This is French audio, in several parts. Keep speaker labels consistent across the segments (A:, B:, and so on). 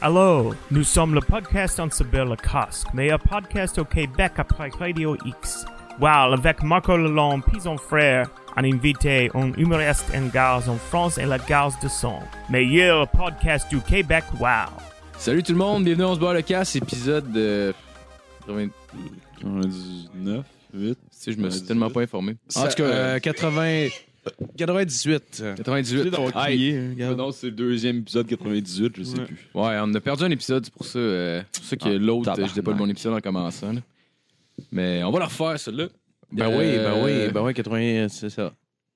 A: Allô, nous sommes le podcast en cyber le casque, meilleur podcast au Québec après Radio X. Wow, avec Marco Lalonde, puis son frère, un invité, un humoriste en gare en France et la gare de son. Meilleur podcast du Québec, wow.
B: Salut tout le monde, bienvenue on se barre le casse, épisode euh, de
C: 99, 8.
B: Tu sais, je me suis tellement pas informé.
D: En tout cas, euh, 80... 98.
B: 98. Aïe.
E: hein,
C: crié, Non, c'est le deuxième épisode 98, je sais plus.
B: Ouais, on a perdu un épisode, c'est pour ça, euh, c'est pour ça que
C: Ah,
B: l'autre, je
C: tabarnak.
B: disais pas le bon épisode en commençant. là. Mais on va le refaire, celui-là.
D: Ben oui,
B: Euh,
D: ben oui, ben oui, 80, c'est ça.
E: Moi,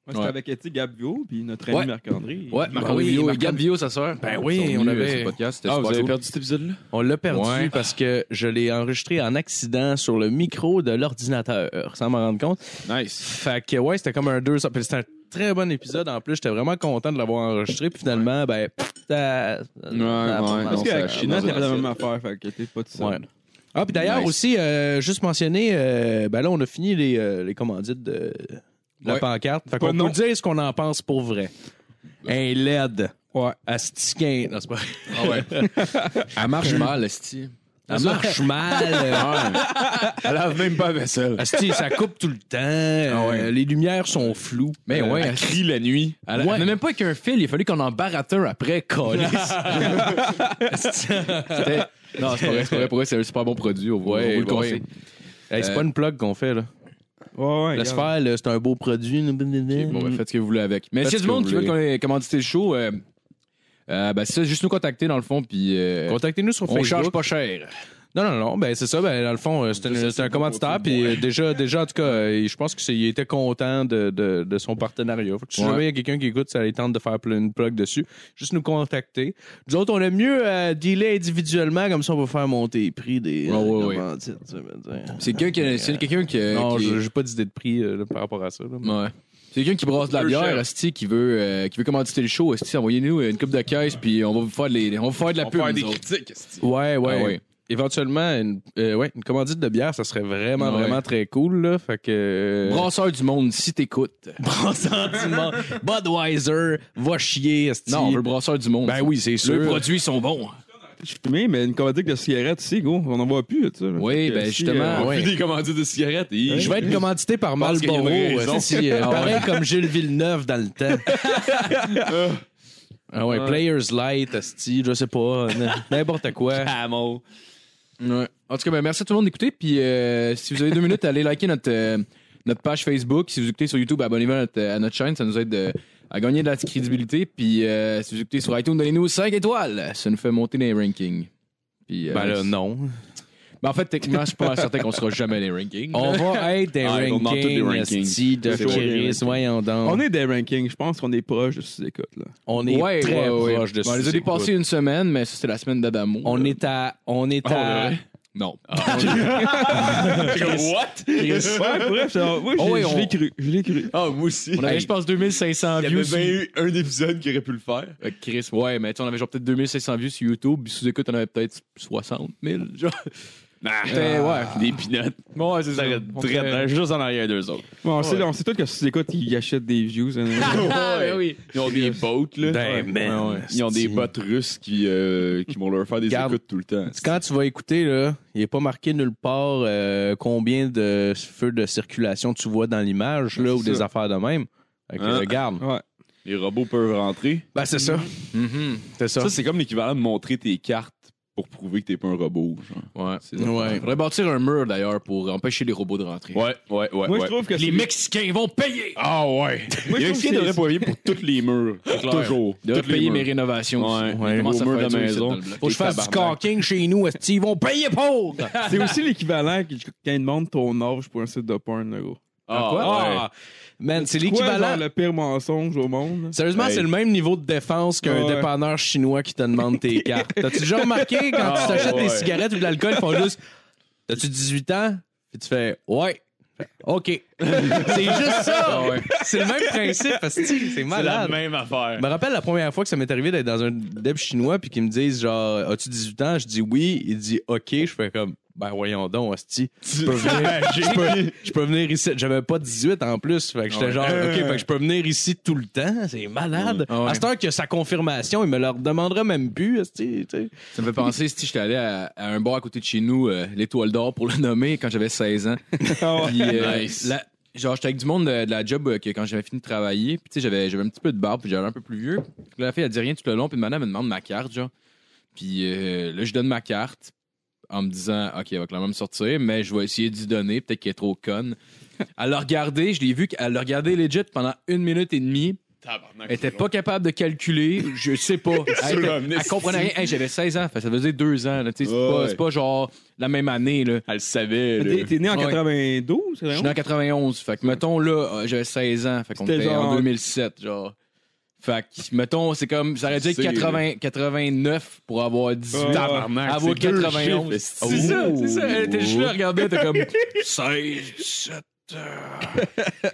E: c'était
B: Ouais.
E: avec Eti Gabio, puis notre
B: Ouais.
E: ami Marc-André.
B: Ouais, ben Marc-André
D: oui,
B: Villot et
D: Marc-André-
B: Gab Villot, sa sœur.
D: Ben oui,
B: Ils sont
D: on
B: venus,
D: avait-
B: euh, sur le podcast, c'était
C: Ah,
B: super
C: vous avez
B: cool.
C: perdu cet épisode-là?
D: On l'a perdu
B: Ouais.
D: parce que je l'ai enregistré en accident sur le micro de l'ordinateur, sans m'en rendre compte.
C: Nice.
D: Fait que ouais, c'était comme un deux... Puis c'était un très bon épisode en plus. J'étais vraiment content de l'avoir enregistré. Puis finalement, ben... pff, ça-
C: ouais.
E: Parce
C: Non,
E: qu'avec
C: ça-
E: China,
C: non,
E: t'avais
C: ça-
E: la même affaire, fait que t'es pas tout
D: Ouais.
E: seul.
D: Ah, puis d'ailleurs
C: Nice.
D: aussi, euh, juste mentionner, euh, ben là, on a fini les, euh, les commandites de, de la
B: Ouais.
D: pancarte. Fait
E: Pas
D: qu'on
E: non.
D: peut dire ce qu'on en pense pour vrai. Un LED.
E: Ouais.
D: Astiquin. Non, c'est pas...
B: Ah ouais. Elle marche mal, Esti.
D: Ça Ah, marche mal.
C: Elle lave même pas la vaisselle.
D: Asti, ça coupe tout le temps. euh, les lumières sont floues.
B: Mais
D: Euh,
B: ouais, hein. Esti.
C: Crie la nuit.
B: Elle
D: Ouais.
B: elle n'a même pas qu'un fil, il a fallu qu'on en baratte un après, colis. C'était- non, Ah, c'est pas
D: Euh,
B: vrai, c'est pas vrai, pour vrai, c'est un super bon produit, au voit,
D: Ouais,
B: on vous le
D: ouais.
B: conseille.
D: Hey, c'est
B: Euh,
D: pas une plug qu'on fait, là.
E: Ouais, ouais.
D: Laisse
E: regarde.
D: faire, là, c'est un beau produit.
B: Bon, ben, faites ce que vous voulez avec. Mais
D: Faites
B: s'il y a
D: ce
B: du
D: que
B: monde
D: vous
B: qui veut qu'on- commanditer le show, euh, euh, ben, c'est ça, juste nous contacter dans le fond, puis euh,
D: Contactez-nous sur
B: on
D: Facebook.
B: charge pas cher.
D: Non, non, non. Ben, c'est ça. Ben, dans le fond, euh, c'est un, c'est un commanditaire. Puis euh, déjà, déjà, en tout cas, euh, je pense qu'il était content de, de, de son partenariat. Faut que si
B: Ouais.
D: jamais il y a quelqu'un qui écoute, ça les tente de faire pl- une plug dessus. Juste nous contacter. Nous autres, on aime mieux euh, dealer individuellement, comme ça, on va faire monter les prix des
B: Ouais,
D: euh,
B: ouais, ouais.
D: commandites, tu veux dire.
B: C'est quelqu'un qui. C'est quelqu'un qui. euh,
D: Non,
B: qui-
D: j'ai j'ai pas d'idée de prix euh, là, par rapport à ça. là.
B: Ouais. C'est quelqu'un qui brasse de la
C: Peu
B: bière,
C: cher.
B: Esti, qui veut, euh, qui veut commanditer le show, Esti, envoyez-nous une coupe de caisse, puis on va vous faire, les, on va vous faire de la
C: On
B: pub.
C: fait des
B: nous autres.
C: critiques, esti.
D: Ouais, ouais.
B: Ah ouais.
D: Éventuellement, une, euh, ouais, une commandite de bière, ça serait vraiment,
B: Ouais.
D: vraiment très cool. Là. Fait que.
B: Euh,
D: euh,
B: Brasseur du monde, si t'écoutes.
D: Brasseur du monde. Budweiser, va chier. esti.
B: Non, on veut le brasseur du monde.
D: Ben oui, c'est sûr.
B: Les produits sont bons.
E: Je suis fumé, mais une commandite de cigarette, si, gros, on en voit plus, tu sais.
B: Oui, ben justement,
C: euh,
E: euh,
C: On
B: ouais.
C: fait des commandites de cigarettes. Et...
D: Je vais être commandité par
C: pense qu'il y a
D: Marlboro.
C: une raison.
D: esti, euh, pareil comme Gilles Villeneuve dans le temps. Ah ouais, Players Light, esti, je sais pas, n- n'importe quoi.
B: Ouais. En tout cas, ben, merci à tout le monde d'écouter. Puis euh, si vous avez deux minutes, allez liker notre, euh, notre page Facebook. Si vous écoutez sur YouTube, abonnez-vous à notre, à notre chaîne. Ça nous aide euh, à gagner de la crédibilité. Puis euh, si vous écoutez sur iTunes, donnez-nous 5 étoiles. Ça nous fait monter dans les rankings. Puis, euh,
D: Ben là,
B: c'est-
D: non.
B: Ben, en fait, techniquement, je suis pas certain qu'on sera jamais dans les rankings.
D: On va être des
C: Ah, on en toutes des
D: rankings,
C: rankings.
D: esti, de
C: C'est vrai.
D: Chris, voyons donc.
E: On est des rankings, je pense qu'on est proche de sous-écoute, là.
D: On est
B: Ouais, ouais,
D: très
B: ouais.
D: proche de
B: Ben, On les a
D: sous-écoute.
B: dépassés une semaine, mais ça, c'était la semaine d'Adamo. Ah,
D: On est à. On est à.
B: Euh, Non.
C: Ah,
E: Ouais, bref, ça- moi, j'ai-
B: Oh, ouais,
E: je l'ai
B: on-
E: cru, je l'ai cru.
C: Ah, moi aussi.
B: On avait, je pense, 2500
C: Il y
B: views.
C: avait
B: sur-
C: bien eu un épisode qui aurait pu le faire.
B: Euh, Chris, ouais, mais tu sais, on avait genre peut-être 2500 vues sur YouTube, puis sous écoute, on avait peut-être 60 000. Genre. C'était- ouais.
C: Des pinottes.
B: Ouais, c'est ça. On
C: Ah. Très
B: fait-
C: bien, juste en arrière d'eux autres.
E: Bon, on, sait, on sait tous que sous-écoute, ils achètent des views. hein.
B: Ah, ben oui.
C: Ils ont des bottes, là.
D: Damn, man.
C: Ouais, ouais. Ils ont des
D: Esti.
C: bottes russes qui, euh, qui vont leur faire des
D: Garde.
C: écoutes tout le temps.
D: Quand tu vas écouter, là, il n'est pas marqué nulle part euh, combien de feux de circulation tu vois dans l'image là, ou
E: C'est
D: des
E: ça.
D: affaires de même. Fait que,
C: Hein?
D: Regarde.
E: Ouais.
C: Les robots peuvent rentrer.
D: Ben, c'est ça.
B: Mhm.
D: C'est ça.
C: Ça, c'est comme l'équivalent de montrer tes cartes pour prouver que t'es pas un robot. Genre.
B: Ouais.
C: C'est ça.
D: Ouais.
B: Faudrait bâtir un mur d'ailleurs pour empêcher les robots de rentrer.
C: Ouais, ouais, ouais.
E: Moi, je
C: ouais.
E: trouve que
B: Les
E: c'est-
B: Mexicains vont payer!
C: Ah ouais!
E: Moi,
C: Les
E: je trouve
C: Mexicains
E: que
C: devraient
E: c'est-
C: payer pour toutes les murs. Toujours.
B: Ils devraient
C: Toutes les
B: payer
C: murs.
B: mes rénovations. aussi.
C: Ouais,
B: Ils
C: ouais.
B: commencent à
C: Au mur
B: faire
C: de la
B: ça ici,
C: maison.
B: dans le bloc.
D: Faut que je fasse du
C: tabarnak. Ah,
D: camping chez nous. esti, Ils vont payer pour!
E: C'est aussi l'équivalent que quand ils demandent ton âge pour un site de porn, là, gros.
C: Ah, ouais.
D: Ah, Man, c'est
E: Quoi, genre,
D: l'équivalent.
E: le pire mensonge au monde. là?
D: Sérieusement,
C: Hey.
D: c'est le même niveau de défense qu'un
E: Ouais.
D: dépanneur chinois qui te demande tes cartes. T'as-tu déjà remarqué quand tu
C: Ah,
D: t'achètes des
C: ouais.
D: cigarettes ou de l'alcool, ils font juste T'as-tu 18 ans? Puis tu fais Ouais. Fait, OK. c'est juste ça.
B: Ah ouais.
D: C'est le même principe. parce que, tu sais, C'est
C: C'est la
D: malade.
C: même affaire.
D: Je me rappelle la première fois que ça m'est arrivé d'être dans un deb chinois puis qu'ils me disent genre as-tu 18 ans je dis oui il dit OK je fais comme Ben voyons donc, hostie. Je peux venir- je peux- je peux venir ici. J'avais pas 18 en plus. Fait que j'étais
B: Ouais.
D: genre, OK, fait que je peux venir ici tout le temps. C'est malade.
B: Ouais. Ouais.
D: À cette heure que sa confirmation, il me leur demandera même plus. hostie, tu sais.
B: Ça me fait penser, si j'étais allé à, à un bar à côté de chez nous, euh, l'Étoile d'Or pour le nommer, quand j'avais 16 ans. Puis, euh, la- genre, j'étais avec du monde de, de la job euh, que quand j'avais fini de travailler. Puis, tu sais, j'avais, j'avais un petit peu de barbe, puis j'avais un peu plus vieux. Puis là, la fille, elle dit rien tout le long, puis madame, elle me demande ma carte, genre. Puis euh, là, je donne ma carte en me disant, OK, elle va clairement me sortir, mais je vais essayer d'y donner, peut-être qu'elle est trop conne. Elle l'a regardé, je l'ai vu qu'elle l'a regardé legit pendant une minute et demie.
C: Tabarnak,
B: Elle était
C: c'est
B: pas capable de calculer, je sais pas. Elle, était-
C: ramené,
B: elle comprenait rien. Hey, j'avais 16 ans, fait que ça faisait deux ans. là, tu sais, C'est
C: Ouais,
B: pas,
C: ouais.
B: c'est pas genre la même année. Là.
C: long. Elle le savait. là.
E: T'es t'es né en
B: Ouais.
E: 92, c'est
B: Je suis né
E: vrai?
B: en 91. Fait que, mettons, là, euh, j'avais 16 ans. Fait qu'on
E: C'était
B: était en
E: genre-
B: 2007, genre. Fait que, mettons, c'est comme, ça aurait dû être
C: C'est-
B: 80, 89 pour avoir 18
E: Ouais.
B: ans.
C: Tabarnak,
B: Avoue
C: c'est deux
B: 91.
C: chiffres,
B: C'est ça, c'est ça. Elle était
C: Oh.
B: juste là, regardez, t'es comme 16, 17.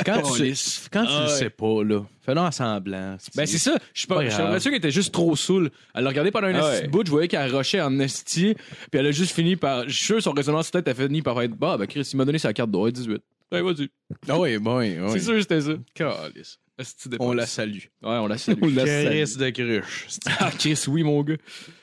D: Quand tu,
B: Calisse.
D: sais- quand tu le sais pas, là, fais-le en semblant.
B: Ben c'est ça, je suis pas,
D: Pas
B: je suis
D: grave.
B: pas sûr qu'elle était juste trop saoule. Elle l'a regardé pendant un
C: Ah
B: esti
C: ouais.
B: de bout, je voyais qu'elle rushait en esti, puis elle a juste fini par, je suis sûr son résonance de tête a fini par être, bah ben Chris, il m'a donné sa carte d'or, 18. Ouais, Ben, vas-y.
D: Ah oui, bon, oui, oui.
B: C'est sûr que c'était ça.
D: Calisse.
B: Esti de
D: On
B: passe.
D: la salue.
B: Ouais, on la salue.
D: Calice de cruche.
B: Ah, Chris, oui, mon gars.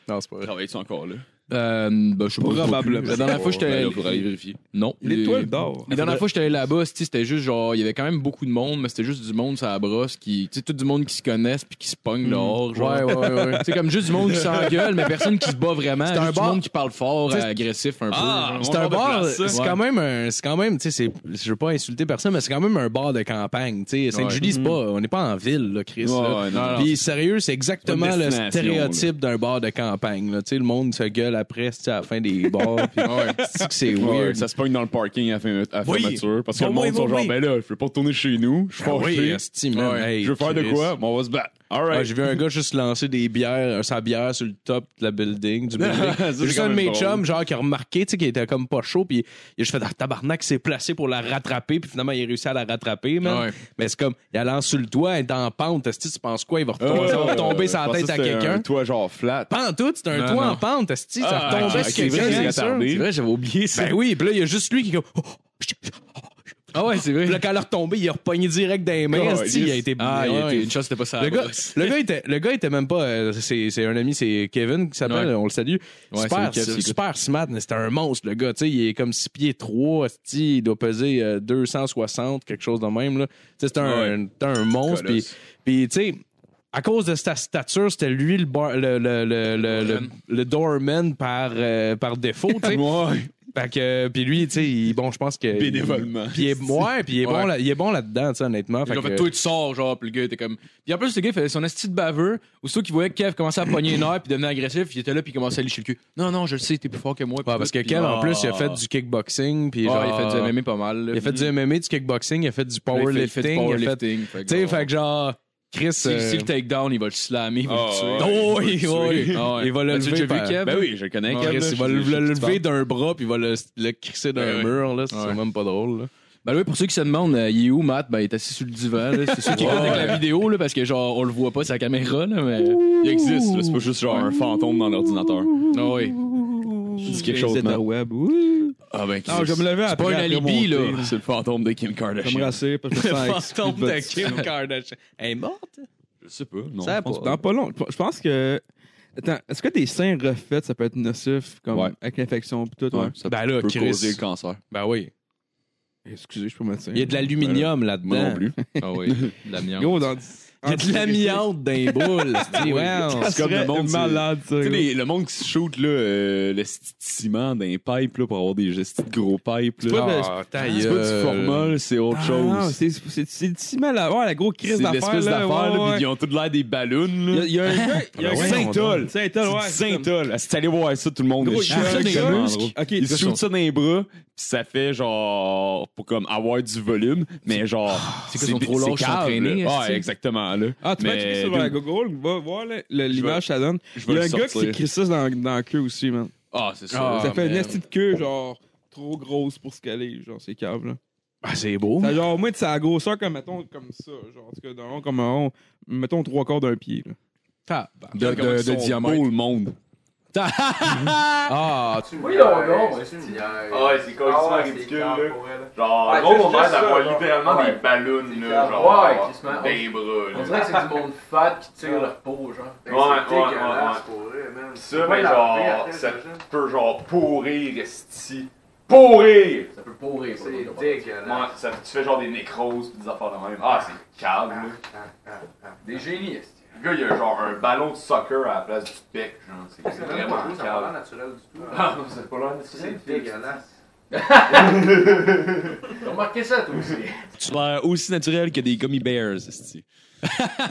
D: Non, c'est pas vrai.
C: Travailles-tu encore là?
B: Euh, ben, je sais pas.
E: Probablement.
B: La dernière fois, j'étais
C: Ben
B: allé.
C: là, faudrait aller vérifier.
B: Non.
E: L'étoile d'or.
B: La dernière fois, j'étais allé là-bas, c'ti, c'était juste genre, il y avait quand même beaucoup de monde, mais c'était juste du monde sur la brosse qui, tu sais, tout du monde qui se connaissent puis qui se pogne dehors. Genre.
D: Mm. Ouais, ouais, ouais.
B: C'est comme juste du monde qui s'engueule, mais personne qui se bat vraiment.
D: C'est un
B: juste du
D: bar-
B: monde qui parle fort,
D: T'sais,
B: agressif un
C: Ah,
B: peu.
D: C'est un
C: Mon genre de
D: bar,
C: place, ça.
D: c'est quand même un, c'est quand même, tu sais, c'est- je veux pas insulter personne, mais c'est quand même un bar de campagne, tu sais. Sainte-Julie, c'est pas, on n'est pas en ville, là, Chris,
C: Ouais,
D: là.
C: Mhm. ouais, non, non.
D: Puis sérieux, c'est exactement
C: C'est pas une
D: le
C: destination,
D: stéréotype d'un bar de campagne, là. Tu sais, le monde se gueule après, tu sais, à la fin des bars, puis c'est que c'est
C: Ouais,
D: weird.
C: ça se pogne dans le parking à la fin- à la
D: Oui.
C: fermeture. Parce que
D: Ah
C: le monde
D: oui,
C: sont
D: oui,
C: genre,
D: oui.
C: ben là, je peux pas retourner chez nous. Je suis
D: Ah oui,
C: fâché.
D: esti, man.
C: Ouais.
D: Hey,
C: Je veux faire de
D: Chris.
C: quoi? Mais on va se battre. All
D: Ouais,
C: right.
D: j'ai vu un gars juste lancer des bières, euh, sa bière sur le top de la building, du building.
C: Ça, c'est
D: juste
C: quand
D: un de
C: même
D: mes
C: drôle.
D: chums, genre, qui a remarqué, tu sais, qui était comme pas chaud, puis il a juste fait, ah, tabarnak, il s'est placé pour la rattraper, puis finalement, il a réussi à la rattraper, man.
B: Ouais.
D: Mais c'est comme, il la lance sur le toit, elle est en pente, esti, tu penses quoi? Il va retomber,
C: Ouais,
D: ça va
C: ouais,
D: retomber
C: ouais.
D: sur
C: Je
D: la
C: pensais
D: tête
C: que
D: à
C: c'était
D: quelqu'un.
C: Un tois genre flat.
D: Pas en tout, c'est un
B: Non,
D: toit
B: non.
D: en pente, esti, ça
C: Ah,
D: retombait
C: ok,
D: sur
C: c'est vrai,
D: quelqu'un.
C: c'est
D: ça.
C: retardé.
B: C'est vrai, j'avais oublié ça.
D: Ben oui, puis là, il y a juste lui qui est comme, oh, oh, shit.
B: ah ouais, c'est vrai.
D: Puis là, quand elle est retombée, il a repogné direct dans les mains,
C: Oh,
D: esti, il a été
B: Ah, bah il
D: ouais.
B: était, une chose, c'était pas ça.
D: Le gars, le, gars était, le gars était même pas. euh, c'est c'est un ami, c'est Kevin qui s'appelle,
B: Ouais.
D: on le salue.
B: Ouais,
D: super
B: salut, Kev, s'il
D: super smart, mais c'était un monstre, le gars. tu sais, il est comme 6 pieds 3, il doit peser euh, 260, quelque chose de même. là. Tu sais, C'était un, c'était un monstre. Puis,
C: Colosse.
D: puis, tu sais, à cause de sa stature, c'était lui le, bar- le, le, le, le, le- le doorman par, euh, par défaut. tu sais.
C: Ouais.
D: Fait que, puis lui, tu sais, il- bon, je pense que.
C: Bénévolement.
D: Puis il est, ouais, puis il est bon
B: Ouais.
D: là- il est bon là-dedans, tu sais, honnêtement.
B: Ils
D: Fait
B: ont fait,
D: que-
B: toi, tu sors, genre, puis le gars était comme. Puis en plus, le gars, il faisait son esti de baveux. Aussitôt qu'il voyait que Kev commençait à pogner une heure, puis devenait agressif, il était là, puis il commençait à licher le cul. Non, non, je le sais, t'es plus fort que moi. puis
D: Ouais, parce que
B: tout, puis-
D: Kev, en plus, il a
B: Ah.
D: fait du kickboxing. Puis
B: Ouais,
D: genre,
B: il a fait du MMA pas mal. là.
D: Ah. Il a fait du MMA, du kickboxing, il a fait du powerlifting.
B: Il a fait du
D: il a fait-
B: powerlifting.
D: Tu sais, fait que genre, Chris.
B: Si,
D: euh,
B: si le takedown, il va le slammer, il va
C: Ah,
B: le tuer.
C: ouais.
D: Oh, oui, oui.
B: Ah ouais.
D: Il va le
B: As-tu
D: lever
B: déjà vu
D: par-
B: Kev?
C: Ben oui, je le connais.
D: Ah, Chris,
C: Kev, là,
D: il va
C: je-
D: le,
C: je-
D: le
C: je-
D: lever d'un bras, puis il va le, le crisser d'un
B: Ouais, ouais.
D: mur, là. C'est
B: Ouais.
D: même pas drôle, là.
B: Ben oui, pour ceux qui se demandent, euh, il est où Matt? Ben il est assis sur le divan. là. C'est sûr qu'il écoute avec la vidéo, là, parce que genre, on le voit pas, sa caméra, là, mais.
C: Il existe, là, c'est pas juste genre un fantôme dans l'ordinateur.
B: Ah oui.
C: Dis quelque chose,
E: Interweb.
C: man.
E: web.
C: Ah ben, Chris.
E: Non, je vais me lever
B: C'est pas un
E: après, après
B: alibi,
E: monter.
B: là.
C: C'est le fantôme de Kim
E: Je vais me
C: Kardashian.
E: rassurer parce que je me sens exclu de votre-
D: Kardashian. Elle est morte?
C: Je sais pas, non.
D: Ça
E: Je pense- Dans pas long. Je pense que. Attends, est-ce que des seins refaits, ça peut être nocif, comme
C: Ouais.
E: avec l'infection et tout? hein?
C: Ouais,
E: Ouais.
C: ça
D: Ben là,
C: peut
D: Chris.
C: causer le cancer.
D: Ben oui.
E: Excusez, je peux me dire.
D: Il y a de l'aluminium
C: Moi non
D: là-dedans.
C: plus.
B: Ah oui. La mienne.
E: Gros, dans.
D: Il y a de l'amiante dans les boules. c'est- wow.
E: C'est comme le monde.
C: c'est-
E: malade, ça.
C: Tu sais,
E: gros.
C: les- le monde qui se shoot, là, euh, le sti de ciment dans les pipes, là, pour avoir des gestes de gros pipes, là.
E: pas de-
D: Ah, ta
C: C'est pas du
D: gueule.
C: formol, c'est autre
E: Ah, non,
C: chose.
E: c'est- C'est c'est du ciment, la, ouais, la grosse
C: C'est
E: crise
C: une
E: d'affaires.
C: espèce
E: là,
C: d'affaire,
E: ouais,
C: là,
E: ouais.
C: puis ils ont tous l'air des ballons,
E: Il y
C: là.
E: a- il y a un gars. il y a un gars-
C: Saint-Ol.
E: Saint-Ol, ouais.
C: C'est du Saint-Ol. Ah, C'est allé voir ça, tout le monde.
E: Gros,
C: Je-
E: il y a un
C: je-
E: gars-
C: je- je-
E: Ok,
C: Ils se
E: ça,
C: shootent ça dans les bras, puis ça fait genre pour comme avoir du volume, mais genre
B: c'est qu'ils sont trop
C: c'est
B: lâches, ils sont
C: cave,
B: entraînés,
C: là.
B: est-ce que-
C: Ouais, exactement là.
E: Ah, tu peux
C: Mais,
E: checker ça
C: dude,
E: vers Google, va voir là, le- l'image que ça donne.
C: je vais
E: Il y a
C: le
E: un gars qui
C: sortir.
E: s'écrit ça dans, dans la queue aussi, man.
C: Ah, c'est
D: Ah,
C: ça.
E: ça fait une
C: man.
E: esti de queue, genre, trop grosse pour ce qu'elle est, genre, ces caves, là.
D: Ah, c'est beau.
E: Ça, genre, au moins, c'est la grosseur comme, mettons, comme ça, genre, en tout cas, d'un rond comme un rond, mettons, trois quarts d'un pied, là.
D: Ah, bah.
B: De-
C: Comment
B: de-
C: ils
B: de
C: sont
B: diamètre.
C: beaux, le monde.
D: Ah, tu
F: Oui, non, non, c'est une
C: Ah ouais, c'est complètement ridicule, là. Genre,
F: Ouais,
C: gros,
F: c'est
C: mon père,
F: juste
C: elle
F: ça,
C: voit
F: genre.
C: littéralement
F: Ouais.
C: des ballons,
F: C'est
C: là,
F: clair.
C: genre,
F: Ouais, qui se met-
C: dans les bras, là.
F: On dirait que c'est du monde fat qui tire leur peau, genre.
C: Ouais, ouais, ouais, ouais. Pis Ça, mais genre, ça peut genre pourrir, esti. Pourrir!
F: Ça peut pourrir,
C: C'est Ouais,
F: dégueulasse.
C: ça, tu fais genre des nécroses pis des affaires de même. Ah, c'est calme, là.
F: Des génies, est-ce
C: Le gars, il a genre un ballon de soccer à la place du bec, genre. C'est
F: C'est même
C: vraiment
F: pas cool, ça va pas
C: calme.
F: naturel du tout. hein.
C: Ah non, c'est pas là, ça c'est
F: C'est dégueulasse. T'as remarqué ça, toi aussi?
G: Tu l'air aussi naturel que des gummy bears, esti.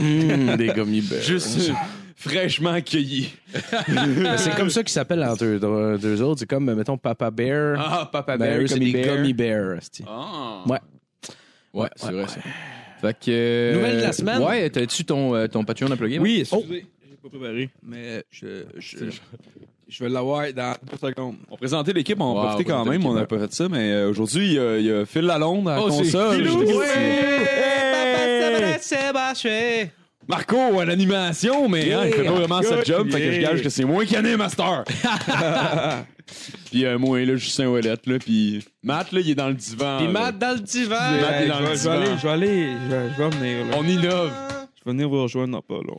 D: Hum, des gummy bears.
G: Juste euh, fraîchement accueilli.
D: Mais Ben, c'est comme ça qu'ils s'appellent entre eux, deux, deux autres. C'est comme, mettons, Papa Bear.
G: Ah, Papa
D: Ben, eux, c'est des gummy bears. esti.
G: Ah.
D: Ouais.
B: Ouais, c'est
D: Ouais,
B: vrai
D: ouais.
B: ça. Fait que. euh,
D: Nouvelle de la semaine.
B: Ouais, t'as-tu ton, euh, ton Patreon à plugger?
E: Oui, excusez, j'ai pas préparé, mais je, je, je vais l'avoir dans deux secondes.
G: On présentait l'équipe, on en
B: Wow,
G: profiter quand
B: présentait
G: même, on n'a pas fait ça, mais euh, aujourd'hui, il y a- il y, a Phil Lalonde à la
B: Oh, c'est
G: console.
B: Philou!
G: J'étais
B: Ouais!
G: Marco à l'animation, mais hein, il fait pas vraiment
E: Marco,
G: sa job, fait que je
E: yeah.
G: gage que c'est moi qui anime Master. puis euh, moi, là, Justin Ouellette, là, puis Matt, là, il est dans le divan.
D: Puis
G: là.
D: Matt dans le divan.
E: Euh,
G: Matt est
E: je,
G: dans le
E: vais, je vais aller,
G: divan.
E: je vais aller, je vais, je vais venir. là.
G: On innove.
E: Je vais venir vous rejoindre dans pas long.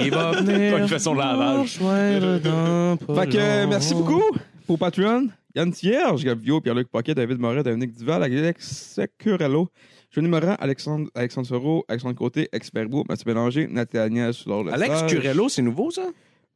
D: Il va venir.
G: Quand il fait son lavage.
E: Fait que euh, merci beaucoup pour Patreon. Yann Thierge, Gabio, Pierre-Luc Paquet, David Moret, Dominique Duval, Alex Curello, Johnny Morin, Alexandre, Alexandre Soro, Alexandre Côté, Expert Beau, Mathieu Bélanger, Nathaniel Soulard.
D: Alex Curello, c'est nouveau, ça?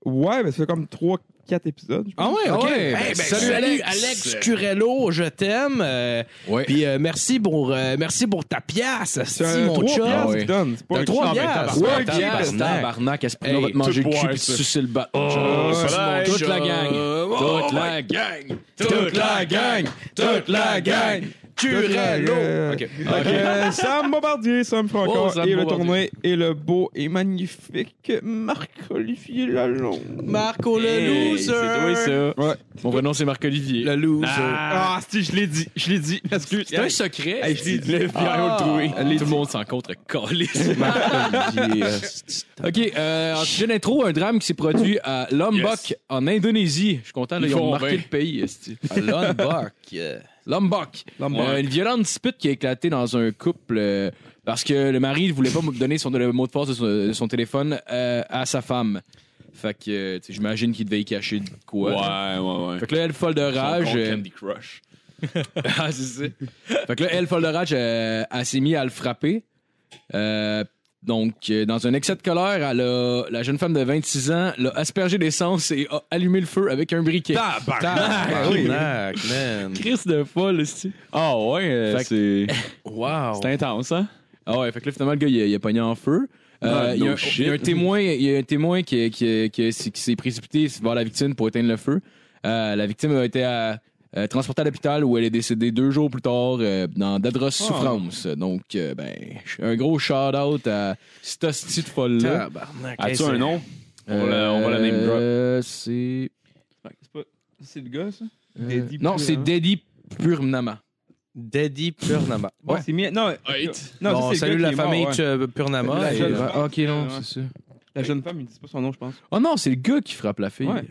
E: Ouais, mais ça fait comme 3-4 épisodes. je pense.
D: Ah ouais,
B: ok.
D: ouais.
B: Ben,
D: salut,
B: salut,
D: Alex.
B: Alex.
D: Curello, je t'aime. Euh,
B: Ouais.
D: Puis euh, merci, pour, euh, merci pour ta pièce,
E: C'est
D: asti,
E: un
D: mon
E: 3
D: chum.
G: Ah
E: piastres
B: ouais.
E: qu'il donne. C'est pas
D: T'as
E: un
D: trois
E: chum.
D: piastres.
E: Ouais,
D: Ouais,
E: tabarnak.
D: pièce.
B: Tabarnak, est-ce
D: Hey,
B: qu'on va te manger
G: tout
B: le cul
G: boire,
B: puis te
G: ça.
B: sucer le bat?
G: soleil,
B: toute la gang. Toute la gang. Toute la gang. Toute la gang.
E: Curello.
D: Ok.
E: Fait que, euh, Sam Bombardier, Sam Franco
D: Oh, Sam
E: et le
D: Bombardier.
E: tournoi et le beau et magnifique Marc-Olivier Lalonde.
D: Marco le
G: Hey,
D: loser.
G: C'est toi, ça.
E: Ouais.
G: Mon prénom, c'est Marc-Olivier.
D: Le loser.
E: Ah, si, je l'ai dit, je l'ai dit. Excuse.
B: C'est un secret.
E: Hey, je l'ai dit.
B: Le
D: Ah.
B: trouvé. Tout le monde s'en contre calice.
D: Marc-Olivier, asti.
B: OK, euh, en sujet d'intro, un drame qui s'est produit à Lombok,
C: Yes.
B: en Indonésie. Je suis content, là,
G: Ils
B: ils, ont
G: font
B: marqué
G: bien.
B: le pays. esti.
D: Lombok.
B: Lombok. Euh, une violente dispute qui a éclaté dans un couple euh, parce que le mari ne voulait pas me donner son, le mot de passe de son, de son téléphone euh, à sa femme. Fait que, euh, tu sais, j'imagine qu'il devait y cacher de
G: Ouais,
B: quoi.
G: ouais, ouais.
B: Fait que là, elle folle de rage. euh,
G: Candy Crush.
B: ah, c'est ça. Fait que là, elle, folle de rage, euh, elle s'est mise à le frapper. Euh, donc, euh, dans un excès de colère, elle a- la jeune femme de 26 ans l'a aspergé d'essence et a allumé le feu avec un briquet.
D: Ah
B: Ah
D: Tabarnak, man.
B: Crise de folle, aussi.
G: Ah ouais, euh,
B: Fait que-
G: c'est
D: Wow.
G: c'est intense, hein?
B: Ah ouais, fait que là, finalement, le gars, il a, il a pogné en feu. Euh,
G: Ah,
B: il, y a,
G: no
B: un-
G: shit.
B: il y a un témoin, il y a un témoin qui, qui, qui, qui s'est précipité vers la victime pour éteindre le feu. Euh, la victime a été euh, euh, transportée à l'hôpital où elle est décédée deux jours plus tard euh, dans
G: Ah.
B: d'adresse souffrance. Donc, euh, ben, un gros shout-out à cette hostie de folle-là.
D: Tabarnak. hey,
G: As-tu
D: c'est-
G: un nom? On la- on va la name drop.
B: Euh, c'est...
E: C'est pas- C'est le gars, ça?
B: euh,
E: Daddy
B: non,
E: Pur-
B: c'est Daddy Purnama.
D: Daddy Purnama.
E: Ouais, c'est mien. Non, non
D: bon,
E: ça, c'est le
D: salut
E: gars
D: la
E: qui est mort,
D: famille
E: ouais.
D: euh, Purnama.
E: La
D: et-
E: jeune femme.
B: Ah, ok, non,
E: Ouais.
B: c'est ça.
E: La jeune femme, il dit pas son nom, je pense.
B: Oh non, c'est le gars qui frappe la fille.
E: Ouais.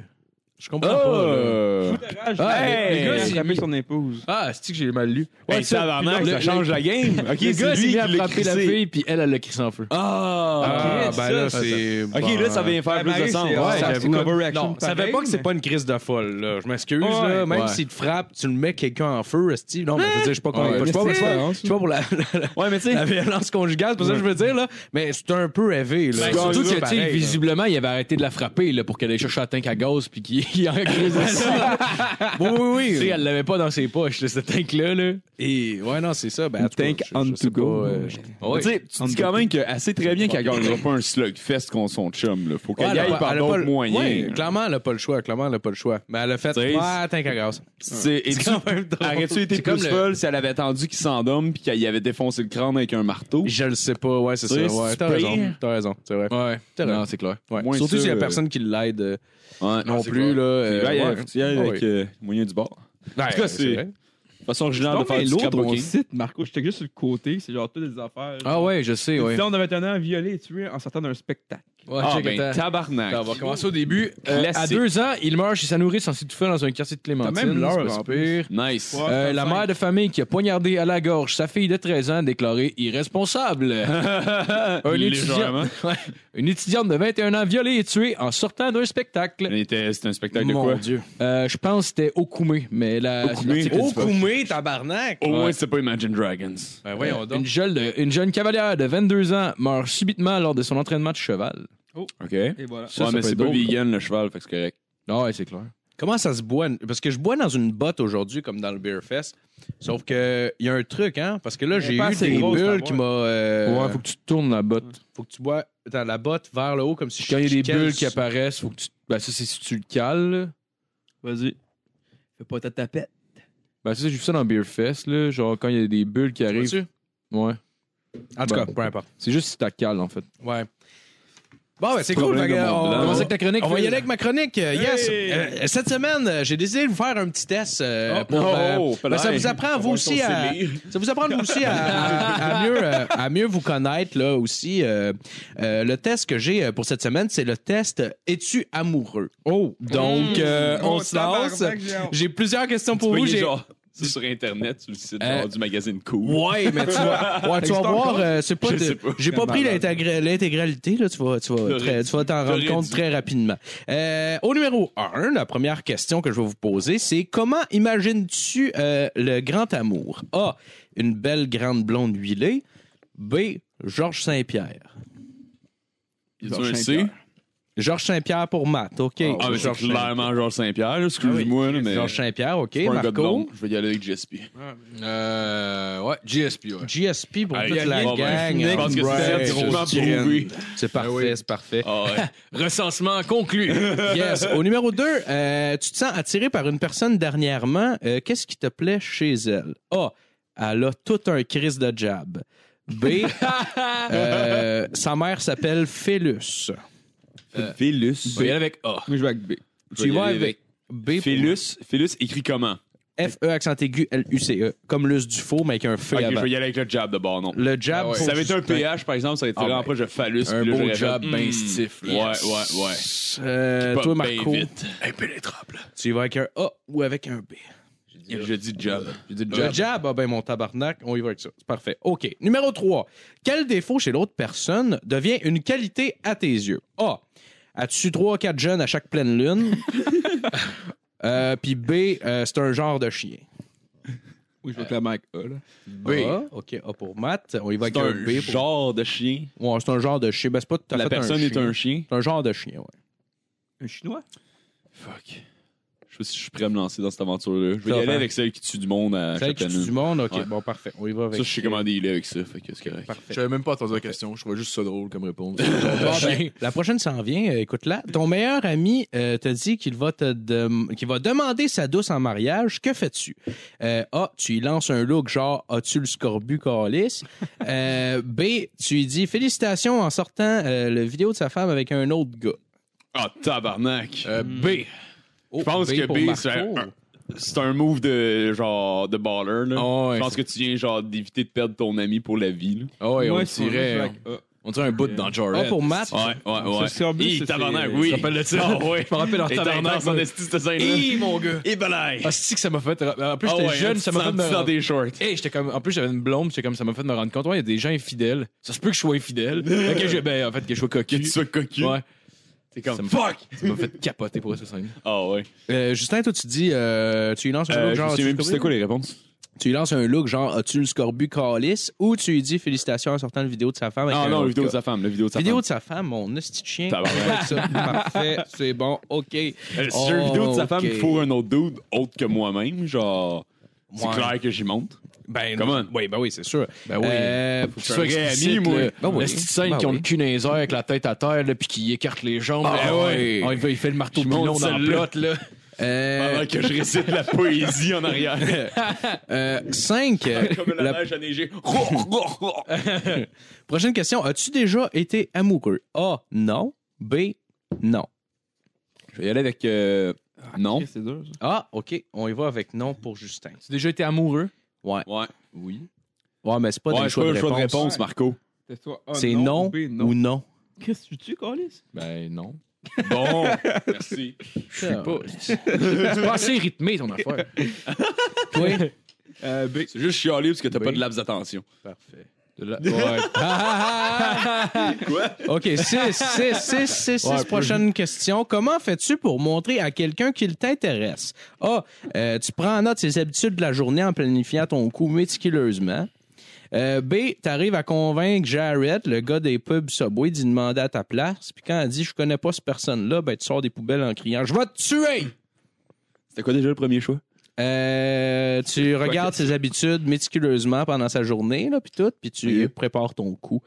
D: Je comprends pas.
B: Oh!
D: là.
E: Ah,
B: Hey!
E: le gars, il a frappé son épouse.
B: Ah, c'est que j'ai mal lu. Ouais,
G: Hey,
B: ça,
G: tabarnak,
B: le-
G: ça change la game. Ok,
B: le gars
G: c'est
B: s'est
G: lui
B: mis à
G: qui l'a
B: frapper la
G: crissé.
B: fille, puis elle, elle l'a crissé en feu.
D: Ah,
E: ok,
D: ben
E: ça,
D: là,
E: ça.
D: c'est.
G: Ok, là, ça vient faire
E: Ah,
G: plus de
E: Marie,
G: sens.
E: c'est-
G: Ouais.
E: ouais,
D: j'avoue,
E: c'est
D: comme-
E: overreaction
D: Non, ça fait
E: pareil,
D: pas que c'est
E: mais-
D: pas une crise de folle, là. Je m'excuse,
E: Ouais.
D: là. Même
B: Ouais.
D: s'il te frappe, tu le mets quelqu'un en feu, Steve. Non, mais je veux dire, je suis pas contre.
E: Ouais,
D: je suis pas-
E: mais
D: je suis
E: c'est-
D: pas- je suis pas pour la, la- la-
G: Ouais, mais tu
D: la violence conjugale, c'est pour ça que je veux dire, là. Mais c'est un peu élevé, là.
B: Ben, surtout
D: C'est
B: que, tu sais,
D: pareil, là.
B: visiblement, il avait arrêté de la frapper là, pour qu'elle ait cherché un tank à gaz, puis qu'il en crisse ça.
D: Oui, oui,
B: Tu sais,
D: oui.
B: elle l'avait pas dans ses poches, là, ce tank-là. Là.
D: Et, ouais, non, c'est ça. Ben, en tout cas,
E: Tank
D: je- je
E: on
D: sais
E: to go.
D: pas, euh, je-
B: Ah
G: Tu sais, tu dis quand même que assez très bien qu'elle gagnera pas un slugfest contre son chum. Là. Faut
D: Ouais,
G: qu'elle
D: elle a
G: aille
D: pas-
G: par
D: elle a pas
G: d'autres
D: le- ouais,
G: moyens.
D: clairement, elle a pas le choix. Clairement, elle a pas le choix. Mais elle a fait.
G: T'sais,
D: Ouais, tank à gaz.
G: C'est et
D: C'est
G: tu-
D: quand même drôle.
G: Aurais-tu été
D: C'est
G: plus
D: comme le-
G: folle si elle avait attendu qu'il s'endorme puis qu'elle y avait défoncé le crâne avec un marteau?
D: Je le sais pas, ouais, c'est ça.
G: Tu sais, si
D: Ouais,
G: tu
D: t'as
G: payes-
D: raison. T'as raison, c'est vrai.
B: Ouais.
D: T'as
B: Non,
D: raison.
B: c'est clair.
D: Ouais.
G: moins
D: Surtout
G: ça,
D: s'il y a
G: euh,
D: personne qui l'aide euh,
G: Ouais.
D: non
B: c'est
D: plus,
B: clair.
D: là. euh,
G: Ouais,
D: ouais.
G: faut que tu y ailles
D: Ah
G: avec
D: oui.
G: euh, moyen du bord.
D: Ouais,
G: tout cas,
D: c'est
G: c'est-
D: vrai.
G: Façon originale de
E: Non,
G: faire
E: mais
G: du
E: l'autre, mon
G: scrapbooking.
E: site, Marco, j'étais juste sur le côté, c'est genre toutes des affaires.
B: Ah ouais, je sais, ouais.
E: Si on avait un an violé et tué en sortant d'un spectacle.
B: Ouais,
C: Ah,
B: check it
C: ben,
B: out.
C: tabarnak.
B: Attends, on va commencer au début. Euh, à
C: Classique.
B: deux ans, il meurt chez sa nourrice en s'étouffant dans un quartier de Clémentine.
E: T'as même l'heure,
B: c'est pas si
E: en
B: pire.
C: Nice.
E: Ouais.
B: Euh, la mère de famille qui a poignardé à la gorge sa fille de 13 ans déclarée irresponsable. un
C: Légèrement.
B: étudiant- Ouais. Une étudiante de 21 ans violée et tuée en sortant d'un spectacle.
C: Il était- C'était un spectacle de
B: Mon
C: quoi?
B: Dieu. Euh, je pense que c'était Okoumé, mais la.
C: Okoumé?
B: l'article dit pas.
C: Okoumé,
B: tabarnak!
G: Oh,
C: Au moins, c'était pas Imagine Dragons.
B: Ben voyons donc. Une jeune, de- une jeune cavalière de 22 ans meurt subitement lors de son entraînement de cheval.
C: OK. Ouais,
E: Et voilà.
B: Ça, ça
C: mais
B: peut
C: c'est
B: être
C: pas
B: drôle,
C: vegan, le cheval, fait que c'est correct.
B: Ah ouais, c'est clair.
D: Comment ça se boit? Parce que je bois dans une botte aujourd'hui, comme dans le Beer Fest. Sauf que il y a un truc, hein? Parce que là,
E: Mais
D: j'ai
E: pas
D: eu
E: assez
D: des
E: grosse,
D: bulles
E: ta
D: qui m'a. euh,
B: Ouais, faut que tu te tournes la botte.
D: faut que tu bois dans la botte vers le haut, comme si je
B: Quand il y a des
D: je-
B: bulles qui apparaissent, faut que tu. Ben ça, c'est si tu le cales. là.
E: Vas-y. Fais pas ta tapette.
B: Ben ça, j'ai vu ça dans Beer Fest, là. Genre, quand il y a des bulles qui arrivent.
D: Vois-tu?
B: Ouais.
D: En tout
B: Bon.
D: cas, peu importe.
B: C'est juste si t'as cales, en fait.
D: Ouais. Bon, ben, c'est cool.
C: problème
D: fait que,
C: de
D: euh,
C: Mont
D: on,
C: Blanc.
D: on-
C: Comment ça
B: que ta chronique,
D: on va y
B: Phil?
D: aller avec ma chronique. euh, Yes. Euh, cette semaine, euh, j'ai décidé de vous faire un petit test euh, pour. euh, ben, ça vous apprend vous aussi à. Ça vous apprend vous aussi à, à- à mieux, euh, à mieux vous connaître là aussi. euh, euh, le test que j'ai euh, pour cette semaine, c'est le test euh, Es-tu amoureux? Oh! Donc, euh, on se lance. J'ai plusieurs questions pour vous. J'ai-
C: C'est sur Internet, sur le site
D: Euh,
C: genre, du magazine Cool.
D: Ouais, mais tu vas, ouais, tu vas voir, euh, c'est pas,
C: Je
D: de-
C: sais pas.
D: j'ai pas pris l'intégra- l'intégralité, là, tu vas, tu vas, très- tu vas t'en rendre
C: T'aurais
D: compte
C: dû.
D: très rapidement. Euh, au numéro 1, la première question que je vais vous poser, c'est comment imagines-tu euh, le grand amour? A, une belle grande blonde huilée. B, Georges Saint-Pierre.
C: Il y a un C.
D: Georges Saint-Pierre pour Matt, OK.
C: Ah, mais c'est
D: Georges
C: clairement Georges Saint-Pierre, là,
B: Ah
C: excuse-moi, là, mais.
D: Georges Saint-Pierre, OK.
C: Pas un gars de
D: Marco.
C: blonde, je vais y aller avec JSP.
B: Euh. Ouais, GSP, ouais.
D: GSP pour
C: Allez,
D: toute la
C: bon, ben,
D: gang.
C: Je pense que c'est
D: Alright.
C: sûrement
E: Styrian.
C: prouvé.
D: C'est parfait, c'est parfait.
C: Ah ouais.
B: Recensement conclu.
D: Yes. Au numéro 2, tu te sens attiré par une personne dernièrement. Euh, Qu'est-ce qui te plaît chez elle? A. Elle a tout un crise de jab. B. euh, sa mère s'appelle Phélus.
C: Phélus.
B: Je vais y aller avec A.
E: Moi, je vais avec B.
D: Tu
C: Je
D: y
C: vais y
D: vas
C: aller
D: avec B. pour-
C: Phélus. Phélus écrit comment?
D: F-E accent aigu L-U-C-E. E. Comme l'us du faux, mais avec un feu
C: Ok, je
D: avant.
C: vais y aller avec le jab de bord, non.
D: Le jab.
B: Ah ouais.
D: pour-
C: Ça avait été un PH, par exemple, ça aurait été
D: Ah
C: vraiment
D: ouais.
C: proche de phallus.
B: ben, Un
C: puis là,
B: beau
C: j'aurais
B: jab
C: fait,
B: bien
C: hmm.
B: stiff, là.
C: Ouais, ouais, ouais.
D: Euh,
C: Pas
D: toi,
C: bien
D: Marco,
C: vite. Impénétrable.
D: tu y vas avec un A ou avec un B?
C: Je dis jab.
B: J'ai dit le
D: Le jab, ah ben mon tabarnak, on y va avec ça. C'est parfait. OK. Numéro 3. Quel défaut chez l'autre personne devient une qualité à tes yeux? A. As-tu 3 quatre jeunes à chaque pleine lune? Euh, Puis B, euh, c'est un genre de chien.
E: Oui, je vais avec la Mac A, là.
D: B. OK, A pour Matt. On y va avec
C: C'est
D: un,
C: un
D: B. Pour...
C: genre de chien.
D: Ouais, c'est un genre de chien. Ben, c'est pas tout à
C: La
D: fait
C: personne
D: un
C: est
D: chien.
C: un chien.
D: C'est un genre de chien, ouais.
E: Un chinois?
C: Fuck. Je sais pas si je suis prêt à me lancer dans cette aventure-là. Je
D: Ça
C: vais y
D: va
C: aller
D: faire.
C: avec celle qui tue du monde à
D: Celle qui
C: Chapelle.
D: tue du monde, OK.
C: Ouais.
D: Bon, parfait. On y va avec.
C: Ça, je sais comment dealer avec ça, fait que c'est correct.
D: Parfait.
B: Je savais même pas attendu la question. Je trouvais juste ça drôle comme réponse.
D: Bon, ben, la prochaine s'en vient. Euh, Écoute-la. Ton meilleur ami euh, te dit qu'il va, te dem- qu'il va demander sa douce en mariage. Que fais-tu? Euh, A. Tu lui lances un look genre As-tu le scorbut, Carlis? Euh, B. Tu lui dis Félicitations en sortant euh, le vidéo de sa femme avec un autre gars.
C: Ah, tabarnak. Hmm.
B: Euh, B.
D: Oh,
C: Je pense que
D: pour
C: B,
D: Marco.
C: c'est un- C'est un move de genre de baller là.
B: Ah ouais,
C: je pense que tu viens genre d'éviter de perdre ton ami pour la vie. Là.
B: Ah ouais,
E: Moi,
B: on
E: c'est- je vais
B: dirait.
E: avec A.
B: On dirait un bout dans
D: A
B: Jared.
D: pour Matt.
C: Ouais, ouais, ouais.
E: C'est Scorbut,
C: Hi,
E: c'est-
C: tabarnak,
E: c'est-
C: oui.
E: je me
C: rappelle de ça. Ah, ouais.
B: Je me rappelle en
C: Et tabarnak,
B: tabarnak.
C: son esti, cette scène-là.
B: Hi, mon gars.
C: Et ben balai.
B: Ah, c'est que ça m'a fait. En plus,
C: Ah
B: j'étais
C: ouais,
B: jeune,
C: hein,
B: ça m'a
C: tu
B: fait.
C: sens petit dans
B: me-
C: tes shorts.
B: Hey, j'étais comme. En plus, j'avais une blonde, puis j'étais comme ça m'a fait me rendre compte. Ouais, il y a des gens infidèles. Ça se peut que je sois infidèle. Fait que je- ben, en fait, que je sois
C: Que tu
B: cocu.
C: sois cocu.
B: Ouais.
C: T'es comme
B: Ça me-
C: fuck.
B: Ça m'a fait capoter pour ça, scène.
C: Ah ouais.
D: Euh, Justin, toi, tu dis euh, Tu lui lances un
C: Euh,
D: look genre
C: je sais
D: As-tu le
C: même plus c'était
D: scorbut?
C: quoi les réponses.
D: Tu lui lances un look genre As-tu le scorbut, Carlis? Ou tu lui dis Félicitations en sortant le vidéo de sa femme avec
C: Ah
D: un
C: non,
D: autre
C: la vidéo
D: gars.
C: de sa femme, la vidéo de sa
D: vidéo
C: femme.
D: de sa femme, mon hostie de chien.
C: Tabarnak.
D: Ça, Parfait, c'est bon, OK.
C: Euh, Si j'ai une
D: Oh,
C: vidéo de sa femme
D: ok.
C: qui fourre un autre dude autre que moi-même, genre c'est
D: Ouais.
C: clair que j'y monte.
D: Ben,
C: Come on.
D: Oui, ben oui, c'est sûr.
B: Ben oui.
D: Euh,
B: Faut que
C: je sois
B: tu sois
C: réami,
B: ami,
C: moi.
B: moi.
D: Ben oui.
B: La petite scène
D: Ben
B: qui ont
D: oui.
B: le cul dans les airs avec la tête à terre, là, puis qui écarte les jambes.
C: Ah
B: là.
C: ouais.
B: Ah, il, fait, il fait le marteau
C: Je
B: pilon
C: monte
B: dans le
C: celle-là.
B: plot, là.
D: euh,
C: Pendant que je récite la poésie en arrière.
D: euh, cinq. euh,
C: Comme la,
D: la
C: neige à neiger.
B: Ah,
D: prochaine question. As-tu déjà été amoureux? A, non. B, non.
C: je vais y aller avec euh, non.
E: Ok, C'est dur, ça.
D: Ah, OK. On y va avec non pour Justin.
B: Tu as déjà été amoureux?
D: Ouais.
C: Ouais.
D: Ouais, mais c'est pas
C: Ouais,
D: des
C: je
D: choix,
C: pas un
D: de
C: choix de
D: réponse.
C: réponse, Marco.
E: C'est toi. A,
D: C'est Ah, non,
E: ou B,
D: ou non.
E: Chris, tu tues, Calis?
B: Ben non.
H: Bon, merci.
B: Je sais pas. C'est pas assez rythmé ton affaire.
D: Oui.
H: C'est juste chialer parce que t'as
B: Oui.
H: pas de laps d'attention.
B: Parfait. De la- Ouais.
H: Quoi?
D: OK, 6, 6, 6, 6, 6. Prochaine question. Comment fais-tu pour montrer à quelqu'un qu'il t'intéresse? A. euh, tu prends en note ses habitudes de la journée en planifiant ton coup méticuleusement. Euh, B. Tu arrives à convaincre Jared, le gars des pubs Subway, d'y demander à ta place. Puis quand elle dit « Je connais pas cette personne-là », ben tu sors des poubelles en criant « Je vais te tuer!
H: C'était quoi déjà le premier choix? »
D: Euh, tu regardes ses habitudes méticuleusement pendant sa journée, là, puis tout, puis tu
H: Ok.
D: prépares ton coup.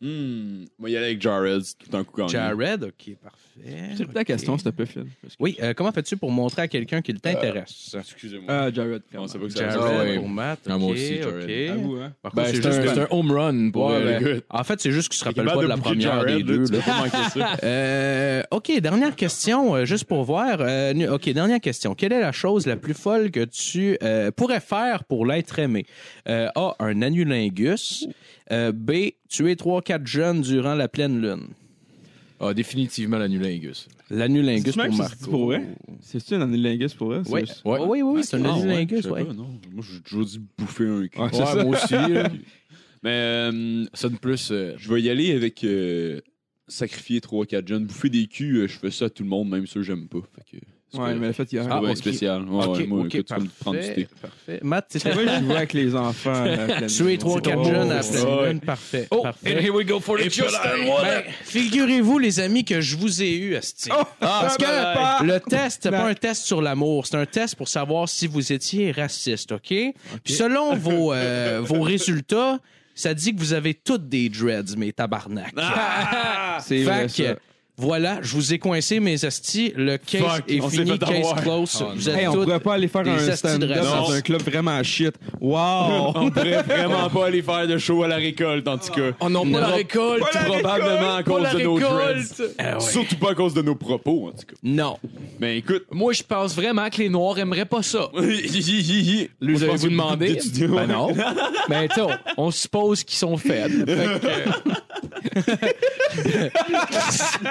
H: Hmm. Moi, y aller avec Jared, c'est tout un coup gagné.
D: Jared, ok, parfait.
E: C'est la question, s'il te plaît, Phil.
D: Oui, euh, comment fais-tu pour montrer à quelqu'un qu'il t'intéresse?
H: Excusez-moi.
E: Ah, Jared.
H: on sait pas que ça
D: Jared
B: Euh, Ah ouais.
D: pour Matt.
B: Ah, moi
D: ok,
B: aussi, Jared.
D: ok.
E: À vous, hein.
D: Par contre,
B: Ben, c'est
D: c'est juste
B: un,
D: que-
B: c'est un home run pour
D: Ouais,
B: euh,
D: ben,
B: le gars.
D: En fait, c'est juste qu'il se rappelle
H: capable
D: pas de
H: de
D: la
H: boucler
D: première des
H: Jared, là,
D: deux.
H: tu
D: là.
H: peux pas manquer ça.
D: Euh, ok, dernière question, euh, juste pour voir. Euh, nu- ok, dernière question. Quelle est la chose la plus folle que tu euh, pourrais faire pour l'être aimé? Euh, A, un annulingus. Euh, B, tuer 3-4 jeunes durant la pleine lune.
B: Ah, définitivement l'annulingus.
D: L'annulingus
E: C'est-tu
D: pour
E: même que c'est
D: Marco.
E: pour vrai? C'est-tu un analingus pour elle?
D: Ouais.
E: C'est-
D: Ouais. Oui, oui, oui, c'est un
H: Ah, ouais,
D: annulingus,
H: je sais
D: ouais.
H: pas, non. Moi, j'ai toujours dit bouffer un cul.
E: Ouais, c'est
B: Ouais,
E: ça.
B: moi aussi. là. Mais euh, ça de plus. euh,
H: Je vais y aller avec euh, sacrifier 3-4 jeunes. Bouffer des culs, euh, je fais ça à tout le monde, même ceux que j'aime pas. Fait que, c'est
E: Ouais,
H: pas-
E: mais le fait hier.
B: Ah,
H: Ah, ouais,
B: ok.
H: spécial. Ouais,
B: Ok,
H: ouais, moi,
B: ok,
H: écoute, tu peux me prendre du thé.
D: Parfait, parfait. Matt, c'était
E: Moi, je jouais avec les enfants. à la
D: tuer
E: pleine
D: trois
E: lune.
D: quatre
E: Oh,
D: jeunes à la
E: ouais.
D: pleine lune, parfait.
B: Oh,
D: parfait.
B: and here we go for the just and one.
D: Ben, figurez-vous, les amis, que je vous ai eu, Asti. Ah, Parce que le test, c'est pas un test sur l'amour, c'est un test pour savoir si vous étiez raciste, OK? Puis selon vos, euh, vos résultats, ça dit que vous avez toutes des dreads, mes tabarnak.
E: C'est vrai,
D: Fait que,
E: ça.
D: voilà, je vous ai coincé, mes astis. Le case
B: Fuck,
D: est
B: on s'est
D: fini,
B: fait
D: case
B: avoir.
D: close. vous êtes
E: Hey, on
D: toutes-
E: pourrait pas aller faire
D: des
E: un
D: astis de
E: stand-up
D: racistes.
E: dans un club vraiment shit. Wow!
H: On pourrait vraiment pas aller faire de show à la récolte, en tout cas.
D: Ah,
B: Oh non, pas la récolte!
H: Probablement à cause de nos dreads.
D: Ah ouais.
H: Surtout pas à cause de nos propos, en tout cas.
D: Non.
H: Mais écoute,
B: Moi, je pense vraiment que les Noirs aimeraient pas ça.
H: Lui,
B: Vous avez vous demandé? Ben non. Mais tu sais, on- on suppose qu'ils sont faibles. Fait que-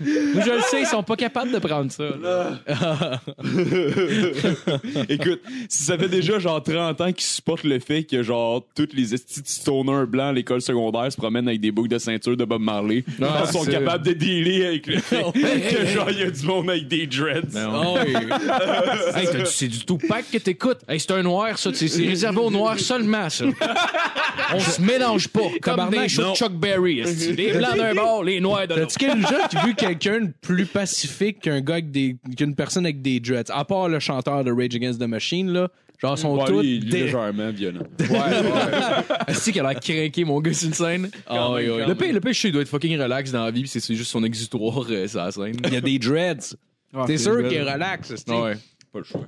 B: Nous, je le sais, ils sont pas capables de prendre ça. là.
H: Écoute, si ça fait déjà genre 30 ans qu'ils supportent le fait que genre toutes les estis de stoners blancs à l'école secondaire se promènent avec des boucles de ceinture de Bob Marley,
B: Non,
H: ils sont
B: c'est-
H: capables de dealer avec le fait que genre il y a du monde avec des dreads.
B: Oh, oui. Hey, t'as- c'est du tout pack que t'écoutes. Hey, c'est un noir, ça. C'est c'est réservé aux noirs seulement, ça. On se mélange pas. Comme
D: Tabarnak,
B: des shows
D: non.
B: de Chuck Berry. esti. Les blancs d'un bord, les noirs de l'autre.
D: T'as-tu déjà vu quelqu'un de plus pacifique qu'un gars avec des, qu'une personne avec des dreads? À part le chanteur de Rage Against the Machine, là. Genre, sont tous. dé-
H: légèrement violent.
B: Esti qu'elle a craqué, mon gars, sur une scène.
D: Ah oui, oui.
B: Le pire, le pire, je sais, il doit être fucking relax dans la vie, pis c'est c'est juste son exutoire, euh, sur la scène.
D: Il y a des dreads. T'es
E: Ah, c'est
D: sûr
E: vrai.
D: qu'il relaxe, c'est
B: Ouais.
H: Pas le choix.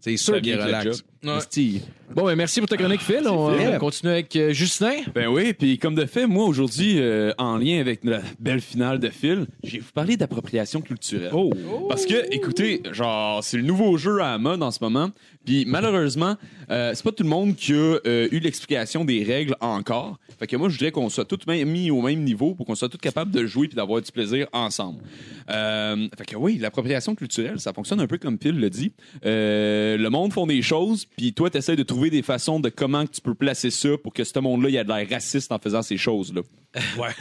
D: C'est sûr qu'il
H: bien fait le
D: relaxe.
B: job. Ouais.
D: Esti.
B: Bon, ben, merci pour ta chronique, Phil. On
D: Phil.
B: euh, continue avec euh, Justin.
H: Ben oui, puis comme de fait, moi aujourd'hui, euh, en lien avec la belle finale de Phil, je vais vous parler d'appropriation culturelle.
E: Oh!
H: Parce que, écoutez, genre, c'est le nouveau jeu à la mode en ce moment. Puis malheureusement, euh, c'est pas tout le monde qui a euh, eu l'explication des règles encore. Fait que moi, je voudrais qu'on soit tous ma- mis au même niveau pour qu'on soit tous capables de jouer puis d'avoir du plaisir ensemble. Euh, fait que oui, l'appropriation culturelle, ça fonctionne un peu comme Phil le dit. Euh, le monde font des choses, puis toi, t'essayes de trouver des façons de comment que tu peux placer ça pour que ce monde-là, il y a de l'air raciste en faisant ces choses-là. Voilà.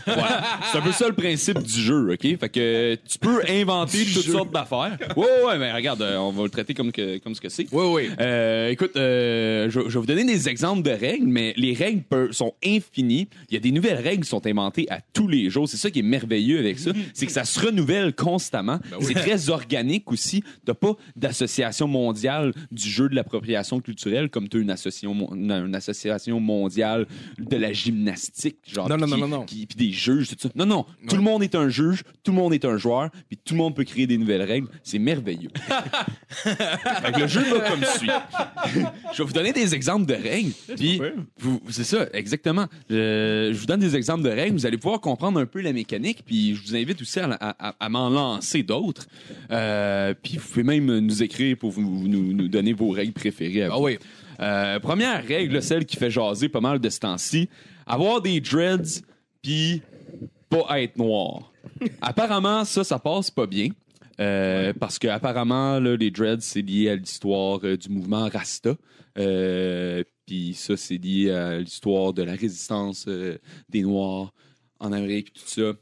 H: C'est un peu ça le principe du jeu, OK? Fait que euh, tu peux inventer toutes sortes d'affaires. Ouais, ouais, ouais, mais regarde, euh, on va le traiter comme, que, comme ce que c'est.
B: Oui, oui.
H: Euh, écoute, euh, je, je vais vous donner des exemples de règles, mais les règles peuvent- sont infinies. Il y a des nouvelles règles qui sont inventées à tous les jours. C'est ça qui est merveilleux avec ça,
D: Mm-hmm.
H: c'est que ça se renouvelle constamment.
D: Ben
H: C'est très organique aussi. T'as pas d'association mondiale du jeu de l'appropriation culturelle comme t'as une association, mon- une, une association mondiale de la gymnastique, genre
D: Non, non,
H: qui-
D: non, non, non.
H: qui- puis des juges, tout ça. Non, non, tout le monde est un juge, tout le monde est un joueur, puis tout le monde peut créer des nouvelles règles. C'est merveilleux. Fait que le jeu va comme suit. je vais vous donner des exemples de règles. Puis, vous- c'est ça, exactement. Euh, je vous donne des exemples de règles. Vous allez pouvoir comprendre un peu la mécanique. Puis, je vous invite aussi à, à- à- à m'en lancer d'autres. Euh, puis, vous pouvez même nous écrire pour vous- vous- nous, nous donner vos règles préférées. à
B: Ah
H: vous.
B: oui.
H: Euh, première règle, là, celle qui fait jaser pas mal de ce temps-ci. Avoir des dreads, puis pas être noir. apparemment, ça, ça passe pas bien. Euh, parce que apparemment là, les dreads c'est lié à l'histoire euh, du mouvement Rasta Euh, puis ça c'est lié à l'histoire de la résistance euh, des noirs en Amérique puis tout ça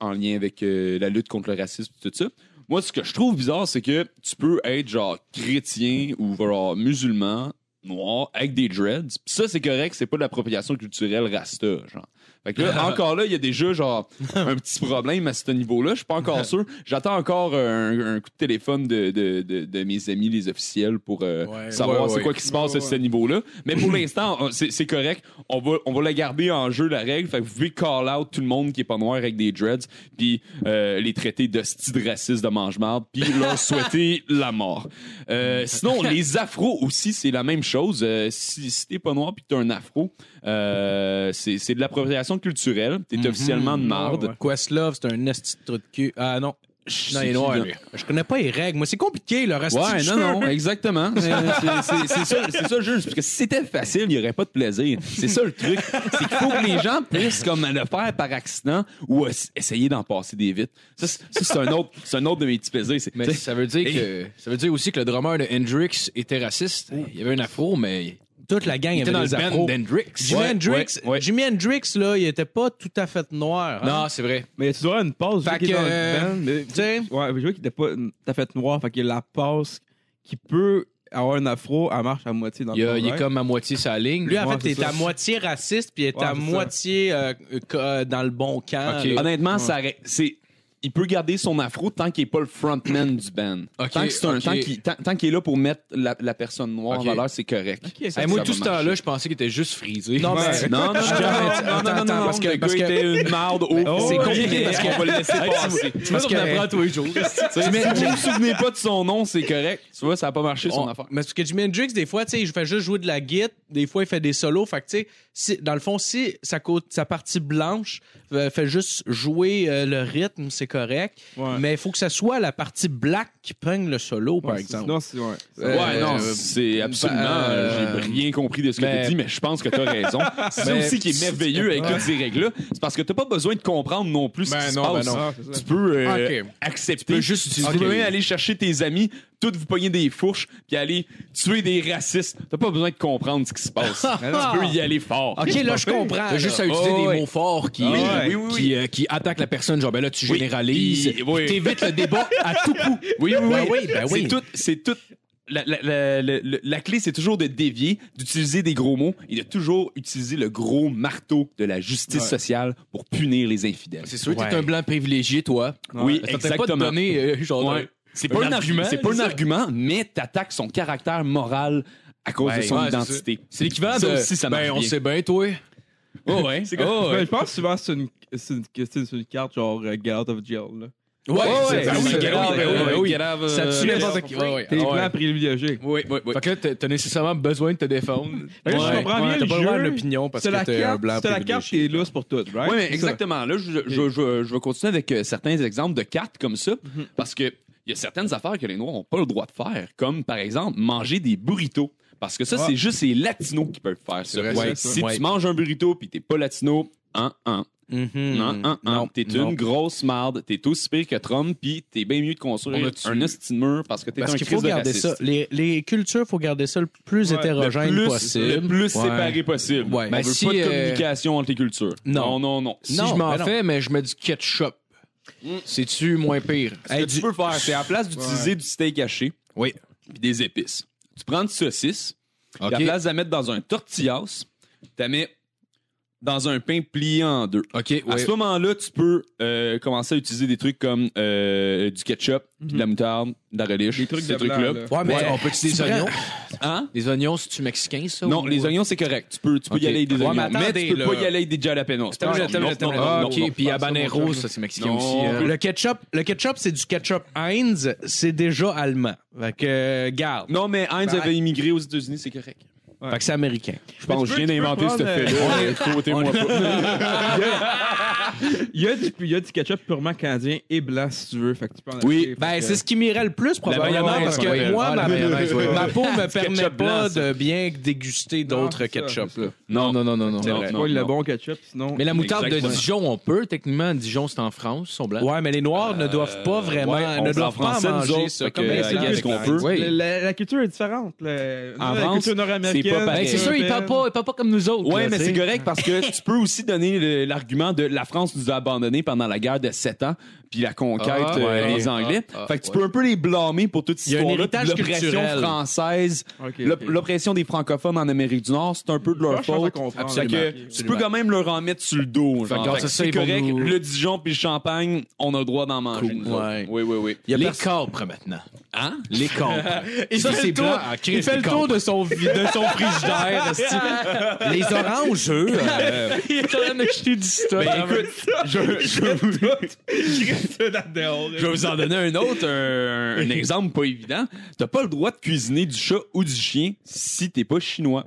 H: en lien avec euh, la lutte contre le racisme puis tout ça moi ce que je trouve bizarre c'est que tu peux être genre chrétien ou genre musulman noir avec des dreads puis ça c'est correct c'est pas de l'appropriation culturelle Rasta genre fait que là, encore là, il y a déjà genre un petit problème à ce niveau-là. Je suis pas encore sûr. J'attends encore un, un coup de téléphone de, de, de, de mes amis, les officiels, pour euh,
D: Ouais,
H: savoir
D: ouais,
H: c'est
D: ouais.
H: quoi qui se passe à ce niveau-là. Mais pour l'instant, on- c'est c'est correct. On va, on va la garder en jeu, la règle. Fait que vous pouvez call out tout le monde qui est pas noir avec des dreads, puis euh, les traiter de style raciste de mange-marde, puis leur souhaiter la mort. Euh, sinon, les afros aussi, c'est la même chose. Euh, si si t'es pas noir puis que t'as un afro, euh, c'est c'est de l'appropriation culturelle.
D: Mhm.
H: T'es officiellement de marde.
D: Questlove, c'est un esti de trou de cul. Ah non. Non, il est noir, lui. Je connais pas les règles. Moi, c'est compliqué, le reste.
H: Ouais, non, non, exactement. Mais c'est- c'est- C'est ça, c'est ça le jeu. Parce que si c'était facile, il n'y aurait pas de plaisir. C'est ça le truc. C'est qu'il faut que les gens puissent comme le faire par accident ou euh, essayer d'en passer des vite. Ça, c'est ça, c'est un autre, c'est un autre de mes petits plaisirs. C'est-
B: Mais ça veut dire que ça veut dire aussi que le drummer de Hendrix était raciste. Il y avait un afro, mais
D: Toute la gang
B: il était
D: avait
B: dans le
D: des
B: band
D: afros.
B: d'Hendrix.
D: Jimi
B: Ouais,
D: Hendrix,
B: ouais, ouais.
D: Jimi Hendrix, là, il était pas tout à fait noir. hein.
B: Non, c'est vrai.
E: Mais tu dois avoir une passe
D: Fait
E: vu qu'il est
D: que,
E: dans le band, mais-
D: Tu sais,
E: Ouais, mais je vois qu'il était pas t'as fait noir, fait qu'il y a la passe qui peut avoir un afro, elle marche à moitié dans
B: Il, y a-
E: le
B: il est
E: ouais.
B: comme à moitié sa ligne.
D: lui, en
E: Ouais,
D: fait, il
E: c'est
D: était
E: ça.
D: à moitié raciste, puis il était
E: Ouais,
D: à
E: c'est ça.
D: moitié euh, euh, dans le bon camp.
B: Ok.
D: là.
H: Honnêtement, ça aurait- c'est. Il peut garder son afro tant qu'il n'est pas le frontman du band.
B: Ok,
H: tant que c'est un-
B: ok.
H: tant qu'il tant- tant qu'il est là pour mettre la, la personne noire
B: Ok.
H: en valeur, c'est correct.
B: Hey, moi,
H: ça
B: tout ce
H: va marcher.
B: temps-là, je pensais qu'il était juste frisé.
D: Non, mais-
E: Ouais.
H: Non, non, non, non, non, non, non, non, parce que le gars était une marde au
E: c'est
D: compliqué, parce
H: qu'on va le laisser passer. Tu
B: parce
H: vois,
B: que-
H: on apprend tous les jours. Tu sais, Si vous vous souvenez pas de son nom, c'est correct. Tu vois, ça a pas marché son
D: On-
H: affaire.
D: Mais parce que Jimi Hendrix, des fois, tu sais, il fait juste jouer de la guitare, des fois, il fait des solos. Fait que, tu sais, si- dans le fond, si sa, côte- sa partie blanche euh, fait juste jouer euh, le rythme, c'est correct.
E: Ouais.
D: Mais il faut que ça soit la partie black qui prenne le solo, par
E: Ouais, c'est-
D: exemple.
E: Non, c'est ouais.
B: Euh,
H: ouais, non, c'est absolument.
B: euh,
H: j'ai rien compris de ce que
B: mais-
H: tu dis, mais je pense que t'as raison. C'est ça
B: Mais-
H: aussi qui est merveilleux avec toutes ces règles-là. C'est parce que t'as pas besoin de comprendre non plus
B: Ben
H: ce qui
B: non,
H: se
B: ben
H: passe.
B: non.
E: Ah, c'est ça.
H: Tu peux euh,
B: Ok.
H: accepter.
B: Tu peux juste utiliser-
H: Tu peux
B: Ok.
H: même aller chercher tes amis, toutes vous pogner des fourches, puis aller tuer des racistes. T'as pas besoin de comprendre ce qui se passe. tu peux y aller fort.
D: Ok, là, je comprends.
B: T'as juste à
D: là.
B: utiliser
D: Oh,
B: des
D: ouais.
B: mots forts qui,
H: Ah ouais. Oui, oui, oui.
B: qui, euh, qui attaquent la personne. Genre, ben là, tu
H: Oui.
B: généralises.
H: Oui, oui.
B: T'évites le débat à tout coup.
H: Oui, oui, oui.
D: Ben oui, ben oui.
H: C'est tout. C'est tout. La, la- la- la- la- la clé, c'est toujours de dévier, d'utiliser des gros mots et de toujours utiliser le gros marteau de la justice sociale pour punir les infidèles.
B: C'est sûr, t'es un blanc privilégié, toi.
H: Oui,
B: Ça te fait pas de
H: exactement.
B: donner, euh, genre,
H: Ouais.
B: un-
H: C'est pas un argument, c'est pas un argument, mais t'attaques son caractère moral à cause de
B: Ouais.
H: son
B: Ouais, c'est
H: identité.
B: C'est l'équivalent
H: Ça
B: de.
H: aussi, ça marche
B: ben, on
H: bien.
B: sait bien, toi. Oh, ouais.
H: C'est
B: Oh,
E: Ben,
B: ouais.
E: je pense souvent que c'est une, c'est une, que c'est une carte genre euh, Get Out of Jail. Là.
B: Ouais, c'est-
H: ouais, ben oui,
B: c'est-
H: ben oui, ben oui, ben oui.
B: Ça tue
E: euh,
B: n'importe qui. Ouais, ouais.
E: T'es
B: Ah, ouais.
E: blanc privilégié.
B: Oui, oui, oui. Fait que là, t'as- t'as nécessairement besoin de te défendre.
E: Fait que je
B: Ouais.
E: comprends bien
B: Ouais,
E: le
B: t'as pas le droit à
E: jeu,
B: l'opinion parce
E: C'est
B: que
E: la
B: t'es un
E: carte,
B: blanc
E: c'est la carte qui est lousse pour tout, right?
H: Oui, mais
E: C'est ça.
H: exactement. Là, je, je, je, je vais continuer avec euh, certains exemples de cartes comme ça, parce que il y a certaines affaires que les Noirs n'ont pas le droit de faire, comme par exemple manger des burritos. Parce que ça, c'est juste les latinos qui peuvent faire ça.
B: vrai,
H: Ouais,
B: ça.
H: Si
B: Ouais.
H: tu manges un burrito puis t'es pas latino, hein, un, un,
D: Mhm.
H: un, un, un,
D: Non,
H: hein, t'es
D: non.
H: une grosse marde, t'es aussi pire que Trump puis t'es bien mieux de
B: On
H: construire
B: a-tu-
H: un hostie de mur parce que t'es
D: Parce
H: un
D: qu'il faut
H: crise de
D: garder
H: raciste.
D: ça. Les, les cultures, faut garder ça le plus
E: Ouais,
D: hétérogène
H: le plus,
D: possible.
H: Le plus
B: Ouais.
H: séparé possible.
D: Ouais.
H: On
B: Ben,
H: veut
B: si,
H: pas de
B: euh,
H: communication entre les cultures.
D: Non.
H: non, non. non.
B: Si
D: Non,
B: je m'en
D: ben non.
B: fais, mais je mets du ketchup, c'est-tu moins pire?
H: Ce que tu peux faire, c'est à la place d'utiliser du steak haché,
B: Oui.
H: puis des épices. Tu prends du saucisse, puis
B: OK.
H: à la place de la mettre dans un tortillas, tu la mets dans un pain plié en deux.
B: OK,
H: À
B: ouais.
H: ce moment-là, tu peux euh, commencer à utiliser des trucs comme euh, du ketchup, de
B: Mhm.
H: la moutarde, de la relish,
E: Des trucs
H: ces
E: de blanc,
H: trucs-là.
E: là.
D: Ouais, mais
B: Ouais, on peut-tu des
D: C'est vrai.
B: oignons?
H: Hein?
B: Les oignons, c'est-tu mexicain, ça?
H: Non,
B: ou-
H: les oignons, c'est correct. Tu peux, tu
B: Oh,
H: peux
B: OK.
H: y aller avec des
B: Ouais,
H: oignons,
B: mais
H: mais,
B: attendez,
H: tu peux pas
B: là.
H: y aller avec des jalapenos.
B: Attends,
H: Non,
B: attends,
H: non,
B: attends,
H: non,
B: attends.
H: non,
B: OK,
H: non, non.
B: puis habanero, ça, c'est mexicain
H: Non.
B: aussi. hein.
D: Le ketchup, le ketchup, c'est du ketchup Heinz, c'est déjà allemand. Fait que, euh, garde.
B: Ben,
H: Non, mais Heinz avait immigré aux États-Unis, c'est correct.
E: Ouais.
D: Fait que c'est américain.
H: Je pense que je
E: peux-
H: viens
E: tu peux
H: d'inventer ce
E: prendre, euh,
H: fait-là. Côté-moi pas.
E: Il y, a du, il y a du ketchup purement canadien et blanc si tu veux. Fait que tu peux en
H: Oui,
E: acheter, fait
D: Ben,
E: que-
D: c'est ce qui m'irait le plus, probablement,
B: mayonnaise,
D: parce que
B: ouais.
D: moi,
B: Ah,
D: ma,
B: la mayonnaise, ouais.
D: ma peau me permet
B: ketchup
D: pas
B: blanc, ça.
D: de bien déguster d'autres
E: c'est ça,
D: ketchup. là.
H: Non, non,
B: non, non, non.
D: C'est
E: Tu
D: vrai.
E: vois, le bon ketchup, sinon.
B: Mais la moutarde
H: Exactement.
B: de Dijon, on peut. hein. Techniquement, Dijon, c'est en France, ils sont blancs.
D: Ouais, mais les Noirs ne doivent pas vraiment,
H: ouais, on
D: ne
H: parle
D: doivent pas
H: français, nous
D: manger
H: autres,
D: ça.
H: fait
D: Comme
H: que,
D: les
H: I
D: Blancs,
H: guess
D: c'est
H: qu'on
D: correct.
H: peut.
B: Ouais.
E: Ben, La, la- la culture est différente. La,
H: En
E: la
H: France,
E: culture
H: c'est pas
E: nord-américaine.
H: pareil.
B: Ben, c'est sûr, ils parlent pas, ils parlent pas comme nous autres.
H: Ouais,
B: là,
H: mais
B: tu
H: c'est
B: sais.
H: correct parce que tu peux aussi donner le- l'argument de la France nous a abandonnés pendant la guerre de 7 ans, puis la conquête
B: Ah,
H: euh,
B: ouais.
H: des Anglais.
B: Ah, ah,
H: fait que tu
B: ouais.
H: peux un peu les blâmer pour toute cette
D: Il y a un
H: histoire-là, puis
D: héritage
H: l'oppression
D: culturel.
H: française,
E: Ok,
H: l'op-
E: ok.
H: l'oppression des francophones en Amérique du Nord, c'est un peu de leur
E: Je pense
H: faute.
E: qu'on comprend,
H: Fait que
E: là.
H: tu peux quand même leur en mettre sur le dos.
B: Fait que
H: genre.
B: grâce
H: Fait que
B: à ça,
H: c'est
B: ils vont
H: correct.
B: nous-
H: Le Dijon puis le champagne, on a le droit d'en manger. nous autres.
D: Ouais.
H: Oui, oui, oui.
D: Il y a les capres maintenant.
H: Hein?
D: Les capres. ça,
B: fait
D: c'est
B: le tour-
D: blanc. Ah, Christ,
B: il fait
D: les
B: le tour
D: capres.
B: de son, vi- de son frigidaire. esti.
D: Les oranges, eux. euh, Ben,
B: il est en train d'acheter du stock.
H: Je vais vous en donner un autre, un, un exemple pas évident. T'as pas le droit de cuisiner du chat ou du chien si t'es pas chinois.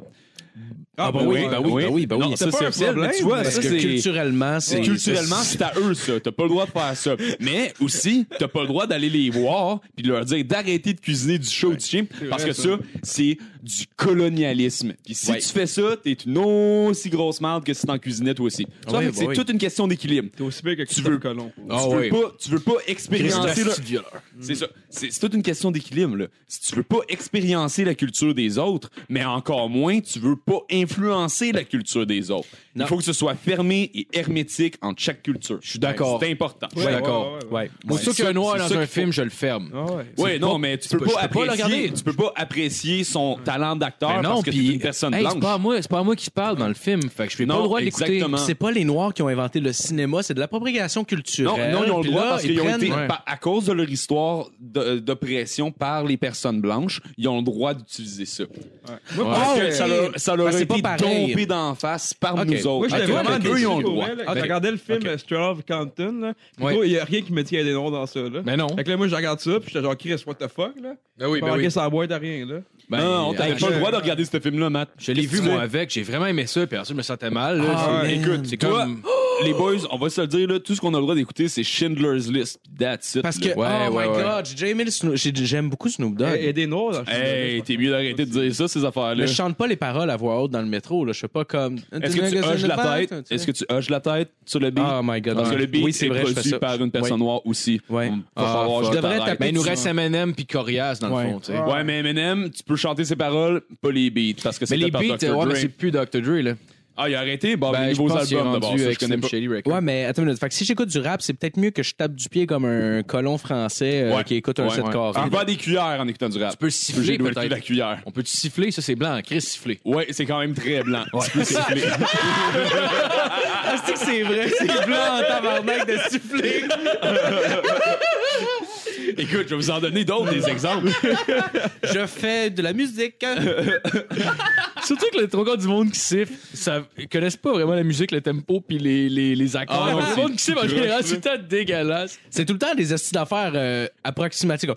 E: Ah,
H: bah
E: ben
H: oui,
E: oui,
H: bah oui, bah oui, bah oui.
E: Non, c'est pas
H: ça c'est
E: un
H: officiel, mais
E: problème,
H: tu vois,
E: parce
H: ça
D: Parce que
H: c'est
D: culturellement, c'est.
H: culturellement, c'est à eux ça. T'as pas le droit de faire ça. Mais aussi, t'as pas le droit d'aller les voir puis de leur dire d'arrêter de cuisiner du chat ou du chien parce
E: vrai,
H: que ça, c'est du colonialisme. Puis si tu fais ça, t'es une aussi grosse merde que si t'en cuisinais toi aussi. Tu vois,
D: Oui,
H: fait que c'est
D: oui.
H: toute une question d'équilibre.
E: T'es aussi bien que
H: Tu veux-
E: Christophe Colomb.
B: Ah
H: tu, veux pas, tu veux pas expérimenter. le- C'est ça. C'est c'est toute une question d'équilibre. là. Si tu veux pas expériencer la culture des autres, mais encore moins, tu veux pas influencer la culture des autres. Il
D: Non.
H: faut que ce soit fermé et hermétique entre chaque culture. Je suis
B: d'accord.
H: C'est important.
B: Je suis d'accord.
E: ouais, ouais,
B: Ouais.
D: Ouais.
B: Aussitôt qu'il y a un noir
H: C'est
B: dans
H: ça
B: un
H: qu'il faut.
B: film, je le ferme.
E: Ah ouais.
H: Ouais, non, mais tu peux
B: pas-
H: pas,
B: je peux pas le
H: apprécier.
B: regarder.
H: Tu peux pas apprécier son talent d'acteur
B: Ben non,
H: parce que
B: puis
H: t'es une personne
B: hey, c'est pas à
H: blanche.
B: moi, c'est pas à moi qui parle dans le film. Fait que je n'ai pas
H: Non,
B: le droit de l'écouter.
H: exactement.
D: C'est pas les Noirs qui ont inventé le cinéma, c'est de l'appropriation
H: Non,
D: culturelle.
H: non, ils ont le
D: Puis
H: droit
D: là,
H: parce
D: ils
H: qu'ils ont
D: prennent-
H: été,
D: Ouais.
H: par- à cause de leur histoire de- d'oppression par les personnes blanches, ils ont le droit d'utiliser ça.
E: Moi,
D: Ouais.
H: Parce
D: Ah,
H: que
D: ok.
H: ça leur, ça leur
D: Ben,
H: a
D: c'est pas
H: été
D: pareil.
H: tombé d'en face par
D: Ok.
H: nous
E: Moi,
H: autres.
E: j'étais
H: Ok.
E: vraiment
H: Fait qu'eux, ils ont le
E: déçu,
H: droit.
E: pour vrai,
H: Ben,
E: là.
H: Ok.
E: Quand j'ai regardé le film
H: Ok.
E: euh, Straw of Compton, là, pis
B: Ouais.
E: gros, il y a rien qui me dit qu'il y a des noirs dans ça, là.
B: Ben non.
E: Fait que là, moi, je regarde ça, puis j'étais genre, Chris, what the fuck, là?
B: Ben oui,
E: Pas marqué ça boîte à rien, là.
H: Ben, non, on t'avait
B: hey,
H: pas le
E: je-
H: droit de regarder ce film-là, Matt.
B: Je l'ai vu,
H: Qu'est-ce que
B: moi,
H: tu
B: avec. J'ai vraiment aimé ça. Puis ensuite, je me sentais mal. là.
E: Ah,
B: C'est-
E: ouais.
B: Écoute, c'est
H: Toi-
B: comme.
H: fais? Les boys, on va se le dire, là, tout ce qu'on a le droit d'écouter, c'est Schindler's List. pis That's it.
D: Parce que,
H: là.
B: Ouais,
D: oh
B: ouais,
D: my
B: ouais.
D: god, j'ai aimé le Snoop- j'ai- j'aime beaucoup Snoop Dogg.
E: Il y a des noirs dans
H: Hey, t'es mieux d'arrêter de dire ça, ces affaires-là.
D: Mais je chante pas les paroles à voix haute dans le métro. Là. Je fais pas comme.
H: Est-ce que tu hoches la tête? Est-ce que tu hoches la tête sur le beat?
D: Oh my god.
H: Parce que le beat
D: oui,
H: c'est
D: c'est vrai, je fais
H: produit
D: ça.
H: par une personne noire aussi.
D: Ouais.
H: On va
B: Ah,
H: falloir
B: fuck.
H: juste
D: Je devrais
H: arrêter.
D: taper
B: Ben, il nous
D: Ouais.
B: reste M&M puis Corias, dans le
D: Ouais.
B: fond, tu sais.
H: Ouais, mais Eminem, tu peux chanter ses paroles, pas les beats, parce que c'est
B: Mais les
H: par
B: beats,
H: Dr.
B: ouais,
H: Dre.
B: mais c'est plus Dr. Dre, là.
H: Ah, il a arrêté? Bon,
B: Ben,
H: les
B: je
H: nouveaux
B: pense qu'il est
H: albums d'abord,
B: rendu
H: ça, je
B: avec
H: connais
B: Slim
H: pas.
B: Shady Records.
D: Ouais, mais attends une minute. Fait que si j'écoute du rap, c'est peut-être mieux que je tape du pied comme un colon français euh,
H: Ouais.
D: qui écoute un
H: Ouais. Ah,
D: set carré.
H: Tu bois des cuillères en écoutant du rap.
B: Tu peux siffler,
H: J'ai de la
B: peut-être.
H: cuillère.
B: On peut siffler? Ça, c'est blanc. Chris, siffler.
H: Ouais, c'est quand même très blanc. Tu peux siffler. bah,
D: Est-ce que c'est vrai? C'est blanc en
H: Ah,
D: tabarnak de souffler.
H: Écoute, je vais vous en donner d'autres, des exemples.
D: Je fais de la musique.
B: Surtout que le trois quarts du monde qui siffle, ça ils connaissent pas vraiment la musique, le tempo puis les, les, les accords.
H: Ah ouais,
B: le monde qui siffle en général, c'est tout le temps dégueulasse.
D: C'est tout le temps des astuces d'affaires euh, approximatives.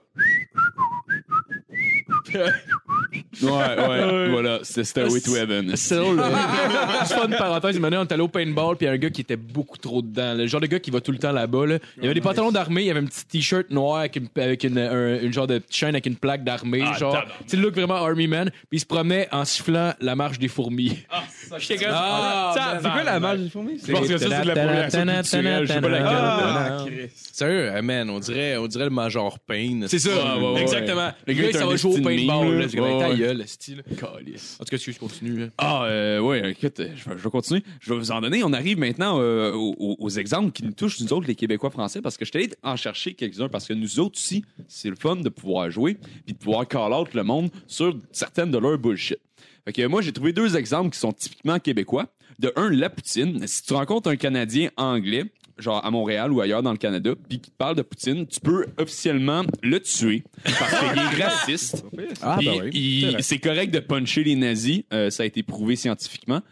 H: ouais, ouais. voilà, c'est Stairway to Heaven.
B: C'est drôle. là. Juste faire une parenthèse, une manière, on est allé au paintball, puis il y a un gars qui était beaucoup trop dedans. Le genre de gars qui va tout le temps là-bas. là. Il avait des pantalons d'armée, il avait un petit t-shirt noir avec une, avec une, un- une genre de petite chaîne avec une plaque d'armée.
H: Ah,
B: genre,
H: tabarnak.
B: c'est le look vraiment Army Man. Puis il se promenait en sifflant la marche des fourmis. J'étais comme, Ah,
E: C'est quoi la marge des fourmis?
H: Je pense que ça, c'est de la population culturelle. Je sais pas laquelle.
E: Ah, Chris.
D: Sérieux, euh, man, on dirait, on dirait le Major Payne.
B: C'est ça,
H: Ouais, ouais, ouais.
B: exactement. Le
H: gars
B: gars,
H: est
B: il
H: un
B: s'en va jouer au
H: esti de mime,
B: paintball. là. C'est
H: là.
B: comme, ta
H: Ouais.
B: gueule, le style. En tout cas, excuse, continue. là.
H: Ah, euh, ouais, écoute, euh, je vais, je vais continuer. Je vais vous en donner. On arrive maintenant euh, aux, aux- aux exemples qui nous touchent, nous autres, les Québécois français, parce que je suis allé en chercher quelques-uns, parce que nous autres aussi, c'est le fun de pouvoir jouer, puis de pouvoir call out le monde sur certaines de leurs bullshit. Fait que euh, moi, j'ai trouvé deux exemples qui sont typiquement québécois. De un, la poutine. Si tu rencontres un Canadien anglais, genre à Montréal ou ailleurs dans le Canada, puis qui te parle de poutine, tu peux officiellement le tuer parce qu'il est raciste.
D: Ah,
H: Puis
D: bah oui.
H: il- c'est correct de puncher les nazis, euh, ça a été prouvé scientifiquement.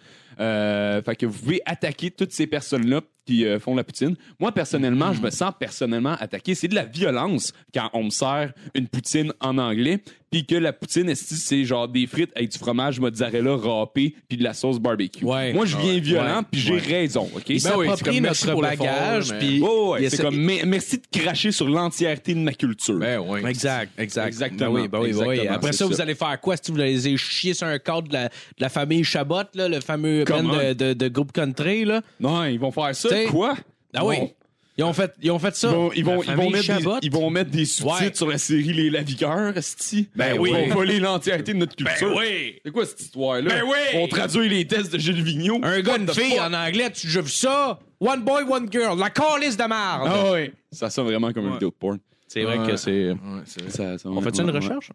H: Euh, fait que vous pouvez attaquer toutes ces personnes-là qui euh, font la poutine. Moi, personnellement, je me sens personnellement attaqué. C'est de la violence quand on me sert une poutine en anglais, puis que la poutine, esti, c'est genre des frites avec du fromage mozzarella râpé puis de la sauce barbecue.
D: Ouais.
H: Moi, je viens
D: Ouais.
H: violent, puis j'ai
D: Ouais.
H: raison, OK?
D: Il
H: Ben oui,
D: s'approprie
H: c'est comme merci
D: notre
H: pour l'effort,
D: bagage,
H: mais-
D: puis
H: Ouais, ouais,
D: il
H: c'est
D: essaie-
H: comme me- merci de cracher sur l'entièreté de ma culture.
B: Ben oui.
D: Exact, exact.
H: Exactement.
D: Ben oui, ben oui, ben oui.
H: Exactement,
D: Après
H: c'est
D: ça,
H: ça.
D: vous allez faire quoi? Si vous allez chier sur un cadre de la, de la famille Chabot, là, le fameux band de,
H: Come on.
D: de, de groupe country, là?
H: Non, ils vont faire ça.
D: T'sais-
H: Quoi?
D: Ah oui.
H: Non.
D: Ils ont fait, ils ont fait ça.
H: Ils vont, ils, vont,
D: La
H: ils, vont
D: famille
H: mettre
D: Chabot.
H: des, ils vont mettre des sous-titres
D: Ouais.
H: sur la série Les Lavigueurs, esti.
D: Ben
H: ils
D: oui.
H: vont voler l'entièreté de notre culture. C'est quoi cette histoire-là?
D: Ben oui.
H: On traduit les tests de Gilles Vigneault.
D: Un gars, une
H: What the
D: fille
H: fuck?
D: en anglais, tu joues ça? One boy, one girl. La calice de marde.
H: Ah oui. Ça sonne vraiment comme un vidéo de porn.
D: C'est vrai que c'est.
H: Ça- ça-
D: On fait
H: ouais,
D: une
H: ouais.
D: recherche?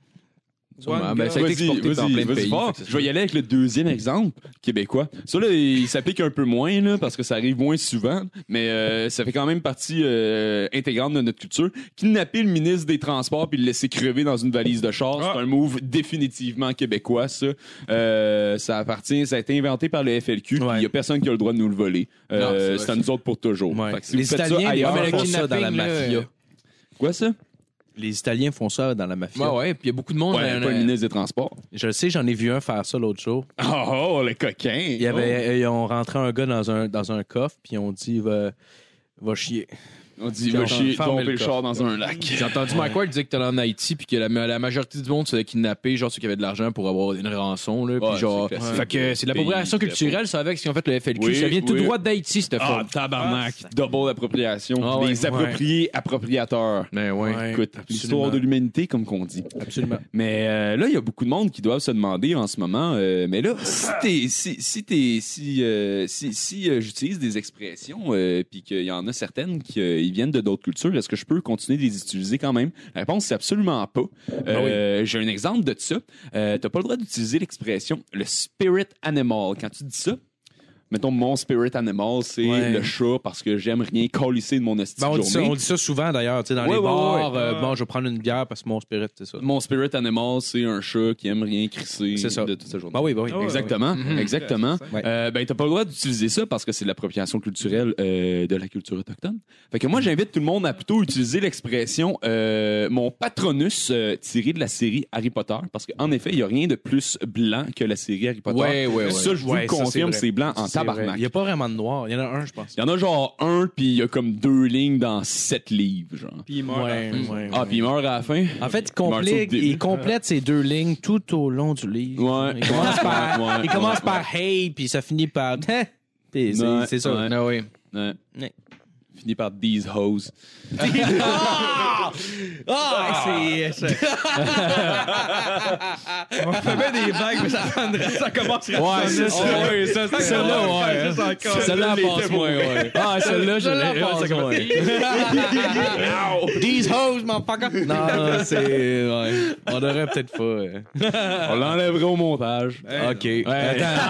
B: Ah,
E: One
B: ben,
E: girl.
B: ça a été exporté dans plein de
H: vas-y
B: pays.
H: fort.
B: fait que c'est
H: Je vais y aller avec le deuxième exemple québécois. Ça, là, il s'applique un peu moins, là, parce que ça arrive moins souvent, mais euh, ça fait quand même partie euh, intégrante de notre culture. Kidnapper le ministre des Transports puis le laisser crever dans une valise de char,
B: Ah!
H: c'est un move définitivement québécois, ça. Euh, ça appartient, ça a été inventé par le FLQ, puis il
D: Ouais.
H: y a personne qui a le droit de nous le voler.
B: Non, c'est
H: Euh,
B: vrai,
H: c'est à nous autres pour toujours.
D: Ouais.
H: Fait que si
D: Les
H: vous faites
D: Italiens,
H: ça ailleurs,
D: ouais, mais le
H: font ça-
D: kidnapping,
B: dans la
D: là,
B: mafia.
D: euh,
H: quoi ça?
D: Les Italiens font ça dans la mafia.
B: Ouais, ouais. Puis il y a beaucoup de monde.
H: Ouais,
B: euh,
H: pas le ministre des Transports.
D: Je le sais, j'en ai vu un faire ça l'autre jour.
H: Oh, oh, le coquin!
D: Il y
B: Ah, oh.
D: avait, Ils ont rentré un gars dans un, dans un coffre, puis ils ont dit va, va chier.
H: On dit,
D: J'ai
H: va
D: entendu
H: chier,
D: fermer
H: tomber
D: le
H: le char dans un lac.
B: J'ai entendu Mike Ward dire que t'allais en Haïti puis que la, la majorité du monde se faisait kidnapper, genre ceux qui avaient de l'argent pour avoir une rançon. Là, puis
H: Ouais,
B: genre,
H: c'est classique.
B: fait que c'est de l'appropriation
H: Pays,
B: culturelle, ça, avec ce qu'ils ont fait le FLQ.
H: Oui,
B: ça vient tout
H: oui.
B: droit d'Haïti, cette
H: Ah,
B: forme.
H: tabarnak! Double appropriation.
B: Ah ouais,
H: les appropriés appropriateurs.
B: Mais ouais.
H: Écoute, l'histoire de l'humanité, comme qu'on dit.
D: Absolument.
H: Mais euh, là, il y a beaucoup de monde qui doivent se demander en ce moment. euh, mais là,
D: Ah.
H: si t'es, si si t'es, si euh, si, si, euh, j'utilise des expressions euh, puis qu'il y en a certaines qui euh, ils viennent de d'autres cultures, est-ce que je peux continuer de les utiliser quand même La réponse c'est absolument pas.
D: Ah
H: Euh, J'ai un exemple de ça. Euh, T'as pas le droit d'utiliser l'expression le spirit animal quand tu dis ça. Mettons, mon spirit animal, c'est
D: Ouais.
H: le chat parce que j'aime rien colisser de mon hostie
D: Ben, on,
H: de
D: dit ça,
H: journée.
D: on dit ça souvent d'ailleurs, tu sais, dans
H: Ouais,
D: les
H: ouais,
D: bars.
H: Ah, ouais.
D: euh, bon, je vais prendre une bière parce que mon spirit, c'est ça.
H: Mon spirit animal, c'est un chat qui aime rien crisser
D: C'est ça.
H: de toute sa journée.
D: Ben oui, ben oui.
H: Exactement, exactement.
D: Ouais.
H: Euh, ben, t'as pas le droit d'utiliser ça parce que c'est de l'appropriation culturelle euh, de la culture autochtone. Fait que
D: Mhm.
H: moi, j'invite tout le monde à plutôt utiliser l'expression euh, mon patronus euh, tiré de la série Harry Potter parce qu'en effet, il y a rien de plus blanc que la série Harry Potter.
B: Ouais, ouais, ouais.
H: Ça, je vous
D: Ouais,
H: le
D: ça, c'est
H: confirme,
D: vrai.
H: c'est blanc en
D: C'est vrai.
H: tabarnak.
D: Il n'y a pas vraiment de noir. Il y en a un, je pense.
H: Il y en a genre un, puis il y a comme deux lignes dans sept livres, genre.
E: Puis il meurt.
D: euh,
H: Ah, puis il meurt à la fin.
D: En fait, il
H: Martin au
D: complète,
H: début.
D: il complète ces deux lignes tout au long du livre.
H: Ouais.
D: Il commence par,
H: Ouais, ouais,
D: il commence
H: ouais,
D: par hey, puis ça finit par Hein? Puis c'est
H: Ouais,
D: c'est ça.
H: ouais.
B: Ah oui.
H: Ouais.
D: Ouais.
H: Fini par these hoes.
D: Ah! Ah! c'est.
E: On fait bien des vagues, mais ça prendrait, ça commencerait à sonner.
B: ça. Oui, ça, c'est celle-là, ouais.
E: Juste encore.
B: Celle-là, elle passe moins, ouais. Ah, celle-là, je l'ai. ouais, ça commence-
D: These hoes, mon fucker! Non, non, c'est. Ouais. On aurait peut-être pas. euh.
H: On l'enlèvera au montage.
D: OK. Attends.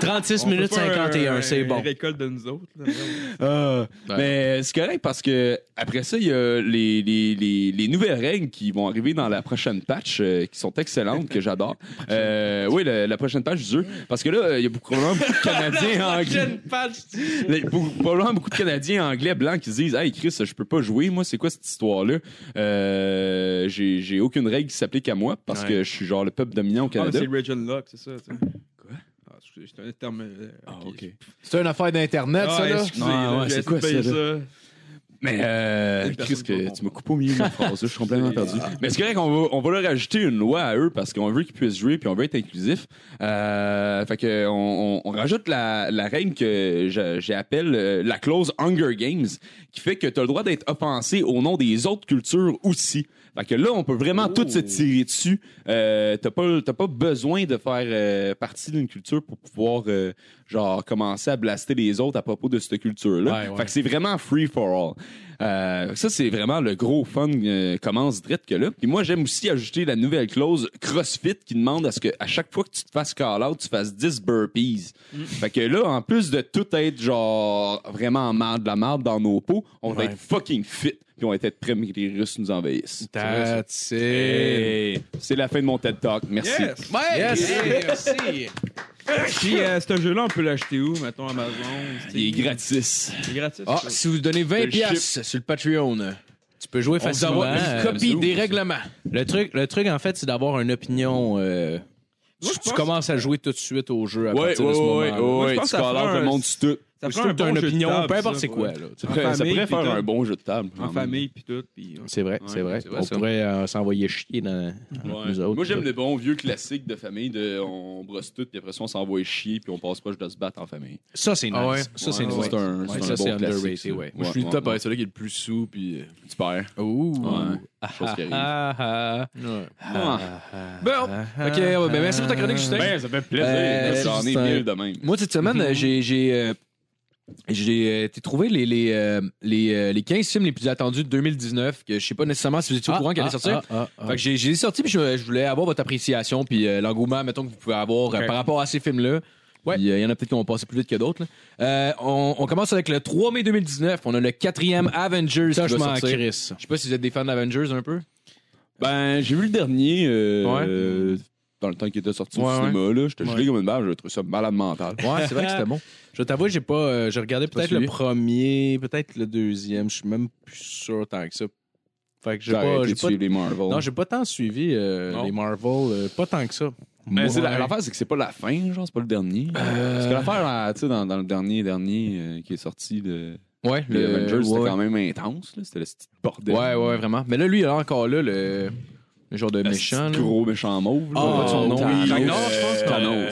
D: 36 minutes 51, c'est bon.
E: Récolte de nous autres. là.
H: Euh,
E: Ben
B: Ouais.
H: Mais c'est correct parce que après ça, il y a les, les, les, les nouvelles règles qui vont arriver dans la prochaine patch euh, qui sont excellentes, que j'adore. Euh, oui, la, la prochaine patch du jeu. Parce que là, euh, il y a beaucoup, probablement beaucoup de Canadiens anglais. Là, il y a beaucoup- probablement beaucoup de Canadiens anglais blancs qui se disent Hey Chris, je peux pas jouer. Moi, c'est quoi cette histoire-là euh, J'ai j'ai aucune règle qui s'applique à moi parce que je suis genre le peuple dominant au
E: Ah, mais
H: Canada.
E: c'est Region Lock, c'est ça. Quoi? Ah, excusez, c'est un terme. euh,
B: C'est une affaire d'Internet, ça,
E: Ah,
B: là.
E: excusez,
H: Ah,
E: là,
H: ouais,
E: j'ai
H: c'est quoi
E: essayé de
H: ça,
E: payer
H: Mais euh,
E: Une
H: Chris,
E: personne peut
H: que
E: le
H: tu m'as coupé au milieu de ma phrase, je suis complètement perdu. Mais c'est correct, on va, on va leur ajouter une loi à eux parce qu'on veut qu'ils puissent jouer puis on veut être inclusif. Euh, fait que on, on, on rajoute la, la règle que je- j'appelle euh, la clause Hunger Games qui fait que tu as le droit d'être offensé au nom des autres cultures aussi. Fait que là, on peut vraiment tout se tirer dessus. Euh, t'as pas t'as pas besoin de faire euh, partie d'une culture pour pouvoir euh, genre commencer à blaster les autres à propos de cette culture là.
B: Ouais, ouais.
H: Fait que c'est vraiment free for all. Euh, ça c'est vraiment le gros fun euh, commence direct que là. Puis moi j'aime aussi ajouter la nouvelle clause CrossFit qui demande à ce que à chaque fois que tu te fasses call out, tu fasses 10 burpees.
E: Mm.
H: Fait que là en plus de tout être genre vraiment en marde de la marde dans nos peaux, on va
D: Ouais.
H: être fucking fit puis on va être prêts mais que les Russes nous envahissent.
B: That's it.
H: Hey, c'est la fin de mon TED Talk. Merci.
E: Yes!
D: Ouais,
B: Yes.
D: merci.
E: Puis, euh, ce jeu-là, on peut l'acheter où? Mettons Amazon.
H: Il est
E: Steam?
H: gratis.
E: Il est gratis.
B: Ah,
E: ça.
B: si vous donnez
H: Je
B: 20
H: le
B: piastres sur le Patreon, tu
D: peux jouer
B: On va
D: facilement.
B: avoir une
D: euh,
B: copie
D: Zoom.
B: des règlements.
D: Le truc, le truc, en fait, c'est d'avoir une opinion. euh,
E: Moi,
D: tu,
E: je
D: tu
E: pense-
D: commences à jouer tout de suite au jeu à
H: Ouais, ouais,
D: partir de ce
H: ouais,
D: moment-là.
E: Moi, je
H: ouais,
E: pense
H: tu
E: que ça
H: colores
E: fera un-
H: vraiment du tout.
E: Ça
D: Aussitôt
E: prend
D: que t'as
E: bon
D: une
E: jeu de
D: opinion,
E: table,
D: peu importe
E: ça,
D: c'est quoi.
E: ouais.
D: là, tu sais.
H: Ça
E: En
H: pourrait ça
E: famille,
H: pourrait
E: puis
H: faire
E: tout.
H: un bon jeu de table. quand
E: En
H: même.
E: famille, puis tout. Puis,
D: C'est vrai, c'est vrai.
H: c'est vrai,
D: On
H: ça.
D: pourrait euh, s'envoyer chier dans
H: Ouais.
D: nous autres.
H: Moi, j'aime
D: là.
H: les bons vieux classiques de famille de on brosse tout, puis après ça, on s'envoie chier, puis on passe pas, je dois se battre en famille.
D: Ça, c'est nice.
B: Ah ouais.
D: Ça, c'est
H: Ouais,
D: nice.
H: C'est un,
D: Ouais,
H: c'est
D: ça,
H: un
D: c'est
H: bon classique.
D: underrated,
H: ça.
D: ouais.
B: Moi, je suis le top à être celui qui est le plus sous, puis. euh,
H: Tu perds.
D: Ouh.
H: Ouais. Chose qui arrive.
D: Ah, ah,
H: Ah.
B: Bon! Ok, ouais, ben, merci pour ta chronique, Justin.
H: Ben, ça fait plaisir.
B: Euh,
H: J'en ai
B: c'est un-
H: mille de même.
B: Moi, cette semaine, euh, j'ai. J'ai euh, j'ai, euh, t'es trouvé les, les, euh, les, euh, les 15 films les plus attendus de 2019, que je sais pas nécessairement si vous étiez au courant qu'ils allaient sortir.
D: ah, ah, ah.
B: Fait que j'ai j'ai sorti, puis je, je voulais avoir votre appréciation, puis euh, l'engouement, mettons, que vous pouvez avoir euh,
D: Ok.
B: par rapport à ces films-là.
D: Ouais.
B: Puis, euh, Il y en a peut-être qui ont passé plus vite que d'autres. là. Euh, on, on commence avec le 3 mai 2019. On a le quatrième Avengers
D: Ça,
B: qui
D: je
B: va
D: m'en
B: sortir.
D: crisse.
B: Je sais pas si vous êtes des fans d'Avengers un peu.
H: Ben, j'ai vu le dernier euh,
B: Ouais.
H: euh, dans le temps qu'il était sorti
B: Ouais,
H: au cinéma. là. J'étais gelé comme une barbe, je trouvé ça malade mental.
B: Ouais, c'est vrai que c'était bon.
D: Je t'avoue, j'ai pas. euh, j'ai regardé
B: pas
D: peut-être
B: suivi.
D: le premier, peut-être le deuxième. Je suis même plus sûr tant que ça. Fait que j'ai
H: J'ai
D: pas.
H: arrêté
D: j'ai
H: de
D: pas-
H: suivre les Marvel.
D: Non, j'ai pas tant suivi euh,
H: Non.
D: les Marvel, euh, pas tant que ça.
H: Mais Ben, Euh, c'est
D: Ouais.
H: la- l'affaire, c'est que c'est pas la fin, genre, c'est pas le dernier.
B: Euh.
H: Parce que l'affaire, là, tu sais, dans, dans le dernier, dernier euh, qui est sorti, le,
B: Ouais,
H: le Avengers, c'était
B: ouais.
H: quand même intense, là. C'était le petit bordel.
B: Ouais, ouais, vraiment. Mais là, lui, il a encore là le, le genre de
H: Le
B: méchant.
H: petit
B: là.
H: gros méchant mauve, là.
B: Ah,
H: Pas de son nom,
B: Thanos, Euh,
H: là.
B: Thanos, je pense,
H: Thanos.
B: non?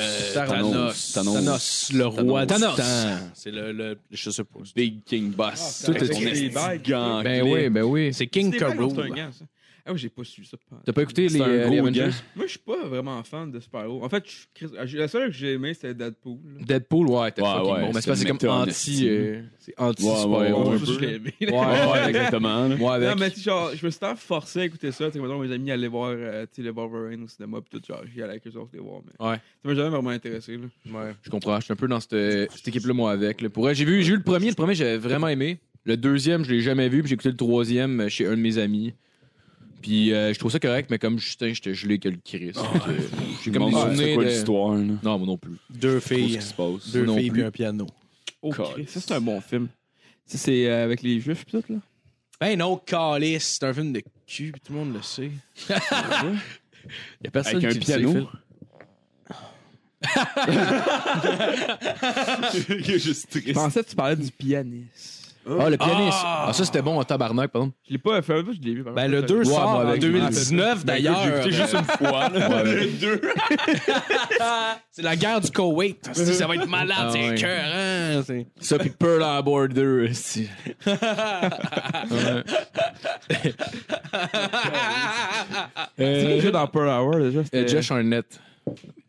H: Thanos.
D: Thanos. Thanos, le roi
B: Thanos.
D: du temps. C'est le, le- Je sais pas.
H: Big King Boss.
E: Tout
B: est-
H: Son esti de gang.
B: Ben oui, ben oui.
D: C'est King
E: C'était pas
D: Carol.
E: contre un gant, ça. Ah oui, j'ai pas su ça.
B: T'as pas écouté les,
H: C'est un
B: euh, les
H: gros
B: Avengers?
H: gars.
E: Moi, je suis pas vraiment fan de super-héros. En fait, je suis Chris- ah, j'ai- la seule que j'ai aimée, c'était Deadpool. là.
B: Deadpool, ouais, t'es
H: Ouais,
B: fucking
H: ouais,
B: bon. Mais
H: c'est
B: c'est parce que
H: une
B: c'est comme
H: méthode,
B: anti. euh, c'est
H: Ouais,
B: anti-super-héros.
H: ouais,
E: Bon,
H: ouais,
E: je- je l'ai aimée, là.
B: Ouais,
H: Ouais, exactement. là.
B: ouais,
E: Non, mais
B: avec.
E: tu sais, genre, je me suis tant forcé à écouter ça. Tu sais, mettons, mes amis allaient voir euh, tu sais, le Wolverine au cinéma, puis tout, genre, j'y allais avec eux autres les voir. Mais...
B: Ouais.
E: Ça m'a jamais vraiment intéressé, là.
B: Je comprends, je suis un peu dans cette, cette équipe-là, moi, avec. là. Pour vrai, j'ai vu, j'ai vu le premier, le premier, j'avais vraiment aimé. Le deuxième, je l'ai jamais vu, puis j'ai écouté le troisième euh, chez un de mes amis. Puis euh, je trouve ça correct, mais comme Justin, j'étais gelé que le Chris. Donc, euh, J'ai comme
H: Comme
B: des
H: des c'est
B: souvenirs
H: quoi
B: de...
H: l'histoire, là?
B: Non, moi non plus.
D: Deux
H: Qu'est-ce
D: filles.
H: qui se passe?
D: Deux
B: Non
D: filles
B: plus.
D: puis un piano.
E: Oh,
H: Calice.
E: Chris, ça, c'est un bon film. Ça, c'est euh, avec les juifs, pis tout, là.
D: Ben non, Calice, c'est un film de cul, puis tout le monde le sait.
B: Y a personne
H: Avec un
B: qui le sait,
H: piano.
B: Phil.
H: Il est juste triste.
E: Je pensais que tu parlais du pianiste.
B: Ah, le pianiste. Ah, ça, c'était bon en tabarnak, pardon.
E: Je l'ai pas fait, je l'ai vu. par
D: Ben
E: contre.
D: le 2
B: Ouais, moi,
D: sort en
B: avec-
D: 2019
B: Ben,
D: d'ailleurs. euh,
H: juste une fois, là. Le deux.
D: C'est la guerre du Koweït. Asti, Ça va être malade,
B: Ah
D: c'est
B: ouais.
D: écœurant, c'est
B: Ça, pis Pearl Harbor 2, aussi. Euh,
E: C'est déjà dans Pearl Hour, déjà.
B: Euh, Josh Arnett.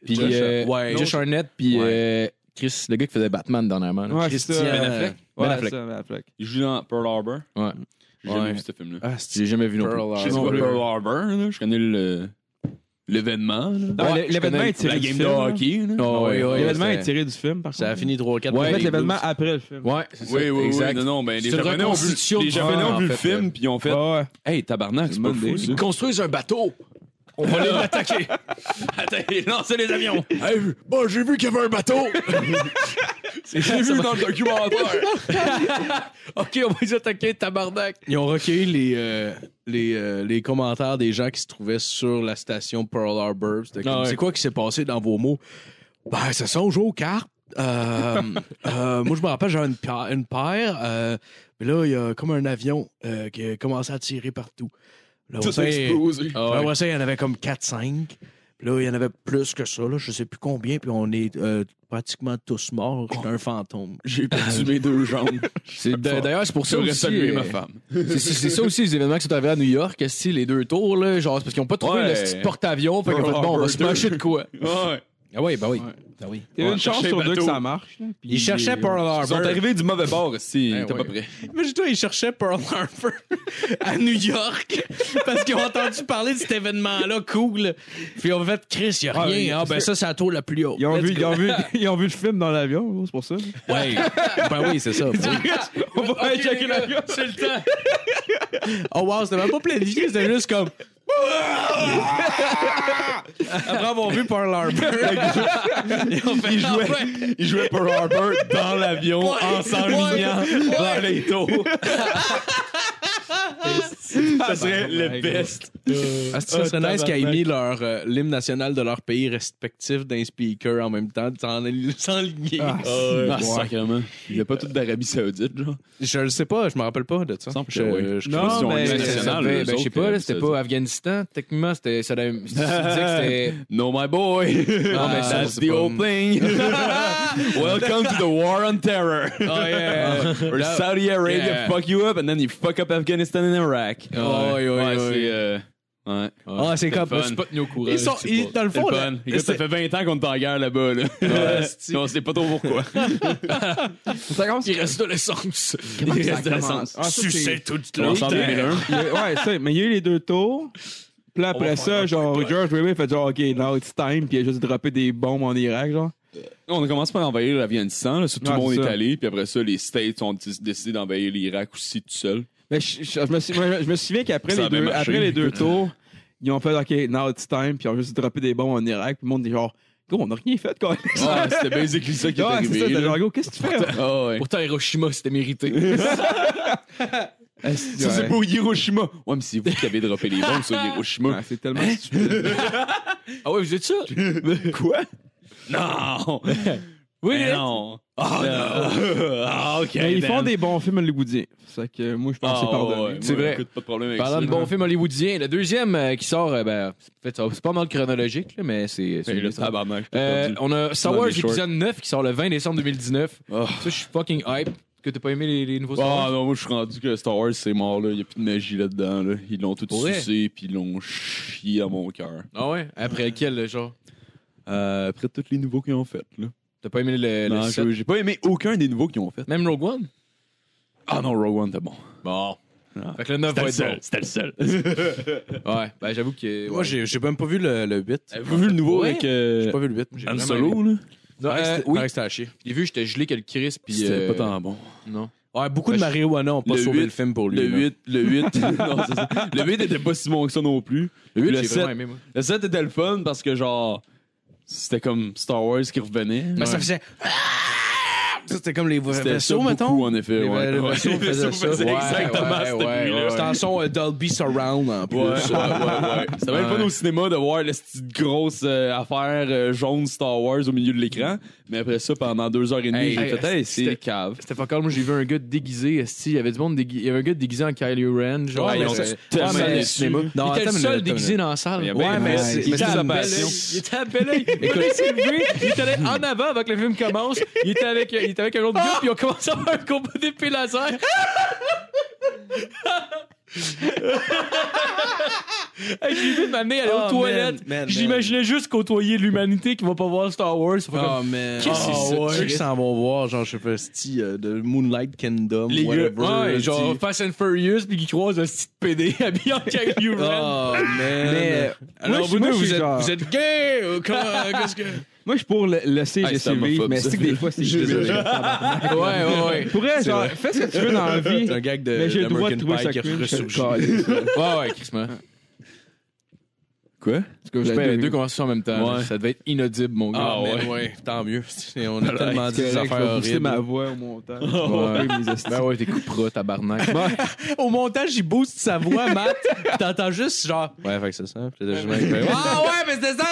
B: Puis,
D: Josh-
B: euh,
D: ouais.
B: Josh Arnett, puis euh, Chris, le gars qui faisait Batman dernièrement. là.
E: Ouais, c'est
D: Christian
E: ça.
D: Ben
E: euh,
D: Affleck.
E: Ouais,
B: Ben Affleck.
E: ça, Ben Affleck.
H: Il joue dans Pearl Harbor.
B: Ouais.
H: J'ai jamais
B: Ouais.
H: vu ce film-là.
B: Ah, c'est- j'ai jamais vu non plus.
D: Pearl
H: Je
D: Harbor.
H: sais
B: Je sais
H: pas
B: pas.
H: Pearl Harbor, là. Je connais le- l'événement, là.
E: Non,
B: Ouais,
E: l'é- l'événement
B: je
E: est
H: La
E: tiré du
H: game de
E: film. là.
H: hockey, là.
B: Ah, ouais, ouais,
E: L'événement
B: c'était-
E: est tiré du film, par contre.
D: Ça a fini 3-4
E: En
B: Ouais,
E: fait, l'événement après le film.
B: Ouais, c'est ça.
H: Oui, oui, oui.
B: exact.
H: Non, non, ben, les
B: C'est une
H: Japonais ont vu,
B: reconstitution
H: les
B: de-
H: Japonais
B: Ah,
H: ont
B: en
H: vu le
B: fait,
H: film, puis ils ont fait
E: Ouais, ouais.
H: Hey, tabarnak, c'est pas
E: Bonne
H: fou,
E: idée.
H: ça.
B: Ils construisent un bateau. On va les attaquer. Attends, lancez les avions. bon, j'ai vu qu'il y avait un bateau.
H: J'ai vu dans le documentaire.
B: OK, on va les attaquer, tabarnak.
D: Ils ont recueilli les, euh, les, euh, les commentaires des gens qui se trouvaient sur la station Pearl Harbor. C'était comme,
B: Ah ouais.
D: C'est quoi qui s'est passé dans vos mots? Ben, ça sont joués aux cartes. Euh, euh, moi, je me rappelle, j'avais une, pa- une paire. euh, mais là, il y a comme un avion euh, qui a commencé à tirer partout. Là, on
H: Tout
D: sait-
H: explosé.
D: Ah ouais. Après ça, il y en avait comme 4-5. Puis là, il y en avait plus que ça. Là, je sais plus combien. Puis on est euh, pratiquement tous morts. J'étais un fantôme.
H: J'ai perdu mes deux jambes.
B: C'est- D'ailleurs, c'est pour ça
H: J'aurais
B: aussi...
H: salué ma
B: euh,
H: femme.
B: C'est- C'est c'est ça aussi les événements qui sont arrivés à New York, si les deux tours, là, genre, c'est parce qu'ils n'ont pas trouvé
H: Ouais.
B: le petit porte-avions, fait qu'ils ont fait, bon, on va se mâcher de quoi.
H: Ouais.
B: Ah oui, bah oui.
E: Il y a une chance
H: chercher
E: sur deux que
H: bateau.
E: ça marche. là, puis-
D: Ils cherchaient Pearl
H: Ils sont
D: Harbor.
H: arrivés du mauvais bord aussi,
B: Eh
H: t'es pas
B: ouais.
H: prêt.
D: Imagine-toi, ils cherchaient Pearl Harbor à New York parce qu'ils ont entendu parler de cet événement-là cool. Puis on fait Chris, il a
E: Ah, oui.
D: rien. Ah, ben ça, c'est la tour la plus haute.
E: Ils ont,
D: Let's
E: vu,
D: go.
E: ils, ont vu, ils ont vu le film dans l'avion, gros, c'est pour ça.
D: Ouais. ben oui, c'est ça.
E: On va aller checker l'avion.
D: c'est le temps. Oh wow, c'était même pas planifié, c'était juste comme. Après avoir vu Pearl Harbor, ils ont fait ils jouaient,
H: Ils jouaient Pearl Harbor dans l'avion, en s'enlignant dans les taux. ça serait le best.
D: Ah, c'est- ça serait nice qu'ils aient mis leur euh, l'hymne national de leur pays respectif d'un speaker en même temps, sans ligner.
H: Ah, sacrément. Il n'y a pas tout d'Arabie Saoudite, genre.
D: Je le sais pas, je me rappelle pas de ça.
H: Semble que
D: Je-
H: oui.
D: je-
H: crois qu'ils ont
E: mais-
H: une
E: ça
H: nationale,
B: fait-
H: eux
B: ben, je sais
H: autres,
B: pas,
H: euh,
B: là, c'était
H: Saoudite.
B: pas Afghanistan. Techniquement, c'était Saddam. si tu disais que c'était-
H: No, my boy.
B: Ah, mais ça,
H: That's
B: c'est
H: the
B: pas-
H: old thing. Welcome to the war on terror.
D: Ah, yeah.
H: Where Saudi Arabia
D: Yeah.
H: fuck you up and then you fuck up Afghanistan and Iraq.
D: Ah, ouais, ouais,
H: Oh, ouais,
D: ouais.
H: c'est. euh, ouais.
D: Ah, c'est comme.
H: fun.
D: c'est pas-
H: Ils sont,
D: c'est ils- pas- dans Oh, le fond,
H: c'est
D: là,
H: fun. Écoute, ça
D: c'est-
H: fait 20 ans qu'on est en guerre là-bas. Là.
D: c'est-
H: on sait pas trop pourquoi.
E: Ça commence-
H: Il reste de l'essence. Il
E: Comment ça
H: reste de l'essence.
E: commence? Ah, ça,
H: Sucez
E: c'est-
H: toute l'essence.
E: Oui, Il y a- ouais, ça, mais il y a eu les deux tours. Puis là, après ça, genre, George Weber fait genre, OK, now it's time, puis il a juste droppé des bombes en Irak, genre.
H: On commence par envahir l'Afghanistan. là, ça, Tout
E: Ouais,
H: le monde
E: c'est
H: est
E: ça.
H: allé. Puis après ça, les States ont dé- décidé d'envahir l'Irak aussi tout seul.
E: Mais je, je- je me, sou- moi, je me souviens qu'après
H: Ça
E: les,
H: avait
E: deux,
H: marché.
E: après les deux tours, ils ont fait OK, now it's time, puis ils ont juste droppé des bombes en Irak, puis le monde dit genre, gros, on n'a rien fait, quoi.
H: Ah, c'était basically ça qui est
E: Ouais, c'est
H: arrivé.
E: ça, t'as
H: là.
E: genre, gros, qu'est-ce que tu fais?
H: Ah, ouais.
B: Pourtant, Hiroshima, c'était mérité.
H: Ça, c'est pour Hiroshima. Ouais, mais c'est vous qui avez droppé les bombes sur Hiroshima.
E: Ouais, c'est tellement stupide.
B: ah ouais, vous êtes ça?
H: Quoi? Non!
B: Oui, hein?
H: Mais non! Oh non! Ah, ok.
E: Mais ils
H: man.
E: font des bons films hollywoodiens. Fait que moi, je pense que
H: Ah,
E: c'est pardonné.
H: ouais,
B: C'est
H: moi,
B: vrai.
H: écoute, Pas de problème avec
B: Parlant de
H: ça.
B: bons films hollywoodiens, le deuxième euh, qui sort, euh, ben, en fait, ça- c'est pas mal chronologique, là, mais c'est. c'est-
H: C'est le tabarnak. j'ai
B: Euh,
H: perdu.
B: on a Star
H: Dans
B: Wars
H: les shorts.
B: épisode 9 qui sort le 20 décembre 2019.
H: Oh.
B: Ça, je suis fucking hype. Est-ce Que t'as pas aimé les, les nouveaux Star
H: Ah
B: Wars?
H: non, moi je suis rendu que Star Wars c'est mort là, y a plus de magie là-dedans là. Ils l'ont tout
B: Pour vrai?
H: sucé puis ils l'ont chié à mon cœur.
B: Ah ouais? Après lequel, genre?
H: Euh, après tous les nouveaux qu'ils ont fait là.
B: T'as pas aimé le, le
H: Non,
B: sept?
H: j'ai j'ai pas aimé aucun des nouveaux qu'ils ont fait.
B: Même Rogue One?
H: Ah non, Rogue One t'es bon.
B: Bon.
H: Ah.
B: Fait que le 9 va être bon.
H: c'était le seul.
B: Ouais, ben j'avoue que.
D: Moi, j'ai j'ai même pas vu le, le 8.
H: Avez-vous vu le nouveau
B: Ouais.
H: avec
D: J'ai
H: euh,
D: pas vu le 8. mais j'ai
H: Han
D: vraiment
H: Solo
B: Non,
H: là
D: aimé.
B: euh, oui,
D: Paraît que c'était- paraît que c'était à chier.
B: j'ai vu, j'étais gelé que le Chris. puis
H: C'était
B: euh,
H: pas tant bon.
B: Non.
D: Ouais, beaucoup
B: Ben,
D: de
B: je-
D: marijuana ont pas
H: le
D: sauvé
H: huit-
D: le film pour lui.
H: Le
D: là.
H: 8, le 8. non, c'est ça. Le 8 était pas si bon que ça non plus.
B: Le
H: huit,
B: 8,
H: le
B: j'ai
H: sept.
B: vraiment aimé, moi.
H: Le 7 était le fun parce que genre c'était comme Star Wars qui revenait.
D: Ben, ça faisait. Ça, C'était comme les
H: C'était ça
D: vaisseaux,
H: beaucoup,
D: mettons.
H: en effet.
D: Les
H: ouais.
D: va- les
H: Ouais.
D: vaisseaux
H: Les
D: faisaient
H: vaisseaux
D: ça.
H: faisaient
D: Ouais,
H: exactement
D: ouais,
H: cette
D: ouais,
H: nuit-là.
D: ouais. C'était en son euh, Dolby Surround en plus.
H: Ouais, ouais, ouais, ouais. C'était même pas
D: Ouais.
H: au cinéma de voir la petite grosse euh, affaire euh, jaune Star Wars au milieu de l'écran. Mais après ça, pendant deux heures et demie,
B: Hey,
H: j'ai
B: hey,
H: fait, hey,
B: c'était-
H: c'est cave.
B: C'était pas grave, moi j'ai vu un gars déguisé, esti, il y avait du monde déguisé, il y avait un gars déguisé en Kylie Ren, genre.
D: Ouais,
B: mais
D: ils ont
B: c'était-
D: tellement
B: Ouais, mais-
D: déçu.
B: cinéma.
D: Non,
B: il était
D: attends
B: le
D: une
B: seul
D: minute,
B: déguisé dans la salle.
H: Il y avait
D: Ouais,
H: une
D: mais
H: belle-
D: c'est-
H: il
D: mais
H: était
D: c'est
H: à
D: sa
H: la
D: passion.
B: Il était à Bel Air. Il était levé, il était allé en avant avant que le film commence. Il était avec, il était avec un autre gars, puis ils ont commencé à faire un combat d'épée laser. hey, j'ai vu de m'amener aller aux
D: Oh,
B: toilettes.
D: man, man,
B: je
D: man.
B: l'imaginais juste côtoyer l'humanité qui va pas voir Star Wars. Ça fait comme-
D: Oh man.
B: Qu'est-ce que c'est ça,
D: ouais. Ceux
B: Chris?
D: qui s'en vont voir, genre, je fais style euh, de Moonlight Kingdom,
B: Les gars,
D: whatever.
B: ouais,
D: esti.
B: genre Fast and Furious, puis qui croise un petit PD habillé en Kylie Ren.
D: Oh man.
E: Mais,
D: Alors,
E: moi, je-
D: vous
E: moi,
D: deux,
E: je suis
D: vous êtes,
E: genre-
D: vous êtes gay ou comment, euh, qu'est-ce que.
E: Moi, je suis pour le- laisser
H: Ah, c'est
E: laisser vivre,
H: homophobe,
E: mais
H: ça.
E: c'est que des fois, c'est
H: Je-
E: désolé.
B: Ouais, ouais, ouais.
E: Pourrais, genre, fais ce que tu veux dans la vie,
D: C'est un gag de
E: mais j'ai le droit de
D: d'American
E: trouver
D: Pie
E: ça
D: qui
E: cringe. je te le
D: ressurgit.
E: calisse.
B: Ouais, ouais, Chris, man.
H: Quoi?
B: Je
E: Vous
B: fais
E: avez
B: les deux
E: vu.
B: conversations en même temps.
H: Ouais.
B: Ça devait être inaudible, mon gars.
D: Ah
B: Mais-
D: ouais. ouais, tant mieux. On a tellement dit
E: C'est
D: des
E: correct,
D: affaires
E: je vais booster
D: horribles.
E: ma voix au montage.
B: Ouais.
E: Oui, mes estis.
B: Ben ouais, t'es coupera, tabarnak.
D: Au montage, il booste sa voix, Matt. pis T'entends juste genre. Ouais, fait que c'est ça.
B: ah ouais, mais c'était ça,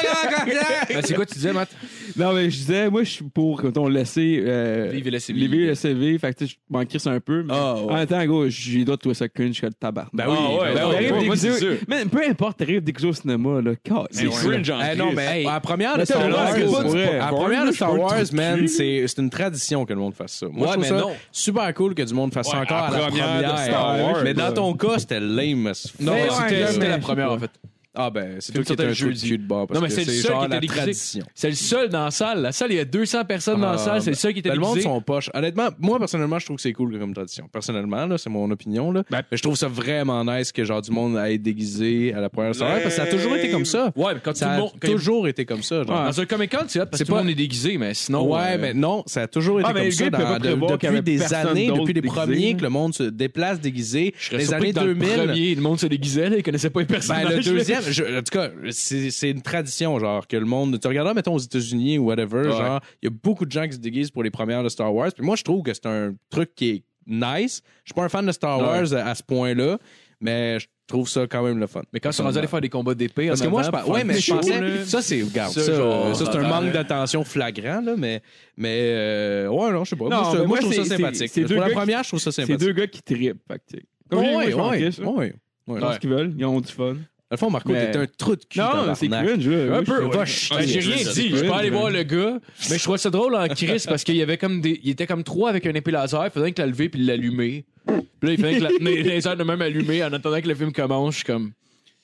B: Ben, c'est quoi tu disais, Matt?
E: Non, mais je disais, moi, je suis pour, quand on laisser. Euh,
B: Vivre et laisser vivre.
E: vivre et laisser vivre. Fait que, tu sais, je m'en crisse un peu. Mais
D: Ah, ouais.
E: En même temps, gros, j'ai le droit de trouver ça cringe que le tabac.
D: Ben oui,
H: Ah ouais,
D: ben oui.
H: ben ouais,
E: T'arrives
H: moi, moi, c'est
E: déguisé-
H: sûr.
E: Man, peu importe, t'arrives déguisé au cinéma, là.
H: C'est cringe en
D: Eh, non,
H: crise.
D: mais
B: Hey.
D: à la première de
E: Mais
D: Star
E: t'as
D: Wars,
E: raison, c'est pas du
D: ouais. à la
E: popcorn,
D: première de
E: là,
D: Star
E: je
D: Wars,
E: trouve le
D: man, c'est c'est une tradition que le monde fasse ça. Moi,
B: Ouais,
D: je trouve
B: mais
D: ça
B: non.
D: super cool que du monde fasse ça
H: Ouais,
D: encore
H: à
D: à
H: la
D: la
H: première de
D: première.
H: Star
D: ouais.
H: Wars,
D: mais dans
H: là.
D: ton cas, c'était lame. as fuck.
B: Non, mais
E: Mais ouais,
B: c'était-
E: ouais,
B: c'était la
E: ouais.
B: première, en fait.
D: Ah ben, c'est
B: Film
D: toi qui
B: sortait
D: étais un
B: le
D: jeu de
B: jeudi.
D: cul de bar. Parce
B: Non, mais
D: que
B: c'est le seul
D: genre
B: qui
D: la
B: était déguisé.
D: tradition.
B: C'est le seul dans la salle. La salle, il y a 200 personnes dans la
D: Ah,
B: salle. C'est le seul qui était
D: Ben, le monde
B: déguisé.
D: sont poches. Honnêtement, moi personnellement, je trouve que c'est cool comme tradition. Personnellement, là, c'est mon opinion là.
B: Ben,
D: mais je trouve ça vraiment nice que genre du monde aille déguisé à la première soirée parce que ça a toujours été comme ça.
B: Ouais, mais quand tout
D: Ça
B: le
D: a
B: monde. quand-
D: toujours été comme ça. genre.
B: Dans un Comic Con, tu vois, parce
D: C'est
B: que tout le
D: pas-
B: monde est déguisé, mais sinon.
D: ouais,
B: euh,
D: mais non, ça a toujours été
E: Ah, mais
D: comme
E: le
D: ça
E: gars, il peut
D: dans-
E: pas
D: de-
E: prévoir qu'il y
D: depuis
E: avait
D: des
E: personne
D: années,
E: d'autre
D: depuis les
E: déguisé.
D: premiers que le monde se déplace déguisé.
B: je serais
D: Les
B: surpris
D: années
B: que dans le
D: 2000.
B: premier, le monde se déguisait, là, ils connaissaient pas les personnages.
D: Ben, le deuxième, je- en tout cas, c'est c'est une tradition, genre, que le monde. Tu regardes, mettons, aux États-Unis ou whatever, genre, il y a beaucoup de gens qui se déguisent pour les premières de Star Wars. Puis moi, je trouve que c'est un truc qui est nice. Je suis pas un fan de Star Wars à, à ce point-là. mais je trouve ça quand même le fun.
B: Mais quand ils sont rendus à aller faire des combats d'épée,
D: Parce que moi, je pense. Ouais, mais je pensais.
B: pensais.
D: Ça, c'est. Regarde,
B: Ça,
D: ça,
B: genre,
D: ça, c'est un
B: attends,
D: manque
B: là.
D: d'attention flagrant, là, mais. Mais. euh, ouais, non, je sais pas.
E: Non,
D: moi,
E: mais
D: je- moi,
E: moi,
D: je trouve ça
E: c'est- c'est-
D: sympathique.
E: c'est deux
D: Pour la
E: gars qui-
D: première, je trouve ça
E: C'est
D: sympathique.
E: deux gars qui trippent. Fait que, tu sais, comme
D: Ouais,
E: j'ai- moi, je
D: ouais,
E: suis en
D: ouais,
E: crise, là.
D: ouais.
E: Ils font ce qu'ils veulent, ils ont du fun.
D: Dans le fond, Marco,
E: Mais-
D: t'es un trou de cul.
E: Non, c'est
D: tabarnak.
E: cringe, là.
B: Un
E: Oui, je
B: peu,
E: suis-
B: ouais. Ben,
D: Vache.
B: J'ai rien dit. Je suis pas allé voir le gars, mais je trouvais ça drôle en Chris parce qu'il y avait comme des. Il était comme trois avec un épée laser, il fallait que la lever puis l'allumer. Puis là, il fallait que la tenir les heures de même allumée en attendant que le film commence. Je suis comme.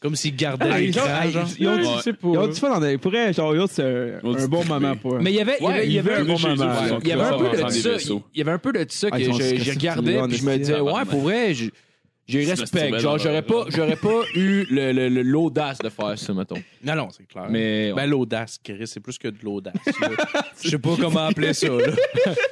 D: Comme s'il
E: Ah,
D: gardait
E: ils ont-
D: l'écran, genre.
E: Ils ont du-
H: Ouais.
E: c'est pour- ils ont du fun. en- Pour vrai, genre, eux autres, c'est un-
H: Ils ont
E: un
H: du
E: bon
H: trippé.
E: moment pour eux.
B: Mais il y avait, il y avait, il y avait un
H: Ils
B: bon
H: veulent
B: moment.
H: chez eux,
B: Il y avait
H: ils
B: un
H: sont
B: peu
H: crevés
B: de
H: en
B: ça.
H: vaisseaux.
B: Il y avait un peu de ça
E: Ah,
B: que
E: ils sont
B: je,
E: stressés,
B: je regardais
E: là, en
B: puis je me
E: esti.
B: disais
H: Ah,
B: ouais pour vrai, je- j'ai
H: C'est
B: respect.
H: masturbé,
B: Genre
H: là,
B: j'aurais
H: là,
B: pas,
H: là.
B: j'aurais pas eu le- le- le- l'audace de faire ça mettons.
D: Non, non, c'est clair.
B: Mais
D: Ben, l'audace, Chris, c'est plus que de l'audace. là. Je sais pas comment appeler ça, là.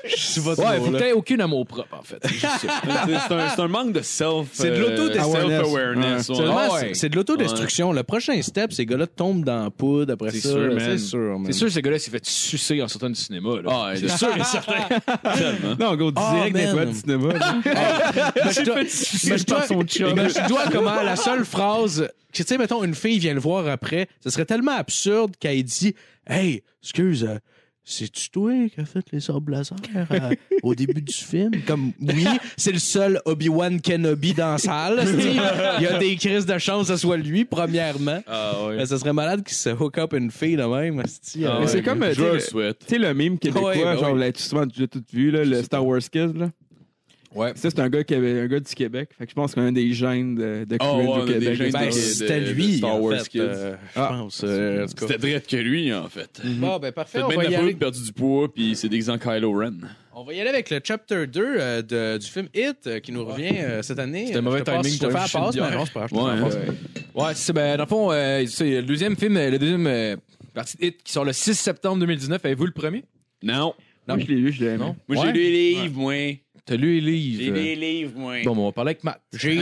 D: C'est votre
B: ouais,
D: mot,
B: faut que
D: là.
B: t'aies aucune amour propre en fait.
H: C'est c'est un, c'est un manque de self. euh,
D: C'est de
E: Euh,
D: l'auto-destruction.
H: Self-awareness. Ah ouais.
D: Seulement,
B: ouais.
D: c'est- C'est de l'autodestruction. Le prochain step, ces gars-là tombent dans la poudre après
H: C'est
D: ça.
H: sûr, man.
D: C'est sûr, man.
B: C'est sûr, ce gars-là s'est fait sucer en sortant du cinéma. Là.
H: Ah, ouais, de sûr et certain. Tellement.
E: Non, go
D: Ah,
E: direct des
D: man.
E: boîtes du cinéma. là.
D: Mais je dois- mais je dois- mais je dois comment la seule phrase que, tu sais mettons une fille vient le voir après ce serait tellement absurde qu'elle dit hey excuse euh, c'est-tu toi qui as fait les sables laser euh, au début du film? Comme, oui, c'est le seul Obi-Wan Kenobi dans la salle. c'est-tu. Il y a des crises de chance que ce soit lui, premièrement.
H: Ah, ouais.
D: Mais ce serait malade qu'il se hook up une fille de même. c'est-tu.
H: Ah,
E: Mais
H: ouais,
E: c'est comme, euh,
H: Je le
E: tu sais,
H: souhaite.
E: Tu sais, le mime québécois,
D: Ouais, ben
E: genre,
D: oui.
E: là, tu souvent, tu l'as tout vu, là, le Star Wars Kids, là.
D: Ouais.
E: Ça, c'est un gars, qui avait- un gars du Québec. Fait que je pense qu'on a des gènes de, de
H: Ah,
E: cringe
H: ouais, on
E: au
H: a des
E: Québec.
H: gènes de-
D: Ben,
E: Québec.
D: c'était
H: de- de
D: lui,
H: Star
D: en
H: Wars
D: fait,
H: Kids.
D: euh, je
E: Ah.
D: pense. euh, en tout cas.
H: C'était drette que lui, en fait.
D: Bon, ben parfait,
H: Peut-être
D: on
H: même
D: va y
H: la
D: aller.
H: peau perdu du poids, puis c'est déguisé en Kylo Ren.
D: On va y aller avec le chapter 2 euh, de- du film Hit euh, qui nous revient euh, cette année.
B: C'était mauvais
D: Je te passe-
B: timing,
D: Je te
B: t'as
D: fais la
B: juste une
D: passe, mais
B: bière.
D: non, c'est pas grave, Ah, je te
H: Ouais,
D: fais la passe.
H: hein.
B: Ouais, c'est ça, ben, dans le fond, euh, c'est le deuxième film, euh, la deuxième euh, partie de Hit qui sort le 6 septembre 2019. Avez-vous le premier?
H: Non.
E: Non, je l'ai vu, je l'ai aimé.
B: Non?
H: Moi, j'ai
B: Ouais.
H: lu les livres, moi.
B: T'as lu les
H: J'ai
B: livres.
H: lu les livres, moi.
B: Bon, ben, on va parler avec Matt.
D: J'ai lu les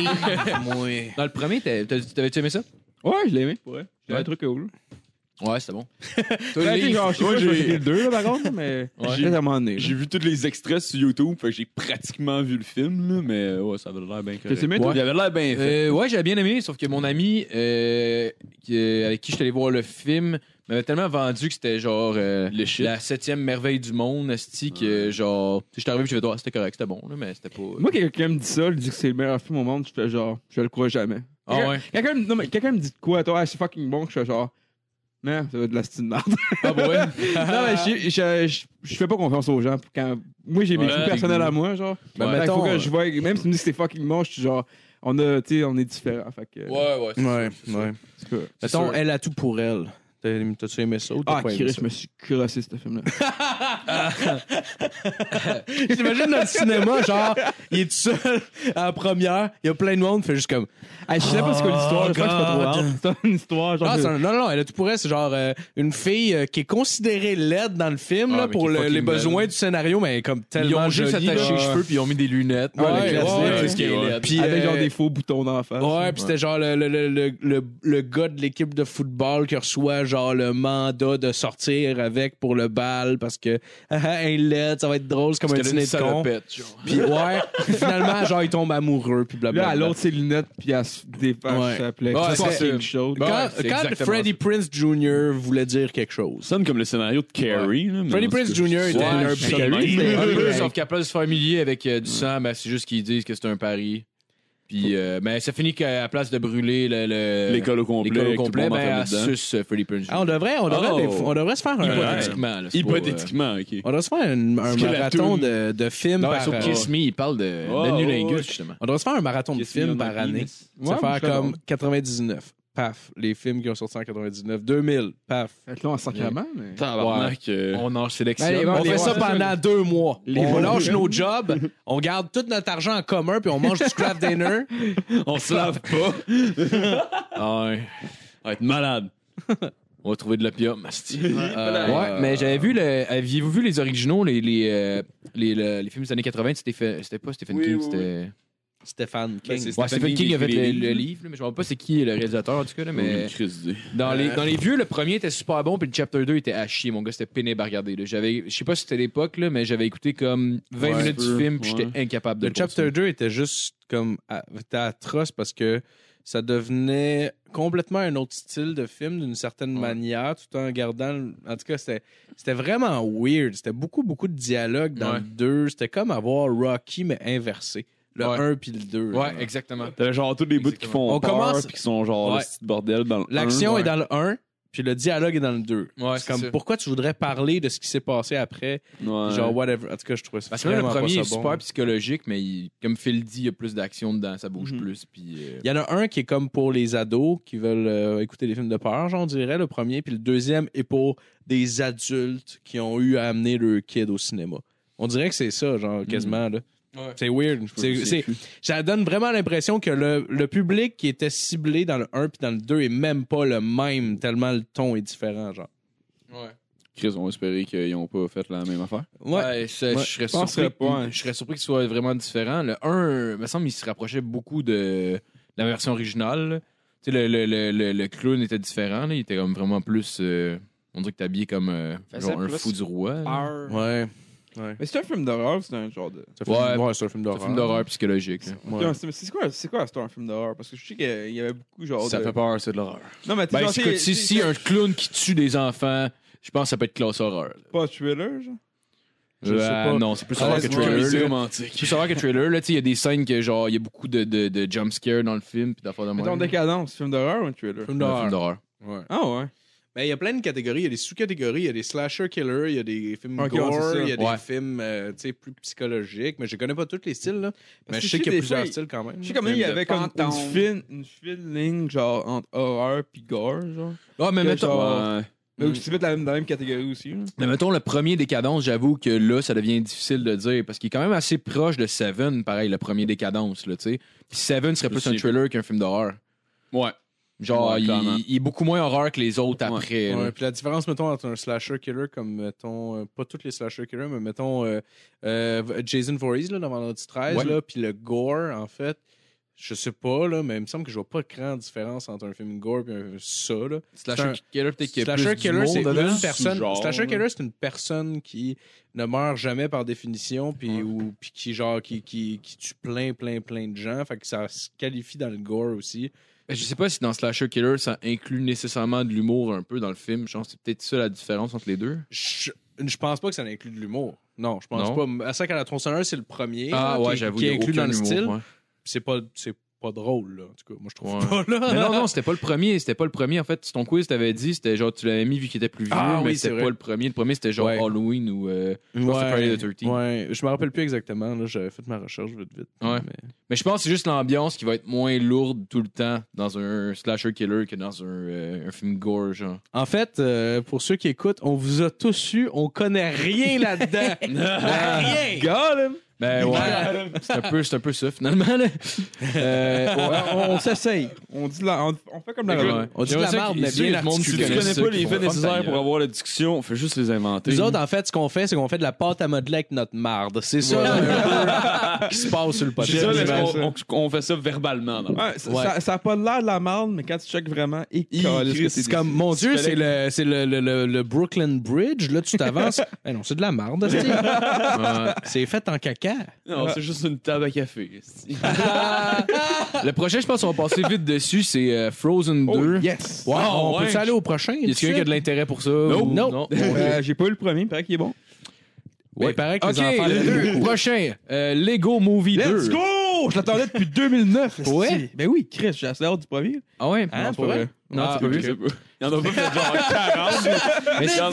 D: livres, moi.
B: Dans le premier, t'as- t'as- t'avais-tu aimé ça?
E: Ouais, je l'ai aimé, pour vrai. J'ai
B: Ouais.
E: un truc cool.
B: Ouais, c'était bon.
E: Ouais,
B: T'as lu les
E: genre, je sais
H: Moi,
E: pas, j'ai
H: j'ai-
E: le 2, là, par contre, mais.
H: Ouais.
E: J'ai à un moment donné.
H: J'ai vu tous les extraits sur YouTube, fait que j'ai pratiquement vu le film, là, mais euh, ouais, ça avait l'air bien correct.
E: T'as aimé, toi?
H: Ouais, Il avait l'air bien fait.
B: Euh, ouais, j'avais bien aimé, sauf que mon ami euh, qui- euh, avec qui je suis allé voir le film m'avait tellement vendu que c'était genre euh,
H: Le shit.
B: la septième merveille du monde, esti, que genre... tu sais, J'étais arrivé et j'ai fait, Ah, c'était correct, c'était bon, là, mais c'était pas...
E: Moi, quelqu'un me dit ça, il dit que c'est le meilleur film au monde, je fais genre, je le crois jamais.
B: Ah ouais?
E: Quelqu'un me- non, mais quelqu'un me dit de quoi, toi, Ah, c'est fucking bon, je fais genre, man, ça va être de la style de merde.
B: Ah ouais?
E: non, mais je, je, je, je fais pas confiance aux gens. Quand... Moi, j'ai mes
H: Ouais,
E: goûts
H: t'es
E: personnels à moi, genre.
B: Ben,
E: Fait que
B: mettons,
E: faut que
B: euh,
E: je vois, même si tu me dis que c'est fucking bon, je suis genre, on, a, tu sais, on est différents. Fait que,
B: Ouais, ouais. c'est ça,
D: Ouais,
B: c'est ça.
D: ouais.
E: c'est quoi.
D: Mettons,
B: sûr.
D: elle a tout pour elle. T'as- T'as-tu aimé ça ou t'as
E: Ah,
D: pas aimé
E: Chris,
D: ça?
E: je me suis crossé, ce film-là.
D: J'imagine dans le cinéma, genre, il est tout seul à la première, il y a plein de monde, fait juste comme...
E: Ah, je sais pas ce que
D: Oh,
E: l'histoire, je crois que c'est pas trop hard. C'est une histoire, genre.
D: Ah,
E: je-
D: c'est un- non, non, elle a tout pour elle, c'est genre euh, une fille euh, qui est considérée laide dans le film
B: Ah,
D: là,
B: mais qui
D: pour
B: est
D: le- les
B: fucking belle.
D: besoins du scénario, mais comme
B: Ils
D: tellement
B: ont juste
D: jolie, là.
B: attaché les cheveux puis ils ont mis des lunettes.
D: Ouais,
B: Ouais,
D: le
B: ouais,
D: classique.
B: ouais, ce qui est
H: Ouais.
B: laid.
D: Puis,
E: Avec genre
D: euh,
E: des faux boutons d'en face.
D: Ouais, puis c'était genre le, le, le, le, le, le gars de l'équipe de football qui reçoit genre le mandat de sortir avec pour le bal parce que ah, ah, un LED, ça va être drôle, c'est comme
B: Parce
D: un
B: qu'elle a
D: dîner
B: une
D: de con.
B: salopette, genre.
D: Puis ouais, finalement, genre, ils tombent amoureux, puis
E: Là, à
D: blablabla.
E: l'autre, ses lunettes, puis elle se
D: Ouais.
E: dépasse sa plaie.
B: Ouais,
E: Ça,
B: c'est-
E: c'est quelque chose.
D: Quand,
B: Ouais, c'est
D: quand
B: exactement
D: Freddie Prince Jr. voulait dire quelque chose.
H: Ça sonne comme le scénario de Carrie. là, mais
D: Freddie
H: en tout
D: Prinze
H: cas,
D: Jr. était
H: ouais,
D: un
H: je suis
D: Carrie.
H: de même.
D: Ouais.
B: Un peu, sauf qu'à place de se faire humilier avec euh, du sang, ben, c'est juste qu'ils disent que c'est un pari. Puis, euh, ben, ça finit qu'à la place de brûler le- le-
H: L'école au complet.
B: Euh, l'école au
H: avec tout le
B: complet,
H: monde
B: ben, elle
H: enfermé dedans.
B: suce euh, Freddie Prinze.
D: Ah, on devrait, on devrait,
H: Oh.
D: des- on devrait se faire un,
B: Hypothétiquement. là, c'est pas, euh,
H: Hypothétiquement, ok.
D: on devrait se faire un, un
H: que la
D: marathon
H: toune-
D: de, de films
B: Non,
D: par
B: sauf
D: euh,
B: Kiss Me, il parle de
H: Oh,
B: l'anulingus,
H: oh,
B: justement.
D: On devrait se faire un marathon de
E: Qu'est-ce qu'il y en
D: films
E: a
D: par
E: mis, mais-
D: année. Ça
E: Ouais,
D: va
E: je
D: faire
E: serais
D: comme 99, paf, les films qui ont sorti en 99. 2000, paf.
E: Fait que là, on sacrement, mais.
H: Tabarnak. euh,
B: Ah, bah, On en sélectionne.
E: Allez,
D: On
E: les
D: fait ça
E: ouais,
D: pendant deux mois. on
E: ouais.
D: lâche nos jobs, on garde tout notre argent en commun, puis on mange du craft dinner.
H: On se lave pas.
B: Ah, ouais.
H: On va être malade.
B: On va trouver de l'opium, Masti. ouais,
H: Euh,
B: mais j'avais vu le. Aviez-vous vu les originaux, les, les, euh, les, le- les films des années 80 C'était fait- c'était pas Stephen
H: Oui,
B: King,
H: oui,
B: c'était.
D: Stéphane
H: Ben,
D: King.
H: c'est-
B: Ouais, Stephen
H: Stephen
B: King
H: King
B: avait le,
H: écrit les
B: le livre, là, mais je ne sais pas c'est qui le réalisateur en tout cas. là, mais
H: Mais... Christ,
B: dans, les,
H: Euh.
B: dans les vieux, le premier était super bon, puis le chapter 2 était à chier. Mon gars, c'était pénible à regarder. là. J'avais- Je sais pas si c'était l'époque, là, mais j'avais écouté comme 20
H: Ouais,
B: minutes
H: peu,
B: du film, puis
H: ouais.
B: j'étais incapable de
D: Le chapter 2 était juste comme à- était atroce parce que ça devenait complètement un autre style de film d'une certaine manière, tout en gardant. le- En tout cas, c'était c'était vraiment weird. C'était beaucoup, beaucoup de dialogues dans
B: Ouais.
D: le 2. C'était comme avoir Rocky, mais inversé. Le
B: Ouais.
D: 1 puis le 2.
B: Ouais, exactement.
H: T'as genre tous les bouts qui
B: Exactement.
H: font
D: On
H: peur,
D: commence-
H: puis qui sont genre
D: Ouais.
H: le petit bordel dans le
D: L'action
H: un,
D: est dans le 1, puis le dialogue est dans le 2.
B: Ouais,
D: c'est
B: c'est
D: comme
B: ça.
D: pourquoi tu voudrais parler de ce qui s'est passé après,
H: Ouais.
D: genre whatever. En tout cas, je trouvais ça
B: Parce que là, le
D: vraiment pas
B: premier
D: ça
B: est
D: bon.
B: super psychologique, mais il- comme Phil dit, il y a plus d'action dedans, ça bouge
E: Mhm.
B: plus. Puis, euh,
D: Il y en a un qui est comme pour les ados qui veulent euh, écouter des films de peur, genre, on dirait, le premier. Puis le deuxième est pour des adultes qui ont eu à amener leur kid au cinéma. On dirait que c'est ça, genre, quasiment, là. C'est weird. C'est-
H: sais
D: c'est- ça donne vraiment l'impression que le, le public qui était ciblé dans le 1 puis dans le 2 est même pas le même, tellement le ton est différent, genre.
H: Chris, on espérait qu'ils n'ont pas fait la même affaire.
D: Ouais.
B: Ouais, ça,
D: Ouais.
B: je serais
E: penserais
B: surpris.
E: pas, hein.
B: Je serais surpris qu'il soit vraiment différent. Le 1, me semble, il se rapprochait beaucoup de la version originale. là. Tu sais, le, le, le, le, le clown était différent. là. Il était comme vraiment plus. euh, on dirait que t'es habillé comme euh,
E: Faisait
B: genre un
E: plus
B: fou du roi. là.
D: Ouais.
E: Mais c'est un film d'horreur, c'est un genre de.
D: C'est un film-
B: Ouais.
D: ouais, c'est un
B: C'est
D: film d'horreur.
B: un film d'horreur psychologique. là.
D: Ouais.
E: Putain, c'est- mais C'est quoi, c'est quoi, c'est un film d'horreur? Parce que je sais qu'il y avait beaucoup genre.
B: Ça
E: de...
B: fait peur, c'est de l'horreur.
E: Non, mais tu sais,
B: Ben,
E: genre,
B: écoute,
E: c'est-
B: si,
E: c'est-
B: si un clown qui tue des enfants, je pense que ça peut être classe horreur. là.
E: c'est Pas thriller, genre.
D: Je sais
B: Ah,
D: pas.
B: Non, c'est plus
D: Ah,
B: horreur que
D: laisse-moi
B: thriller.
D: réviser.
B: là.
H: romantique.
B: C'est plus horreur que thriller. là. Tu sais, Il y a des scènes que genre, il y a beaucoup de, de, de jump scare dans le film. Puis d'affaires de même.
E: Mettons décadence, film d'horreur ou un thriller?
B: Un
D: Film
B: film
D: d'horreur.
B: d'horreur.
E: Ah ouais.
D: Mais il y a plein de catégories. Il y a des sous-catégories. Il y a des slasher killers. Il y a des films
E: Ok, ouais,
D: gore.
E: c'est ça.
D: Il y a
B: Ouais.
D: des films euh, tu sais, plus psychologiques. Mais je connais pas tous les styles. Là. Mais
E: que
D: je
E: je
D: sais
E: sais
D: qu'il y a
E: des
D: plusieurs
E: fois, il-
D: styles quand même.
E: Je sais comme il y
D: Film de
E: avait comme une fine, une fine ligne genre entre horreur pis gore, genre.
B: Ah, mais
E: Que
B: mettons,
E: genre-
B: Ouais.
E: Mais
D: Mm.
E: aussi mettre la même, dans la même catégorie aussi. là.
B: mais mettons le premier décadence, j'avoue que là, ça devient difficile de dire parce qu'il est quand même assez proche de Seven, pareil, le premier décadence, là, tu sais. Puis Seven serait plus
H: Je
B: un
H: sais.
B: thriller qu'un film d'horreur.
H: Ouais.
B: Genre,
H: Ouais,
B: il,
H: clairement.
B: il est beaucoup moins horreur que les autres
H: Ouais.
B: après. là.
D: Ouais, puis la différence, mettons, entre un slasher killer comme, mettons, euh, pas tous les slasher killers, mais mettons euh, euh, Jason Voorhees là, dans Vendredi 13,
B: Ouais.
D: là, puis le gore, en fait, je sais pas, là, mais il me semble que je vois pas de grande différence entre un film gore et un ça. Là. C'est un-
B: Slasher Killer, peut-être qu'il y a
D: Slasher
B: plus
D: killer, c'est
B: d'humour dedans.
D: une personne.
H: Sous-genre,
D: Slasher
H: là.
D: killer, c'est une personne qui ne meurt jamais par définition, puis ou puis qui genre qui, qui qui tue plein plein plein de gens. Fait que ça se qualifie dans le gore aussi.
B: Ben, Je sais pas si dans Slasher Killer, ça inclut nécessairement de l'humour un peu dans le film. Genre, c'est peut-être ça la différence entre les deux.
D: Je, je pense pas que ça inclut de l'humour. Non, je pense
B: Non.
D: pas. À ça qu'à la tronçonneuse, c'est le premier
B: Ah
D: là,
B: ouais,
D: qui,
B: j'avoue,
D: qui
B: il
D: est
B: y a
D: inclus
B: aucun
D: dans le
B: humour,
D: style.
B: ouais.
D: C'est pas c'est pas drôle là. En tout cas, moi je trouve
B: Ouais.
D: pas là.
B: Mais non, non, c'était pas le premier. C'était pas le premier. En fait, ton quiz, t'avais dit, c'était genre, tu l'avais mis vu qu'il était plus vieux,
D: Ah
B: mais
D: oui, c'est
B: c'était
D: vrai.
B: pas le premier. Le premier, c'était genre
D: Ouais.
B: Halloween ou. euh,
D: Ouais,
B: pense que c'est Friday the 13th.
D: ouais, je me rappelle plus exactement. Là, j'avais fait ma recherche vite vite.
B: Ouais.
D: Mais-
B: Mais je pense que c'est juste l'ambiance qui va être moins lourde tout le temps dans un slasher killer que dans un, euh, un film gore, genre.
D: En fait, euh, pour ceux qui écoutent, on vous a tous eu, on connaît rien là-dedans. rien.
E: Golem!
B: Ben ouais, c'est un peu, c'est un peu ça finalement. là.
D: Eh,
B: Euh, ouais.
E: on on s'essaye. On, dit la- on, on fait comme la
B: Écoute,
E: reine.
D: On dit de la
B: J'aimerais ça
D: marde,
B: qu'il-
D: mais
B: si
D: bien
B: le monde qui
H: Si tu
D: articulée.
B: connaît
H: connais
B: ça,
H: pas
B: qui
H: les
B: vont
H: faits
B: faire ta
H: nécessaires
B: gueule.
H: pour avoir la discussion, fais juste les inventer.
D: Nous autres, en fait, ce qu'on fait, c'est qu'on fait de la pâte à modeler avec notre marde. C'est ça un peu, qui se passe sur le
H: J'ai
D: podcast.
H: ça,
E: c'est
H: parce
E: vrai,
H: qu'on- on, on fait ça verbalement. dans le-
E: Ouais, c-
D: Ouais.
E: Ça, ça a pas l'air de la marde, mais quand tu checkes vraiment, et
H: Hi,
E: calisse que
H: Christ,
E: t'es
D: C'est comme, mon Dieu, c'est le, c'est le, le, le- le Brooklyn Bridge. Là, tu t'avances. Eh non, c'est de la marde. c'est- C'est fait en caca.
H: Non, c'est juste une table à café. esti.
B: Le prochain, je pense qu'on va passer vite dessus, c'est euh, Frozen 2.
E: déçu. Oh, yes!
D: Wow,
H: Ah,
D: on
H: ouais.
D: peut aller au prochain?
B: Y a quelqu'un qui a de l'intérêt pour ça? ou-
D: non.
E: Euh, J'ai pas eu le premier, il paraît qu'il est bon.
D: Ouais, il paraît que
B: Ok,
D: les enfants...
B: le deux. prochain, euh, Lego Movie 2.
E: Let's go! Je l'attendais depuis 2009. esti.
B: Ouais?
E: Ben oui, Chris, j'ai assez hâte du premier.
B: Ah ouais?
E: Ah,
B: Non,
E: c'est pas vrai?
B: Non,
E: Ah,
B: c'est pas
E: ok.
B: vu.
H: Je sais pas. Il y en a pas fait genre 40.
B: Mais c'est- Ils en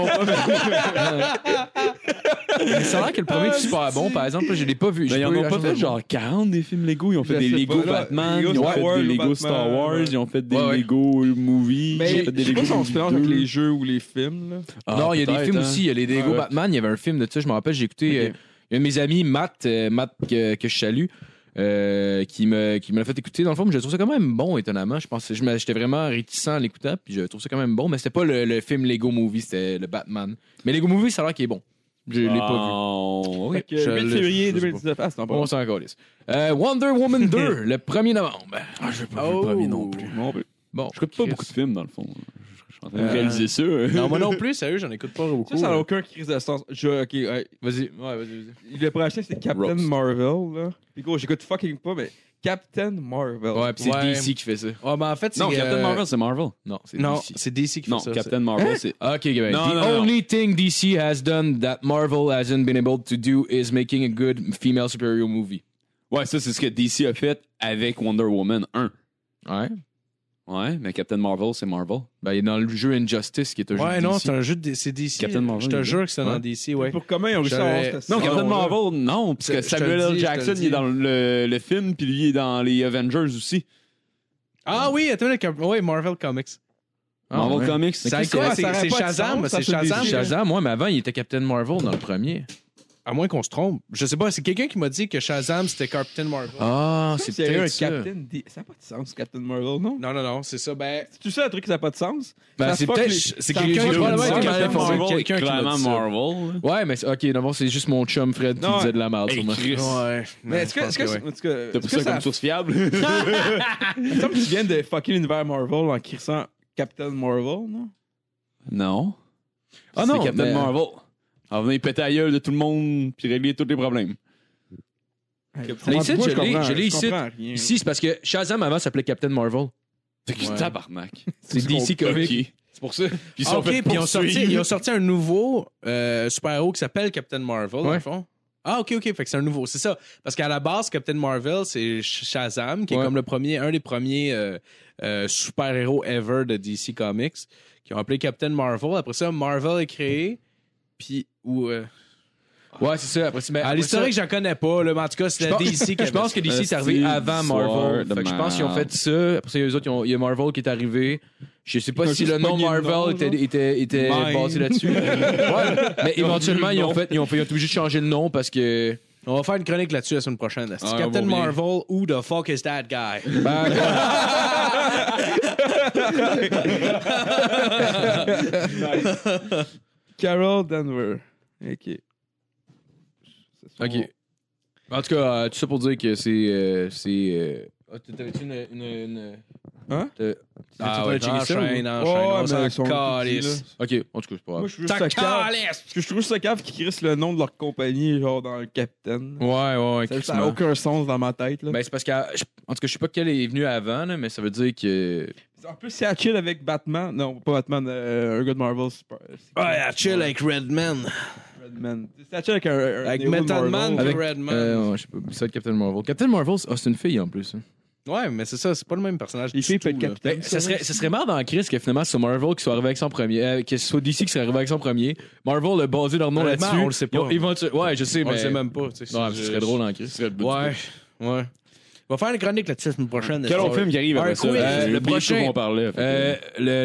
B: ont pas Mais ça a l'air que le premier est super bon, par exemple. là, Je l'ai pas vu.
H: Mais
B: J'ai
H: ils Ben, en
B: eu
H: ont
B: la
H: pas
B: chance
H: fait
B: de le voir.
H: genre 40 des films Lego. Ils ont fait
E: Je
H: des
E: sais
H: Lego
E: pas, là,
H: Batman,
E: Lego
H: ils ont
E: Star
H: fait
E: Wars,
H: des Lego
E: Batman,
H: Star Wars,
E: ouais.
H: ils ont fait des
B: Ouais, ouais.
H: Lego Movies, ils ont
E: Mais
H: fait
E: je
H: des
E: sais pas si on
H: Lego
E: se mélange avec les jeux ou les films. Là.
H: Ah,
B: non, il y a des
H: peut-être,
B: films
H: hein.
B: aussi. Il y a les Lego
E: Ouais.
B: Batman. Il y avait un film de ça. Je me rappelle, j'ai écouté. euh, il y a un de mes amis, Matt, euh, Matt que, que je salue, euh, qui me qui me l'a fait écouter dans le fond. mais Je trouve ça quand même bon, étonnamment. Je pense, je me- j'étais vraiment réticent en l'écoutant, puis je trouve ça quand même bon. Mais c'était pas le, le film Lego Movie, c'était le Batman. Mais Lego Movie, ça a l'air qu'il est bon. Je l'ai
H: Ah.
B: pas vu.
H: Bon,
E: Fait que
B: Je
E: 8
B: l'ai-
E: février
B: je sais
E: 2019. Ah, c'est en
B: On
E: pas.
B: s'en calisse. Euh, Wonder Woman 2, le 1er novembre. Ah, je vais pas
H: vu le premier non plus.
E: Non, mais-
B: Bon,
H: Je coûte pas
B: Chris.
H: beaucoup de films, dans le fond. Je je suis en train de
B: Euh,
H: réaliser ça.
D: Non, moi non plus, sérieux, j'en écoute pas beaucoup.
E: Ça, ça n'a aucun crise de sens. Je, ok, ouais.
B: Vas-y, ouais, vas-y, vas-y.
E: Le prochain, c'est Captain
H: Roast.
E: Marvel, là. Puis gros, j'écoute fucking pas, mais Captain Marvel.
B: Ouais, puis c'est
D: Ouais.
B: DC qui fait ça.
D: Ah, mais en fait, c'est.
H: Non, Captain
D: euh,
H: Marvel, c'est Marvel.
B: Non, c'est
D: Non,
B: DC.
D: c'est DC qui fait
H: Non,
D: ça.
H: Captain Marvel, c'est.
B: Ok, okay ben,
H: Non,
B: the
H: non, non.
B: only thing DC has done that Marvel hasn't been able to do is making a good female superhero movie.
H: Ouais, ça, c'est ce que DC a fait avec Wonder Woman 1.
B: Ouais.
H: Ouais, mais Captain Marvel, c'est Marvel.
B: Ben, il est dans le jeu Injustice qui est un
D: c'est-
B: jeu
D: Ouais,
B: de
D: non,
B: DC.
D: c'est un jeu de. C'est DC.
H: Captain Marvel,
D: Je
H: il est
D: te jure que c'est dans DC, ouais.
E: Pour comment ils ont réussi à
D: J'avais-
E: avoir cette
H: Non,
E: saison-là?
H: Captain Marvel, non, parce
D: Je-
H: que
D: je te
H: Samuel
D: le
H: L.
D: dis, je te
H: Jackson,
D: le
H: il est
D: dis.
H: dans le, le film, puis lui, il est dans les Avengers aussi.
D: Ah oui, attends, le Cap- ouais, Marvel Comics.
H: Marvel
B: ouais.
H: Comics.
D: C'est
E: qu'est-ce
D: quoi,
E: que ça
D: c'est
E: aurait
D: c'est
E: pas de
D: Shazam,
E: sens,
D: c'est
E: ça, c'est
D: Shazam.
E: des jeux.
B: Shazam, moi, mais avant, il était Captain Marvel dans le premier.
D: À moins qu'on se trompe. Je sais pas, c'est quelqu'un qui m'a dit que Shazam, c'était Captain Marvel.
B: Ah, c'est
E: C'est un
B: peut-être ça.
E: Captain D. Ça n'a pas de sens, Captain Marvel, non?
D: Non, non, non, c'est ça. Ben,
E: C'est tout ça, un truc qui n'a pas de sens?
B: Ben,
E: Ça se
B: c'est
E: pas que
B: peut-être-
E: les-
B: c'est
E: ça
B: que les
E: se pas
B: jeux
E: que
B: de
E: les-
B: Marvel,
E: Captain
B: Captain
E: Marvel.
B: Marvel,
H: est
B: quelqu'un qui
H: clairement
B: l'a dit ça.
H: Marvel.
B: Ouais, mais c'est- ok, d'abord, c'est juste mon chum Fred qui
E: Non,
B: disait de la merde
H: Hey,
B: sur moi.
H: Chris.
D: ouais.
E: Mais est-ce que, est-ce que, est-ce que,
H: T'as
E: est-ce
H: pris
E: que
H: ça
E: ça,
H: comme source fiable?
E: il me semble qu'ils viennent de fucking l'univers Marvel en crissant Captain Marvel, non?
H: non.
B: Ah
H: c'est
B: non,
H: Captain
E: euh,
B: mais-
H: Marvel. Elle va venir péter la gueule de tout le monde, puis régler tous les problèmes.
E: Captain
B: ici,
E: Moi,
B: je l'ai-
E: comprends,
B: je l'ai ici.
E: comprends rien.
B: Ici, c'est parce que Shazam avant s'appelait Captain Marvel.
H: Fait que tabarnak.
B: C'est DC Comics.
H: Ok.
B: C'est pour ça.
H: Puis ils
D: Ah,
H: sont
D: ok,
H: fait
D: puis ils ont sorti, ils
H: poursuivre.
D: ont sorti un nouveau euh, super-héros qui s'appelle Captain Marvel, dans
B: Ouais.
D: le fond. Ah, ok, ok, fait que c'est un nouveau, c'est ça. Parce qu'à la base, Captain Marvel, c'est Sh- Shazam, qui
B: Ouais.
D: est comme le premier, un des premiers euh, euh, super-héros ever de DC Comics, qui ont appelé Captain Marvel. Après ça, Marvel est créé, puis... Ou, euh, Ah,
B: Ouais, c'est ça. Après, c'est- mais
D: à
B: après
D: l'historique,
B: ça,
D: j'en connais pas, là, mais en tout cas, c'est
B: je
D: la
B: pense-
D: DC qui
B: je pense que
D: avait
B: DC est
H: Steve
B: arrivé avant Marvel.
H: Sword de
B: Fait que je pense qu'ils ont
H: merde.
B: fait ça. Après ça, il y a eux autres, ils ont- il y a Marvel qui est arrivé. Je sais
E: Ils
B: pas
E: ont
B: si
E: juste
B: le nom
E: pogné le
B: Marvel
E: nom,
B: était,
E: genre.
B: était, était
E: Mine.
B: basé là-dessus. Ouais, mais éventuellement, ils ont fait, ils ont fait, ils ont été obligés de changer le nom parce que.
D: On va faire une chronique là-dessus la semaine prochaine. là. C'est
B: Ouais, on
D: Captain
B: va oublier.
D: Marvel, who the fuck is that guy?
B: Ben,
E: Carol Denver. Ok.
B: OK. En tout cas, euh, tout ça pour dire que c'est. euh, c'est euh, ah, T'avais-tu une, une, une-
E: Hein?
B: T'as-
D: Ah
B: Ah, ouais,
D: ouais,
B: checker ça,
D: enchaîne, enchaîne,
E: Ouais,
D: on
E: mais
D: s'en
E: ils sont tout petits,
D: calisse.
B: ou-
E: là.
B: OK, en tout cas, c'est pas
E: Moi,
B: grave.
E: je suis juste ce cave. Parce que je trouve juste ce cave qui crisse le nom de leur compagnie, genre dans le Captain.
B: Ouais, ouais, ouais.
E: Ça ça
B: crissement.
E: n'a aucun sens dans ma tête, là.
B: Ben, c'est parce que. je- En tout cas, je sais pas quel est venu avant, là, mais ça veut dire que.
E: En plus, c'est à chill avec Batman. Non, pas Batman, euh, un gars de Marvel. c'est pas- c'est
D: Ouais, à chill avec Redman.
E: Redman. C'est à chill avec un. un
D: Avec
E: héros de
D: Metal
E: Marvel.
D: Man
B: Avec-
D: puis Redman.
B: Euh, ouais, je sais pas. Ça va être Captain Marvel. Captain Marvel, c'est- ah, c'est une fille en plus. hein.
D: Ouais, mais c'est ça, c'est pas le même personnage.
E: Les
D: du
E: filles
D: tout,
E: peuvent être
D: là. Ben,
E: capitaines.
B: ça serait, ça serait marre dans la crise que finalement, ce Marvel qui soit arrivé avec son premier. euh, que ce soit DC qui serait arrivé avec son premier. Marvel a basé leur nom
D: Honnêtement,
B: là-dessus.
D: on le sait pas.
B: Ils ont éventu- Ouais, je sais,
D: On
B: mais.
D: le sait même pas, tu sais.
B: Non, mais
D: c'est-
B: ce serait drôle dans la crise.
D: Ouais, ouais. On va faire une chronique là-dessus la semaine prochaine.
H: Quel
D: là,
H: autre
D: ça.
H: film qui arrive
D: Un
H: après ça? Euh,
D: quiz.
H: J'ai
B: le
H: oublié
B: prochain.
H: de quoi on parlait. fait que-
B: Euh,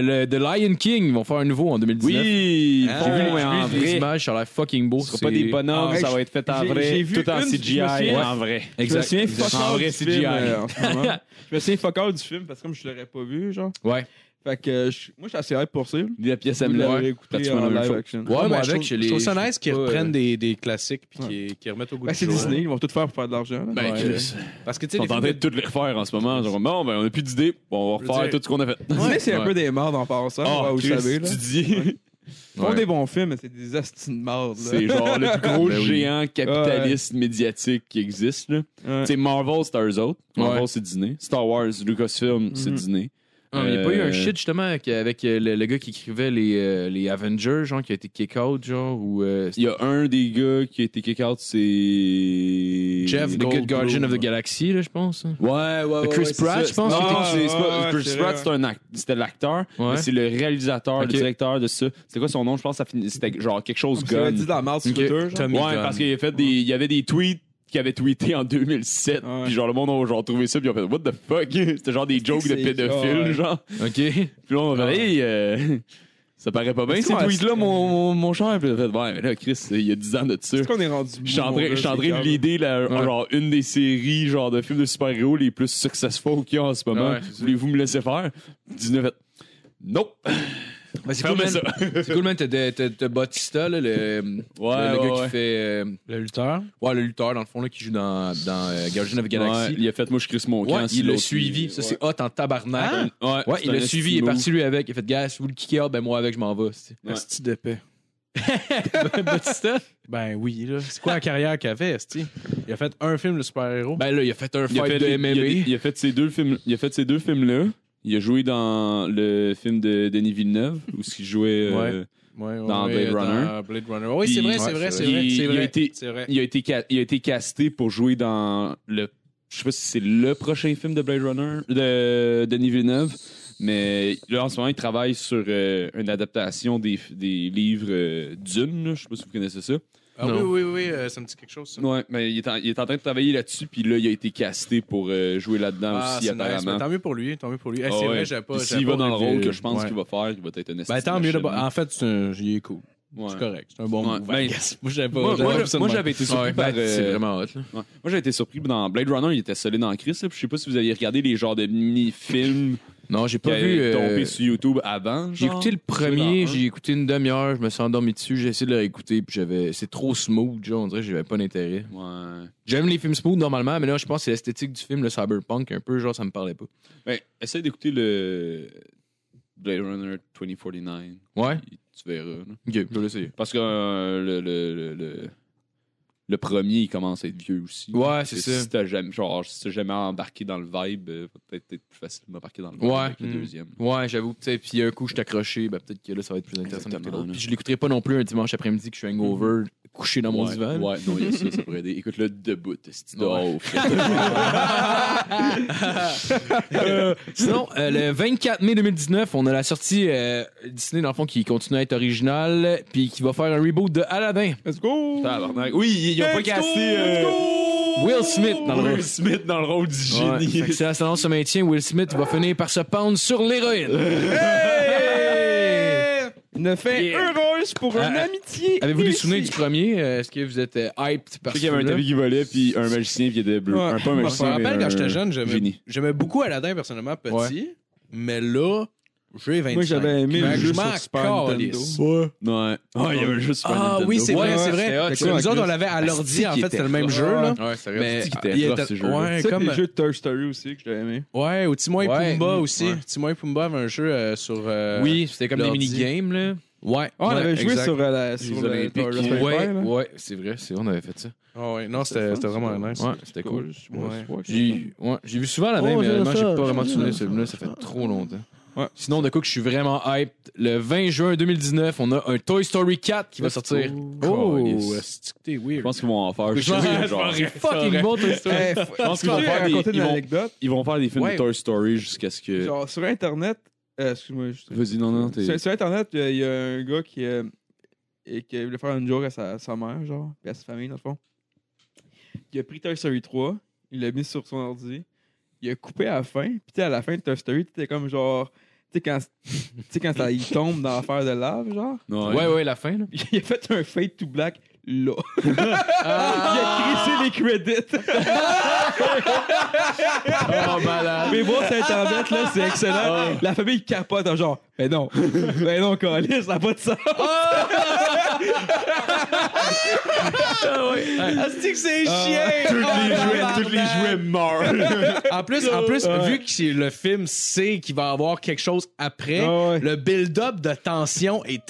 B: le, le- The Lion King, ils vont faire un nouveau en 2019.
H: Oui,
D: Ah,
H: j'ai vu,
B: J'ai
D: ouais,
H: mais en
B: vu les
H: vrai.
B: images, ça a l'air fucking Ah, beau.
H: Ce sera pas des bonhommes, ça va être fait en
E: j'ai-
H: vrai,
E: j'ai vu
H: tout en
E: une, je me
H: CGI,
E: souviens.
H: en vrai.
E: Je me souviens
H: Exact.
E: fuck
H: En
E: all
H: vrai
E: du
H: CGI.
E: film, euh, en ce moment. Je me souviens fuck all du film parce que comme je l'aurais pas vu, genre.
B: Ouais.
E: Fait que euh, je- moi, je suis assez hype pour ça.
H: La pièce à
E: Je
H: me
E: l'aurais écouté en live action.
B: Ouais,
D: Ouais,
B: mais
D: moi,
B: avec,
D: je trouve-
B: je
D: je trouve ça
B: les-
D: nice qu'ils
B: je sais pas,
D: reprennent des, des classiques puis
E: ouais.
D: qu'ils qu'ils remettent au goût
E: Ben,
D: du
E: c'est
D: jour. hein.
E: Disney, ils vont tout faire pour faire de l'argent. là.
H: Ben,
E: Ouais.
H: Chris.
D: Parce que tu
H: Ils
D: sais,
H: sont en
D: les
H: train
D: films
H: de
D: de-
H: tout les refaire en ce moment. Genre, bon, ben, on n'a plus d'idées. Bon, on va
D: veux
H: refaire
D: dire-
H: tout ce qu'on a fait.
E: Disney, c'est un
B: Ouais.
E: peu des morts en passant,
H: Ah,
E: ouais, vous
H: Chris,
E: savez. Là.
H: tu dis.
E: Ils font des bons films, mais c'est des astis de morts.
H: C'est genre le plus gros
B: Ben oui.
H: géant capitaliste médiatique qui existe. Là.
E: Ouais.
H: Tu sais, Marvel, c'est eux autres. Marvel,
B: Ouais.
H: c'est Disney. Star Wars, Lucasfilm, c'est
E: Mhm.
H: Disney.
B: Ah, Il n'y a pas eu
H: Euh,
B: un shit justement avec, avec, euh, le, le gars qui écrivait les, euh, les Avengers, genre qui a été kick-out, genre, ou. euh,
H: Il y a un des gars qui a été kick-out, c'est.
B: Jeff, The Good
D: Goldblum.
B: Guardian of the Galaxy, là, je pense. hein.
H: Ouais, ouais, ouais.
B: Chris
H: ouais, c'est
B: Pratt,
H: ça.
B: je pense,
H: Non,
B: qui était-
H: c'est- c'est pas-
E: Ouais, ouais,
H: Chris
E: c'est
H: Pratt,
E: vrai.
H: c'est un act- c'était l'acteur,
B: Ouais.
H: mais c'est le réalisateur,
B: Ok.
H: le directeur de ça. C'est quoi son nom? Je pense que ça finit- c'était genre quelque chose
E: Ça
H: gun.
E: avait dit de la merde sur
B: Ok.
E: Twitter. genre.
H: Ouais, parce qu'il a fait des, il y avait des tweets qu'il avait tweeté en 2007,
E: Ah Ouais.
H: puis genre le monde a genre trouvé ça, puis on fait what the fuck, c'était genre des jokes de
E: c'est-
H: pédophiles,
E: ouais.
H: genre.
B: Ok.
H: Puis là, on va fait, hey, euh, ça paraît pas bien
E: Est-ce
H: ces
E: qu'on a-
H: tweets-là, mon, mon, mon cher. Puis on a fait, ouais, mais là, Chris, il y a 10 ans de ça.
E: Est-ce qu'on est rendu.
H: Je suis en train, je suis en train de
E: l'idée.
H: l'idée, là,
B: Ouais.
H: genre, une des séries, genre, de films de super-héros les plus successful qu'il y a en ce moment.
B: Ouais, c'est ça.
H: Voulez-vous me laisser faire? Disney a fait, nope.
B: Ben, c'est cool,
H: Fermez
B: man.
H: ça.
B: C'est cool, man. T'as de- T'as t'as Batista, là, le, le-
H: Ouais,
B: le
H: ouais,
B: gars
H: ouais.
B: qui fait. euh,
D: Le lutteur.
B: ouais, le lutteur, dans le fond, là, qui joue dans, dans euh, Guardians of the Galaxy.
H: Ouais, il a fait Moi, je crisse mon
B: Ouais,
H: camp. c'est
B: il l'a
H: l'autre
B: suivi.
H: qui-
B: Ça, c'est hot en tabarnak.
H: Ouais, Ouais,
B: Ouais,
H: c'est
B: il
H: un
B: l'a suivi, il est
H: estimou.
B: parti lui avec. Il a fait, gars, si vous le kickez out, ben moi avec, je m'en vais. c'est-
H: Ouais.
I: Asti de paix.
B: Batista?
D: Ben oui, là. C'est quoi la carrière qu'il avait, c'ti? Il a fait un film de super-héros.
B: Ben là, il a fait un
H: Il a
B: fight
H: fait
B: de
H: les-
B: MMA.
H: il a- Il a fait ces deux films. Il a fait ces deux films-là. Il a joué dans le film de Denis Villeneuve, où il jouait. euh,
D: Ouais, ouais,
H: dans
D: ouais,
H: Blade Runner.
D: Blade Runner. Oui, c'est
H: Puis-
D: vrai, c'est
H: Ouais,
D: vrai,
H: c'est
D: c'est
H: vrai.
D: vrai.
H: Il-
D: C'est
H: il a
D: vrai.
H: été-
D: C'est vrai.
H: Il a été ca- il a été casté pour jouer dans le je sais pas si c'est le prochain film de Blade Runner de Denis Villeneuve, mais là en ce moment il travaille sur euh, une adaptation des, des livres euh, Dune, là. je sais pas si vous connaissez ça.
D: Ah oui, oui, oui, euh, ça me dit quelque chose, ça.
H: Ouais, mais il est en, il est en train de travailler là-dessus puis là il a été casté pour euh, jouer là-dedans
D: Ah,
H: aussi
D: c'est nice.
H: apparemment.
D: mais Tant mieux pour lui, tant mieux pour lui. Eh,
H: Ah
D: c'est
H: ouais.
D: vrai, j'avais pas.
H: Puis
D: j'avais
H: s'il va
D: pas
H: dans le
D: relevé-
H: rôle que je pense
D: Ouais.
H: qu'il va faire, il va être un
D: Ben
H: esti
D: tant mieux.
H: machine.
D: là-bas. En fait, c'est un- il est cool.
H: Ouais.
D: C'est correct. C'est un bon
H: Ouais.
D: move.
H: Ben,
D: I guess. Moi, j'avais pas.
H: moi,
D: j'avais
H: moi,
D: pas vu ça de
H: moi,
D: même.
H: j'avais été surpris
B: Ouais,
H: par
B: ben, c'est
H: euh,
B: vraiment hot. Là.
H: Ouais. Moi, j'ai été surpris dans Blade Runner, il était solide en crise. là. Je sais pas si vous avez regardé les genres de mini-films
B: Non, j'ai
H: qui
B: pas vu. euh,
H: avaient tombé sur YouTube avant.
B: J'ai
H: genre.
B: écouté le
H: dans un.
B: premier, j'ai écouté une demi-heure, je me suis endormi dessus, j'ai essayé de le réécouter, puis j'avais. C'est trop smooth, genre, on dirait que j'avais pas d'intérêt.
H: Ouais.
B: J'aime les films smooth normalement, mais là, je pense que c'est l'esthétique du film, le cyberpunk, un peu, genre, ça me parlait pas.
H: Ben, essaye d'écouter le Blade Runner 2049.
B: Ouais?
H: puis Tu verras. là.
B: Ok, je vais l'essayer.
H: Parce que euh, le, le, le, le- le premier, il commence à être vieux aussi.
B: Ouais, c'est ça.
H: Si t'as jamais, genre, si t'as jamais embarqué dans le vibe, euh, va peut-être être plus facile de m'embarquer dans le vibe
B: Ouais.
H: avec le
B: Mm.
H: deuxième.
B: Ouais, j'avoue, tu sais, puis un coup, je suis accroché, ben, peut-être que là, ça va être plus intéressant.
H: Exactement,
B: d'écouter l'autre.
H: là. Mm-hmm.
B: Puis je l'écouterai pas non plus un dimanche après-midi que je suis hangover, couché dans mon
H: ouais,
B: divan.
H: Ouais, non, il y a ça, ça pourrait aider. Écoute-le debout, c'est
B: Ouais. Euh, sinon, euh, le 24 mai 2019, on a la sortie euh, Disney, dans le fond, qui continue à être originale, puis qui va faire un reboot de Aladdin.
E: Let's go!
H: Tabarnak. Oui, ils- ils ont pas cassé euh,
B: Will Smith dans le rôle.
H: Will Smith dans le rôle du
B: Ouais,
H: génie.
B: fait que si la séance se maintient, Will Smith va finir par se pendre sur l'héroïne.
E: Une fin
B: Yeah.
E: heureuse pour une
B: Euh,
E: amitié.
B: Avez-vous des
E: ici.
B: souvenirs du premier? Euh, Est-ce que vous êtes euh, hyped par
H: Je
B: ce
H: sais qu'il y avait un
B: film-là?
H: tapis qui volait, puis un magicien qui était bleu.
E: Ouais.
H: Un, pas un
E: Je me
H: magicien.
D: Je me rappelle
H: mais
E: euh,
H: un
D: quand j'étais jeune, j'aimais,
H: Génie.
D: j'aimais beaucoup Aladdin personnellement petit,
B: Ouais.
D: mais là, j'ai 25.
E: Moi, j'avais aimé
D: Fait
E: le
D: que
E: jeu
D: je m'en
E: sur Super Nintendo.
D: calisse.
H: Ouais. Ouais, il y avait juste Super
D: Ah
H: Nintendo.
D: oui, c'est
E: Ouais,
D: vrai, c'est
E: ouais,
D: vrai.
E: c'était
D: Parce
E: hot.
D: que Nous autres, on l'avait à l'ordi, en fait, c'était le même jeu. là.
B: Ouais, c'est
D: Mais
B: vrai.
D: il
H: rough, ces
D: était
H: jeux-là.
D: ouais,
E: Tu sais,
D: comme euh,
E: les jeux de Toy Story aussi que j'avais aimé.
D: ouais, ou Timon et
B: Ouais,
D: Pumba
B: mm,
D: aussi.
B: ouais.
D: Timon et Pumba avait un jeu euh, sur euh,
B: Oui, c'était comme des
D: L'ordi.
B: mini-games, là.
D: Ouais.
E: Ah, on
D: ouais,
E: avait joué
D: exact.
E: sur euh, la sur le-
B: Olympiques.
E: sur le Raspberry
B: Ouais,
E: Pi, là.
B: ouais, c'est vrai, c'est on avait fait ça.
D: Ah ouais, non, c'était c'était vraiment nice.
B: Ouais, c'était cool.
E: Ouais.
B: J'ai ouais, j'ai vu souvent la même, mais honnêtement, j'ai pas vraiment de souvenir de celui-là, ça fait trop longtemps.
E: Ouais.
B: Sinon, de quoi que je suis vraiment hyped, le 20 juin 2019, on a un Toy Story 4 qui va sortir.
D: Oh,
B: Calisse.
D: est-ce que t'es weird.
H: Je pense qu'ils vont en faire.
B: Je
H: Je
B: pense
H: sais,
B: que
H: genre,
B: c'est fucking bon Toy Story.
E: Eh, faut-
H: Je pense qu'ils
E: Je
H: vont
E: vais
H: faire des-
E: raconter une
H: ils vont-
E: anecdote.
H: Ils vont faire des films
D: Ouais.
H: de Toy Story jusqu'à ce que.
E: Genre, sur Internet, euh, excuse-moi, je
H: Vas-y, non, non, t'es.
E: Sur, sur Internet, il y a un gars qui, euh, et qui voulait faire une joke à sa, sa mère, genre, puis à sa famille, dans le fond. Il a pris Toy Story 3, il l'a mis sur son ordi, il a coupé à la fin, puis tu sais, à la fin de Toy Story, t'étais comme genre. Tu sais, quand, tu sais, quand ça, il tombe dans l'affaire de lave, genre,
B: Ouais, ouais, la fin, là.
E: il a fait un fade to black là.
H: Ah.
E: il a crissé les crédits.
B: Oh, malade.
E: Mais bon, c'est Internet, là, c'est
H: Ah.
E: excellent. La famille capote, hein, genre, mais non, mais non, Calis, ça n'a pas de sens.
B: Ah,
D: Asti que c'est chiant!
H: Tous les jouets meurent.
D: En plus, en plus vu que le film sait qu'il va y avoir quelque chose après,
E: Ah ouais.
D: le build-up de tension est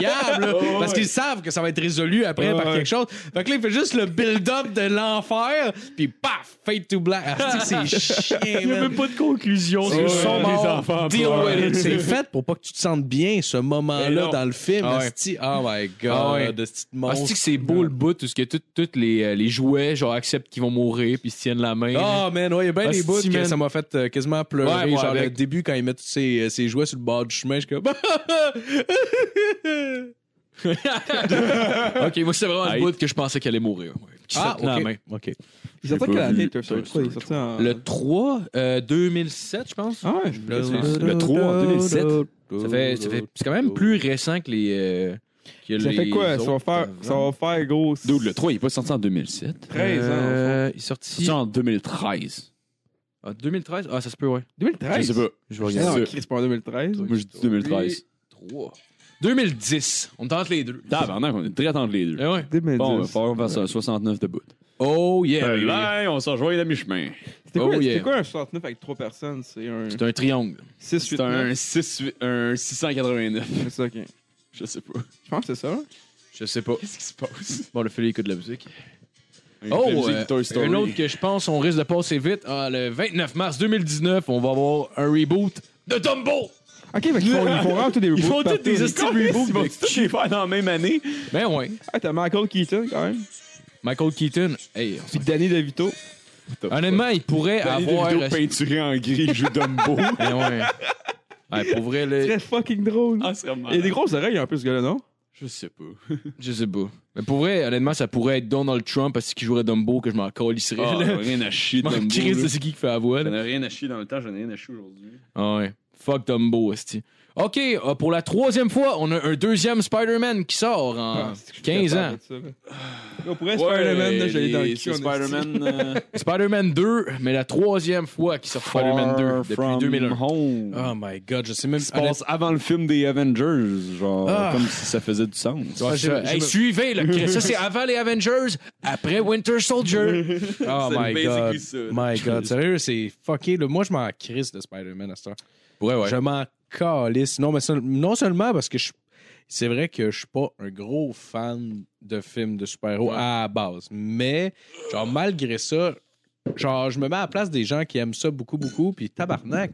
D: là, parce qu'ils savent que ça va être résolu après
E: Ah
D: par
E: ouais.
D: quelque chose. Fait que là, il fait juste le build-up de l'enfer, puis paf, fade to black. Asti que c'est chiant, man.
B: pas de conclusion,
D: Ouais.
B: des enfants.
D: Deal with it. C'est fait pour pas que tu te sentes bien ce moment-là dans le film.
B: Ah ouais.
D: asti. Oh my
B: Ah ouais.
D: god, de ce
B: Ah,
D: monstre.
B: c'est que c'est beau le bout, tout ce que toutes toutes les, euh, les jouets, genre, acceptent qu'ils vont mourir, puis ils se tiennent la main.
D: Ah, man, ouais, il y a bien
B: Ah,
D: des bouts
B: si,
D: que
B: man.
D: ça m'a fait euh, quasiment
B: Ouais,
D: pleurer.
B: moi
D: genre,
B: avec.
D: le début, quand il met tous ses, euh, ses jouets sur le bord du chemin, je suis comme. Ah,
B: ok, moi, c'est vraiment le
H: Aïe.
B: bout que je pensais qu'elle allait mourir. ouais. Qui se
D: Ah,
B: tenait la
D: ok.
B: main.
E: Il sortait
H: pas
E: quelle
H: vu
E: année, Toy Story
H: Toy
E: 3? Il
H: Story
E: sortait en.
B: Le 3, euh, 2007, je pense.
E: Ah ouais, je peux
B: Le 3 en 2007. Ça fait, ça fait- c'est quand même plus récent que les. euh, que
E: Ça
B: les
E: fait quoi? Ça va
B: autres
E: faire,
B: avant.
E: ça va faire gros.
H: Dude, le 3, il est pas sorti en 2007.
E: 13 ans. au fond.
B: Euh, il est
H: Il est
B: sorti
H: sorti en 2013.
B: en 2013. Ah, ça se peut, ouais. Ah,
E: 2013?
H: Je sais pas.
B: Je vais
E: Non,
B: regarder.
E: Chris, pas en 2013.
H: Moi, je dis 2013. 3.
B: 2010. On tente les deux.
H: Tabarnak, on est très entre les deux.
B: Eh ouais.
E: 2010.
H: Bon, on va falloir faire ça, 69 de bout.
B: Oh yeah.
H: Ben Là, on s'en rejoint à mi-chemin.
E: C'était quoi,
B: Oh, yeah.
E: c'était quoi un 69 avec 3 personnes? C'est un
B: C'est un triangle.
E: 6, 8,
H: C'est un,
E: 9.
H: 6, un 689.
E: C'est ça, ok.
H: Je sais pas.
E: Je pense que c'est ça.
B: Je sais pas.
H: Qu'est-ce qui se passe?
B: Bon, le filet écoute de la musique.
H: La
B: Oh,
H: musique
B: euh,
H: de Toy Story.
B: un autre que je pense on risque de passer vite. Ah, le 29 mars 2019, on va avoir un reboot de Dumbo.
E: Ok, fait qu'ils font, ils font vraiment tous des reboots.
H: Ils font tous
E: partout.
H: des esti reboots de cul dans la même année.
B: Ben ouais.
E: Ah, t'as Michael Keaton quand même.
B: Michael Keaton. Hey,
E: Puis Danny DeVito.
B: honnêtement, il pourrait
H: Danny
B: avoir.
H: DeVito peinturé en gris, joue Dumbo.
B: Ben ouais. Ouais, pour vrai, là,
E: Très fucking drôle.
H: ah, c'est vraiment.
E: Il a des grosses oreilles un peu, ce gars-là, non?
H: Je sais pas.
B: je sais pas. Mais pour vrai, honnêtement, ça pourrait être Donald Trump parce qu'il jouerait Dumbo que je m'en calisserais.
H: Ah,
B: là.
H: rien à chier
B: Je
H: de
B: m'en
H: Dumbo.
B: crisse de
H: là.
B: c'est qui qui fait la voix. là.
H: J'en ai rien à chier dans le temps, j'en ai rien à chier aujourd'hui.
B: Ah ouais. Fuck Dumbo, esti. OK, euh, pour la troisième fois, on a un deuxième Spider-Man qui sort en
E: Ah, c'est que je suis
B: 15 ans.
E: capable de ça, là. On pourrait Spider-Man, là, je l'ai dans le cul.
H: c'est
E: en esti.
H: Spider-Man. euh,
B: Spider-Man 2, mais la troisième fois qu'il sort Spider-Man 2
H: Far
B: depuis
H: From
B: 2001.
H: Home.
D: Oh my god, je sais même
H: qui se passe avant le film des Avengers, genre
D: Ah.
H: comme si ça faisait du sens.
B: Ouais, ça. Hey, suivez le Chris. Ça, c'est avant les Avengers, après Winter Soldier.
D: Oh
H: C'est
D: my
H: basically
D: god.
H: ça.
D: My god, sérieux, c'est fucké. Là. Moi, je m'en crisse de Spider-Man à ce temps.
B: Ah Ouais,
D: Je m'en calisse. Non, mais seul- non seulement parce que je. C'est vrai que je suis pas un gros fan de films de super-héros à la base, mais genre malgré ça, genre je me mets à la place des gens qui aiment ça beaucoup beaucoup puis tabarnak.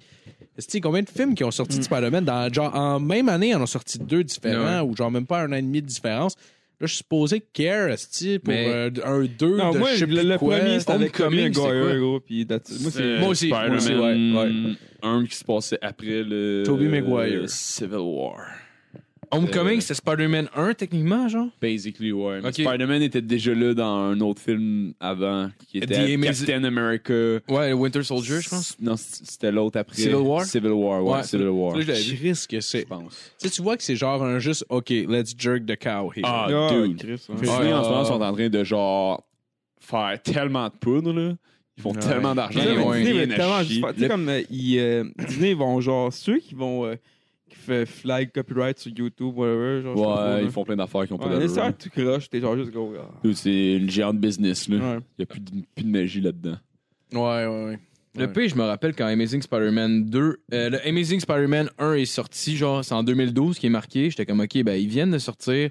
D: C'est combien de films qui ont
B: Hmm.
D: sorti de Spider-Man dans genre en même année, on en ont sorti deux différents ou genre même pas un an et demi de différence. Là, je suis supposé care esti, pour
B: Mais-
D: euh, un deux
E: Non,
D: de
E: moi,
D: je sais
E: le,
D: plus
E: le
D: quoi. Oh,
E: premier, c'était avec Tommy
B: Homecoming, c'est quoi?
E: Goyer, gros, puis that's- Moi, c'est...
B: moi aussi, moi
H: Spider-Man,
B: aussi,
D: ouais,
H: Un qui se passait après le.
D: Tobey Maguire.
H: le Civil War.
B: Euh, Homecoming,
H: Euh,
B: c'était Spider-Man 1, techniquement, genre.
H: Basically, ouais. Mais
B: Ok.
H: Spider-Man était déjà là dans un autre film avant qui
B: The
H: était
B: Amazing-
H: Captain America.
B: Ouais, Winter Soldier, je pense.
H: Non, c- c'était l'autre après.
B: Civil War?
H: Civil War, ouais.
B: Ouais,
H: Civil War.
B: Ça, je l'avais vu.
D: Chris que c'est.
H: Je pense.
D: Tu sais, tu vois que c'est genre un juste OK, let's jerk the cow here.
H: Ah,
E: Ah,
H: dude.
E: Chris, ouais.
H: Les Disney, en ce moment, sont en train de genre faire tellement de poudre, là. Ils font tellement d'argent.
E: Disney,
H: ils ont
E: mais Disney,
H: rien
E: mais
H: à
E: Ben, tellement-
H: chier.
E: Tu sais, comme euh, ils, euh, Disney, ils vont genre, ceux qui vont euh, qui fait flag copyright sur YouTube, whatever, genre. je sais pas,
H: Ouais,
E: là.
H: ils font plein d'affaires qui ont pas
E: Ouais, les
H: d'allure.
E: sœurs, tu croches, t'es genre juste gros. ah.
H: Dude, C'est une géante business, là.
E: Ouais.
H: Il n'y a plus de, plus de magie là-dedans.
D: Ouais, ouais, ouais.
B: Le P, je me rappelle quand Amazing Spider-Man 2, euh, le Amazing Spider-Man 1 est sorti, genre, c'est en 2012 qui est marqué. J'étais comme, ok, ben, ils viennent de sortir,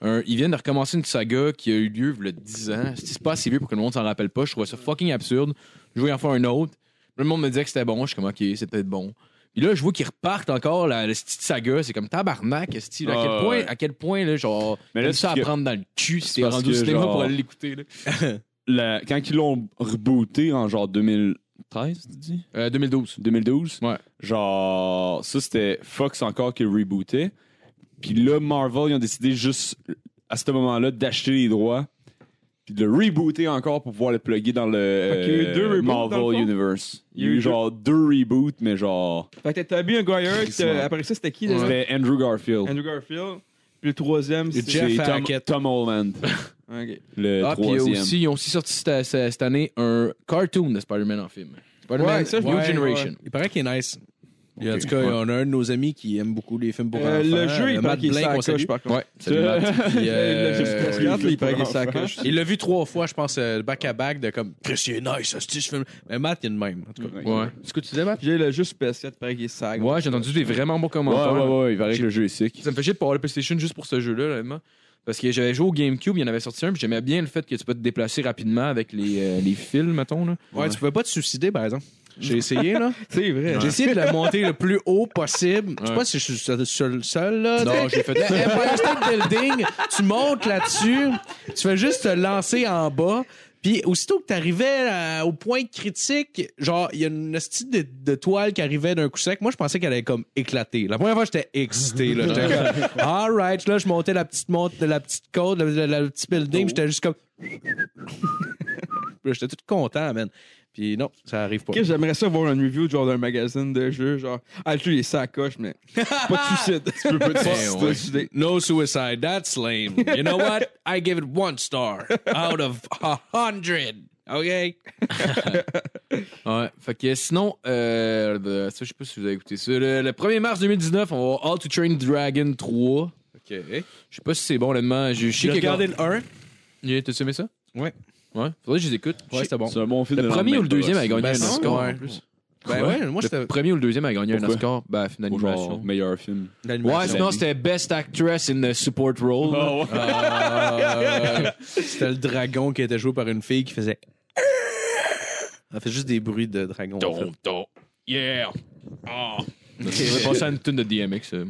B: un- ils viennent de recommencer une saga qui a eu lieu il y a 10 ans. C'est pas assez vieux pour que le monde s'en rappelle pas. Je trouvais ça fucking absurde. Je voulais en faire un autre. Le monde me disait que c'était bon. Je suis comme, ok, c'est peut-être bon. Puis là, je vois qu'ils repartent encore la, la petite saga. C'est comme tabarnak, esti, là, à
H: Ah,
B: quel point,
H: ouais.
B: à quel point, là, genre, mais
H: Mais là,
B: là, ça à
H: c'est que-
B: prendre dans le cul si
H: c'est
B: t'es
H: parce
B: rendu au
H: que,
B: cinéma
H: genre-
B: pour aller l'écouter, là.
H: La- quand ils l'ont rebooté en genre 2013, tu dis
B: Euh, 2012.
H: 2012.
B: Ouais.
H: Genre, ça c'était Fox encore qui rebootait. Puis là, Marvel, ils ont décidé juste à ce moment-là d'acheter les droits. Puis de le rebooter encore pour pouvoir le plugger dans le
E: Fait qu'il y a eu
H: euh,
E: deux reboots, dans le
H: Marvel
E: fond.
H: Universe.
E: Il y a eu deux-
H: genre deux reboots, mais genre.
E: Fait que t'as Toby un Goyer, puis t'as- après ça, c'était qui déjà
H: C'était Andrew Garfield.
E: Andrew Garfield. Puis le troisième, c'est.
D: Jeff
H: C'est Tom,
D: Hackett.
H: Tom Holland,
E: Ok.
H: le
B: Ah, puis il y a
H: troisième.
B: aussi, ils ont aussi sorti cette, cette- cette année un cartoon de Spider-Man en film. Spider-Man
E: Ouais, ça, je
B: New
E: me-
B: Generation.
D: Il paraît qu'il est nice. Et En
H: Ok.
D: tout cas, on a un de nos amis qui aime beaucoup les films pour
E: Euh,
D: enfants.
E: le jeu, il paraît
D: Matt
E: qu'il est
D: Blake,
E: sa
D: on salue.
E: coche, par contre.
B: Ouais, salut Matt. Puis, euh,
E: Le jeu PS4, là, il paraît qu'il est sa coche.
D: Il l'a vu trois fois, je pense, euh, back à back, de comme, Chris, il est nice, hostie, ce film. Mais Matt, il est le même, en tout cas.
B: hein. ouais. C'est ce que tu disais, Matt?
E: J'ai le juste PS4, il paraît qu'il est sa coche.
B: Ouais, j'ai entendu des vraiment bons
H: Ouais,
B: commentaires.
H: ouais, ouais, il paraît que le jeu est sick.
B: Ça me fait chier de pas avoir le PlayStation juste pour ce jeu-là, honnêtement. Parce que j'avais joué au GameCube, il y en avait sorti un, puis j'aimais bien le fait que tu peux te déplacer rapidement avec les, euh, les fils, mettons. Là.
D: Ouais, tu pouvais pas te suicider, par exemple. J'ai essayé, là.
E: C'est vrai.
D: J'ai essayé de la monter le plus haut possible. Je sais
B: Ouais.
D: pas si je suis seul, seul, seul, là. Eh,
B: Non, j'ai fait
D: Le Empire State Building, tu montes là-dessus, tu fais juste te lancer en bas. Puis aussitôt que t'arrivais à- au point critique, genre, il y a une style de, de toile qui arrivait d'un coup sec. Moi, je pensais qu'elle allait comme éclater. La première fois, j'étais excité. Là. J'étais comme, all right. Là, je montais la petite monte, la petite côte, le, le- le petit
B: Oh.
D: building. J'étais juste comme... Puis là, j'étais tout content, man. Puis non, ça arrive pas.
E: Ok, J'aimerais ça voir une review genre d'un magazine de jeux, genre Ah, le jeu il est sa coche, mais pas de suicide. tu peux pas
D: Eh, ouais.
E: te suicider.
D: No suicide. That's lame. You know what? I give it one star out of a hundred.
E: OK.
B: Ouais. Fait que sinon, euh, ben, ça, je sais pas si vous avez écouté ça. Le, le 1er mars 2019, on va avoir All to Train Dragon 3.
D: OK.
B: Je sais pas si c'est bon, honnêtement. Je je sais
D: J'ai
B: que-
D: regardé le 1.
B: Yeah, T'as aimé ça?
D: Ouais.
B: Ouais. Faudrait que je les écoute. Ouais, c'était bon.
H: C'est un bon film.
B: Le
H: de
B: premier ou le
H: lendemain de
B: deuxième a gagné
D: Ben,
B: un
D: sinon,
B: Oscar
D: ouais.
B: en plus.
D: Ben ouais,
B: le
D: moi, j'étais.
B: premier ou le deuxième a gagné un
H: Pourquoi?
B: Oscar. Ben, film
H: Ou genre,
B: d'animation.
H: meilleur film.
B: Ouais,
D: l'animation.
B: sinon c'était Best Actress in a Support Role.
D: Ah Euh, C'était le dragon qui était joué par une fille qui faisait. Elle fait juste des bruits de dragon. en fait.
B: don. Yeah. Ah. C'est vrai, à une tune de DMX. euh.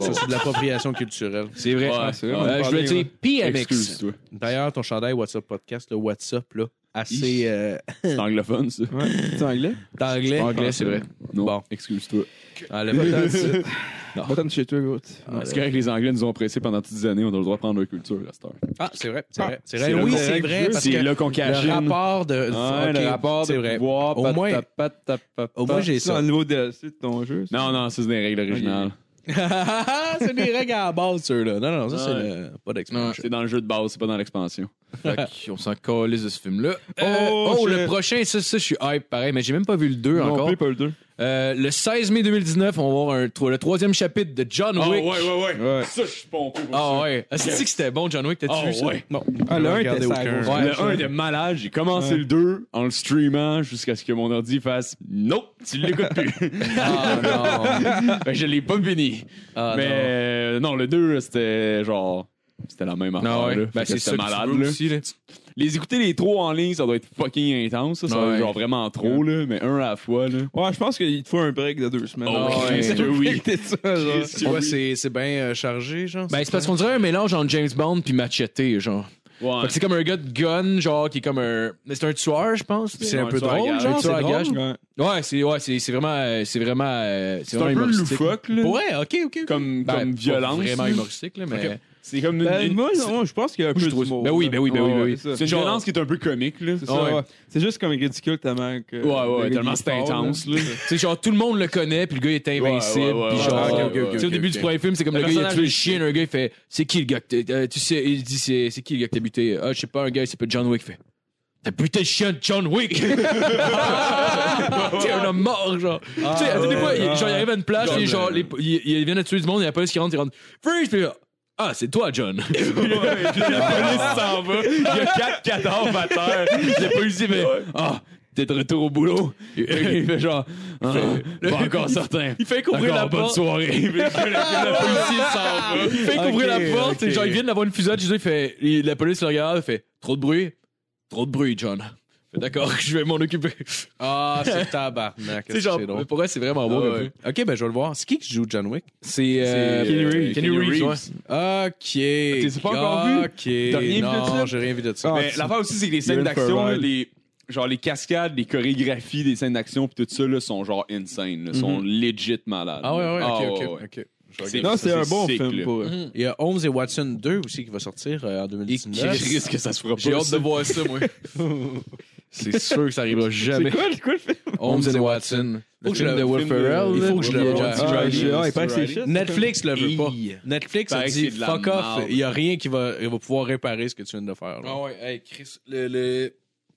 D: Ça, c'est de l'appropriation culturelle.
B: C'est vrai.
E: Ouais, c'est vrai, on
B: Euh,
E: en
B: je voulais
E: parlait,
B: dire PMX.
H: Excuse-toi.
D: D'ailleurs, ton chandail WhatsApp Podcast, le WhatsApp, là, assez euh,
H: C'est anglophone, ça.
E: Ouais. C'est anglais? Ah,
D: d'anglais. Ah,
B: Anglais, c'est vrai.
H: Non.
D: Bon.
H: Excuse-toi.
D: Enlève pas tant de ça.
E: Va-t'en de chez toi, écoute.
H: C'est correct que les Anglais nous ont pressés pendant toutes ces années, on a le droit de prendre leur culture à cette heure.
D: Ah, c'est vrai, c'est vrai. C'est
H: C'est
D: vrai.
H: là
D: Oui,
H: qu'on-
D: Ah, c'est vrai, parce
H: C'est
D: que
H: là qu'on
D: le
H: cachine.
D: rapport de.
H: Ouais,
D: ok,
H: le rapport
D: c'est
H: de
D: vrai.
H: pouvoir,
D: Au
H: pat-
D: moins-
H: ta- pat- ta- pat-
D: Au moins, j'ai
E: C'est
D: ça.
E: un nouveau DLC de ton jeu. ça?
H: Non, non, ça, c'est des règles originales.
D: Ah, c'est des règles à la base, ceux-là. Non, non, ça, c'est
H: Ouais.
D: le- pas
B: Ah Non,
D: d'expansion.
H: C'est dans le jeu de base, c'est pas dans l'expansion.
B: Fait qu'on s'en calisse de ce film-là. Euh,
E: Oh,
B: oh,
E: je-
B: le prochain, ça, ça, je suis hype, pareil, mais j'ai même pas vu le 2
E: Non,
B: encore.
E: plus, pas le 2.
B: Euh, le 16 mai 2019, on va avoir un, tro- le troisième chapitre de John Wick.
H: Ah, ouais,
E: Ouais.
H: Ça, je suis pompé pour
B: Ah ouais. Est-ce que c'était bon, John Wick? T'as-tu
H: Ah
B: vu ça?
H: ouais.
D: Bon,
E: Ah, le
D: je vais
E: 1
D: regarder
E: était
D: aucun.
E: sale.
B: Ouais.
H: Le 1 était malade. J'ai commencé
E: Ouais.
H: le 2 en le streamant jusqu'à ce que mon ordi fasse Nope, tu l'écoutes plus.
D: Ah, non.
H: Ben, je l'ai pas fini.
D: Ah, non.
H: Mais euh, non, le 2, c'était genre. C'était la même affaire.
B: Ah ouais.
H: là.
B: Ben,
H: Fait
B: c'est
H: que
B: ça
H: c'était
B: que tu
H: malade.
B: veux
H: là.
B: aussi, là.
H: Les écouter les trois en ligne, ça doit être fucking intense. Ça, ça doit être
B: Ah Ouais.
H: genre vraiment trop, là, mais un à la fois. Là.
E: Ouais, je pense qu'il te faut un break de deux semaines. Ah
H: Oh,
B: ouais.
E: C'est
H: Oui.
E: c'était ça, genre.
D: Tu vois, c'est c'est bien euh, chargé, genre.
B: Ben, c'est parce qu'on dirait un mélange entre James Bond puis Machete, genre. Fait
H: Ouais.
B: que c'est comme un gars de gun, genre, qui est comme un. mais C'est un tueur, je pense.
D: C'est
B: là.
D: un peu
H: tu vois,
D: drôle,
H: regarde,
B: un
D: genre.
B: tueur à
D: C'est drôle.
B: gage.
E: Ouais.
B: Ouais, c'est ouais, c'est c'est vraiment. euh, C'est vraiment. euh,
H: C'est
B: vraiment
H: un peu
B: humoristique.
H: loufoque, là.
D: Ouais, ok, ok. ok.
H: Comme,
B: Ben,
H: comme
B: pas
H: violence.
B: Vraiment
H: là.
B: humoristique, là, mais.
H: Ok. C'est comme une.
E: Ben,
H: une-
E: moi, non, je pense qu'il y a un peu
B: trouve-
E: d'humour,
B: ben oui,
E: là.
B: ben oui, ben oui,
E: Ouais,
B: ben oui.
E: c'est ça.
H: c'est une
B: genre-
H: violence qui est un peu comique, là.
E: C'est
H: Ah
E: ça,
H: ouais.
E: ouais. C'est juste comme ridicule tellement que.
H: Ouais, ouais,
E: le
H: tellement
E: gars,
H: c'est
E: il parle,
H: intense, là.
B: C'est genre tout le monde le connaît, puis le gars est invincible,
H: Ouais, ouais, ouais,
B: puis
H: ouais,
B: genre.
E: ouais, ouais,
B: tu sais,
D: ouais,
B: au
D: ok,
B: début
D: ok.
B: du premier film, c'est comme le,
H: Le
B: gars il a
H: personnage
B: tué le
H: est-
B: chien, un gars il fait c'est qui le gars que t'as- euh, tu sais il dit c'est c'est qui le gars que t'as buté ah je sais pas un gars il s'appelle John Wick Il fait t'as buté le chien de John Wick t'es un homme mort genre
H: Ah,
B: tu sais à toutes les fois il, genre il arrive à une place
E: John,
B: et genre
E: euh,
B: les, il, il vient de tuer du monde il y a la police qui rentre il rentre freeze puis là, ah c'est toi John
H: police s'en va. Il y a quatre cadavres à terre. Le policier fait Ah, t'es de retour au boulot. Il fait genre Ah, Pas encore certain.
B: il fait qu'ouvrir
H: D'accord,
B: la
H: bonne
B: porte
H: soirée. Le policier s'en va.
B: il fait qu'ouvrir
D: Ok,
B: la porte
D: ok.
B: et genre ils viennent d'avoir une fusillade je fait et la police le regarde il fait trop de bruit trop de bruit John Il fait, D'accord, je vais m'en occuper.
D: Ah, c'est tabarnak.
B: C'est genre,
D: c'est drôle.
B: pour vrai, c'est vraiment bon.
D: Ah, ouais. Ok, ben je vais le voir. C'est qui qui joue John Wick?
B: C'est
H: euh,
B: Kenny Reeves.
H: Kenny Reeves, ouais.
D: Ok.
H: pas encore vu?
D: Ok.
H: T'as rien vu de ça?
D: Non, j'ai rien vu de ça.
E: Ah,
H: Mais
E: tu-
H: l'affaire aussi, c'est que les scènes
E: You're in for
H: d'action,
E: a
H: là,
E: ride.
H: les, genre les cascades, les chorégraphies des scènes d'action, puis tout ça, là, sont genre insane, là, sont
E: Mm-hmm.
H: legit malades.
D: Ah ouais, ouais,
H: Ah,
D: ok,
H: ouais,
D: ok.
H: ouais.
D: ok. Je
H: C'est-
D: regarde.
E: Non, c'est
H: ça,
E: un
H: c'est
E: bon
H: sick,
E: film
H: là.
E: pour eux.
D: Il y a Holmes et Watson 2 aussi qui va sortir euh, en 2019.
H: Qui risque que ça se fera pas.
B: J'ai hâte
H: ça.
B: de voir ça, moi. c'est sûr que ça arrivera jamais.
E: C'est quoi, c'est quoi le film?
B: Holmes and Watson.
D: Faut que je
B: film
D: le-
B: de Will
H: film de-
B: Ferrell.
D: il
B: là.
D: faut que je le
B: Ouais.
D: voie.
B: Ah,
E: Ah,
H: Riley,
E: j'ai- ah, il
H: Steve
E: paraît que c'est
H: Riley.
E: shit.
D: Netflix le veut pas. Netflix a
H: Pareil que
D: dit
H: c'est de la
D: fuck off,
H: merde.
D: il y a rien qui va, il va pouvoir réparer ce que tu viens de faire. là.
B: Ah ouais, hey, Chris, le, le-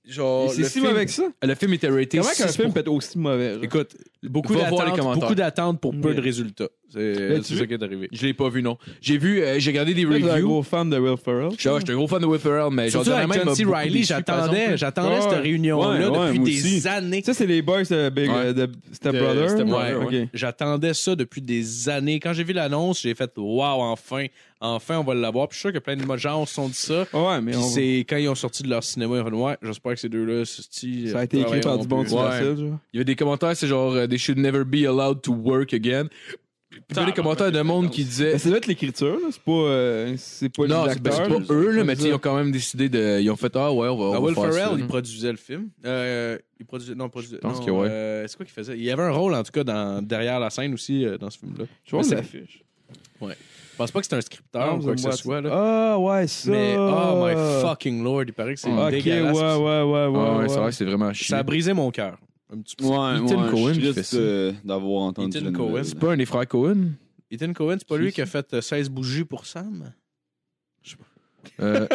E: Et
B: genre,
E: C'est
B: Oh, le
E: si
B: film,
E: mauvais que ça?
B: le film était raté
E: Comment qu'un
B: 6
E: film peut être aussi mauvais? genre?
D: Écoute, beaucoup
B: Va voir les
D: d'attentes,
B: commentaires.
D: beaucoup d'attentes pour peu
E: Mais-
D: de résultats. C'est
E: L'as-tu
D: c'est
E: vu?
D: ça qui est arrivé.
B: Je l'ai pas vu, non. J'ai vu, euh, j'ai regardé des
E: Toi, t'es un
B: reviews.
E: gros fan de Will Ferrell.
B: Je suis je suis un gros fan de Will Ferrell, mais genre,
D: Surtout avec
B: dernièrement, il
D: John
B: m'a
D: C.
B: beaucoup
D: Riley,
B: déçu, par
D: j'attendais,
B: exemple.
D: j'attendais
E: Ouais,
D: cette
E: ouais,
D: réunion-là
H: ouais,
D: depuis
H: moi
D: des
H: aussi.
D: années.
E: Ça, c'est les boys de Big euh,
B: Ouais.
E: de Step
B: De-
E: Brother.
B: Step
D: Brother,
E: Ok.
D: J'attendais ça depuis des années. Quand j'ai vu l'annonce, j'ai fait Waouh, enfin, enfin, on va l'avoir. Puis je suis sûr que plein de gens se sont dit ça.
E: Ouais, mais
D: Puis
E: on-
D: c'est quand ils ont sorti de leur cinéma, ils ont dit Ouais, j'espère que ces deux-là, c'est-
E: ça a été écrit par du bon
D: Ouais.
E: Tiracil, genre.
B: Il y avait des commentaires, c'est genre, euh, they should never be allowed to work again. Puis il y avait des commentaires de monde qui disaient,
E: Ben, C'est peut-être l'écriture, là. C'est pas, euh, c'est pas
B: Euh, non,
E: les
B: c'est ben,
E: acteurs.
B: c'est pas, eux, là, mais tu sais, ils ont quand même décidé de, ils ont fait, ah ouais, on va,
D: Ah,
B: on va
D: Will
B: faire
D: Ferrell,
B: ça. Mm-hmm.
D: il produisait le film. Euh, il produisait, non, produisait.
B: pense
D: non,
B: que ouais.
D: euh, c'est quoi qu'il faisait Il y avait un rôle, en tout cas, dans, derrière la scène aussi, euh, dans ce film-là.
E: Je vois
D: Mais c'est-
E: l'affiche.
D: Je pense pas que c'est un scripteur
E: Ah,
D: ou quoi que ce soit, là.
E: Ah, ouais, ça.
D: Mais oh my fucking lord, il paraît que c'est
E: Ok, ouais, ouais,
D: dégueulasse.
E: ouais,
B: Ouais, Ah, ouais,
E: ouais.
B: c'est
E: ouais.
B: vrai, c'est vraiment
D: Ça
B: chiant.
D: a brisé mon cœur. Un petit peu.
H: Ouais,
B: Ethan
H: ouais,
B: Cohen
H: je suis
B: qui fait
H: triste,
B: ça.
H: euh, d'avoir entendu
D: Ethan
H: la
D: Cohen,
H: nouvelle.
B: C'est pas un des frères Cohen?
D: Ethan Cohen, c'est pas
B: Qui
D: lui
B: ça?
D: qui a fait euh, 16 bougies pour Sam
B: Euh,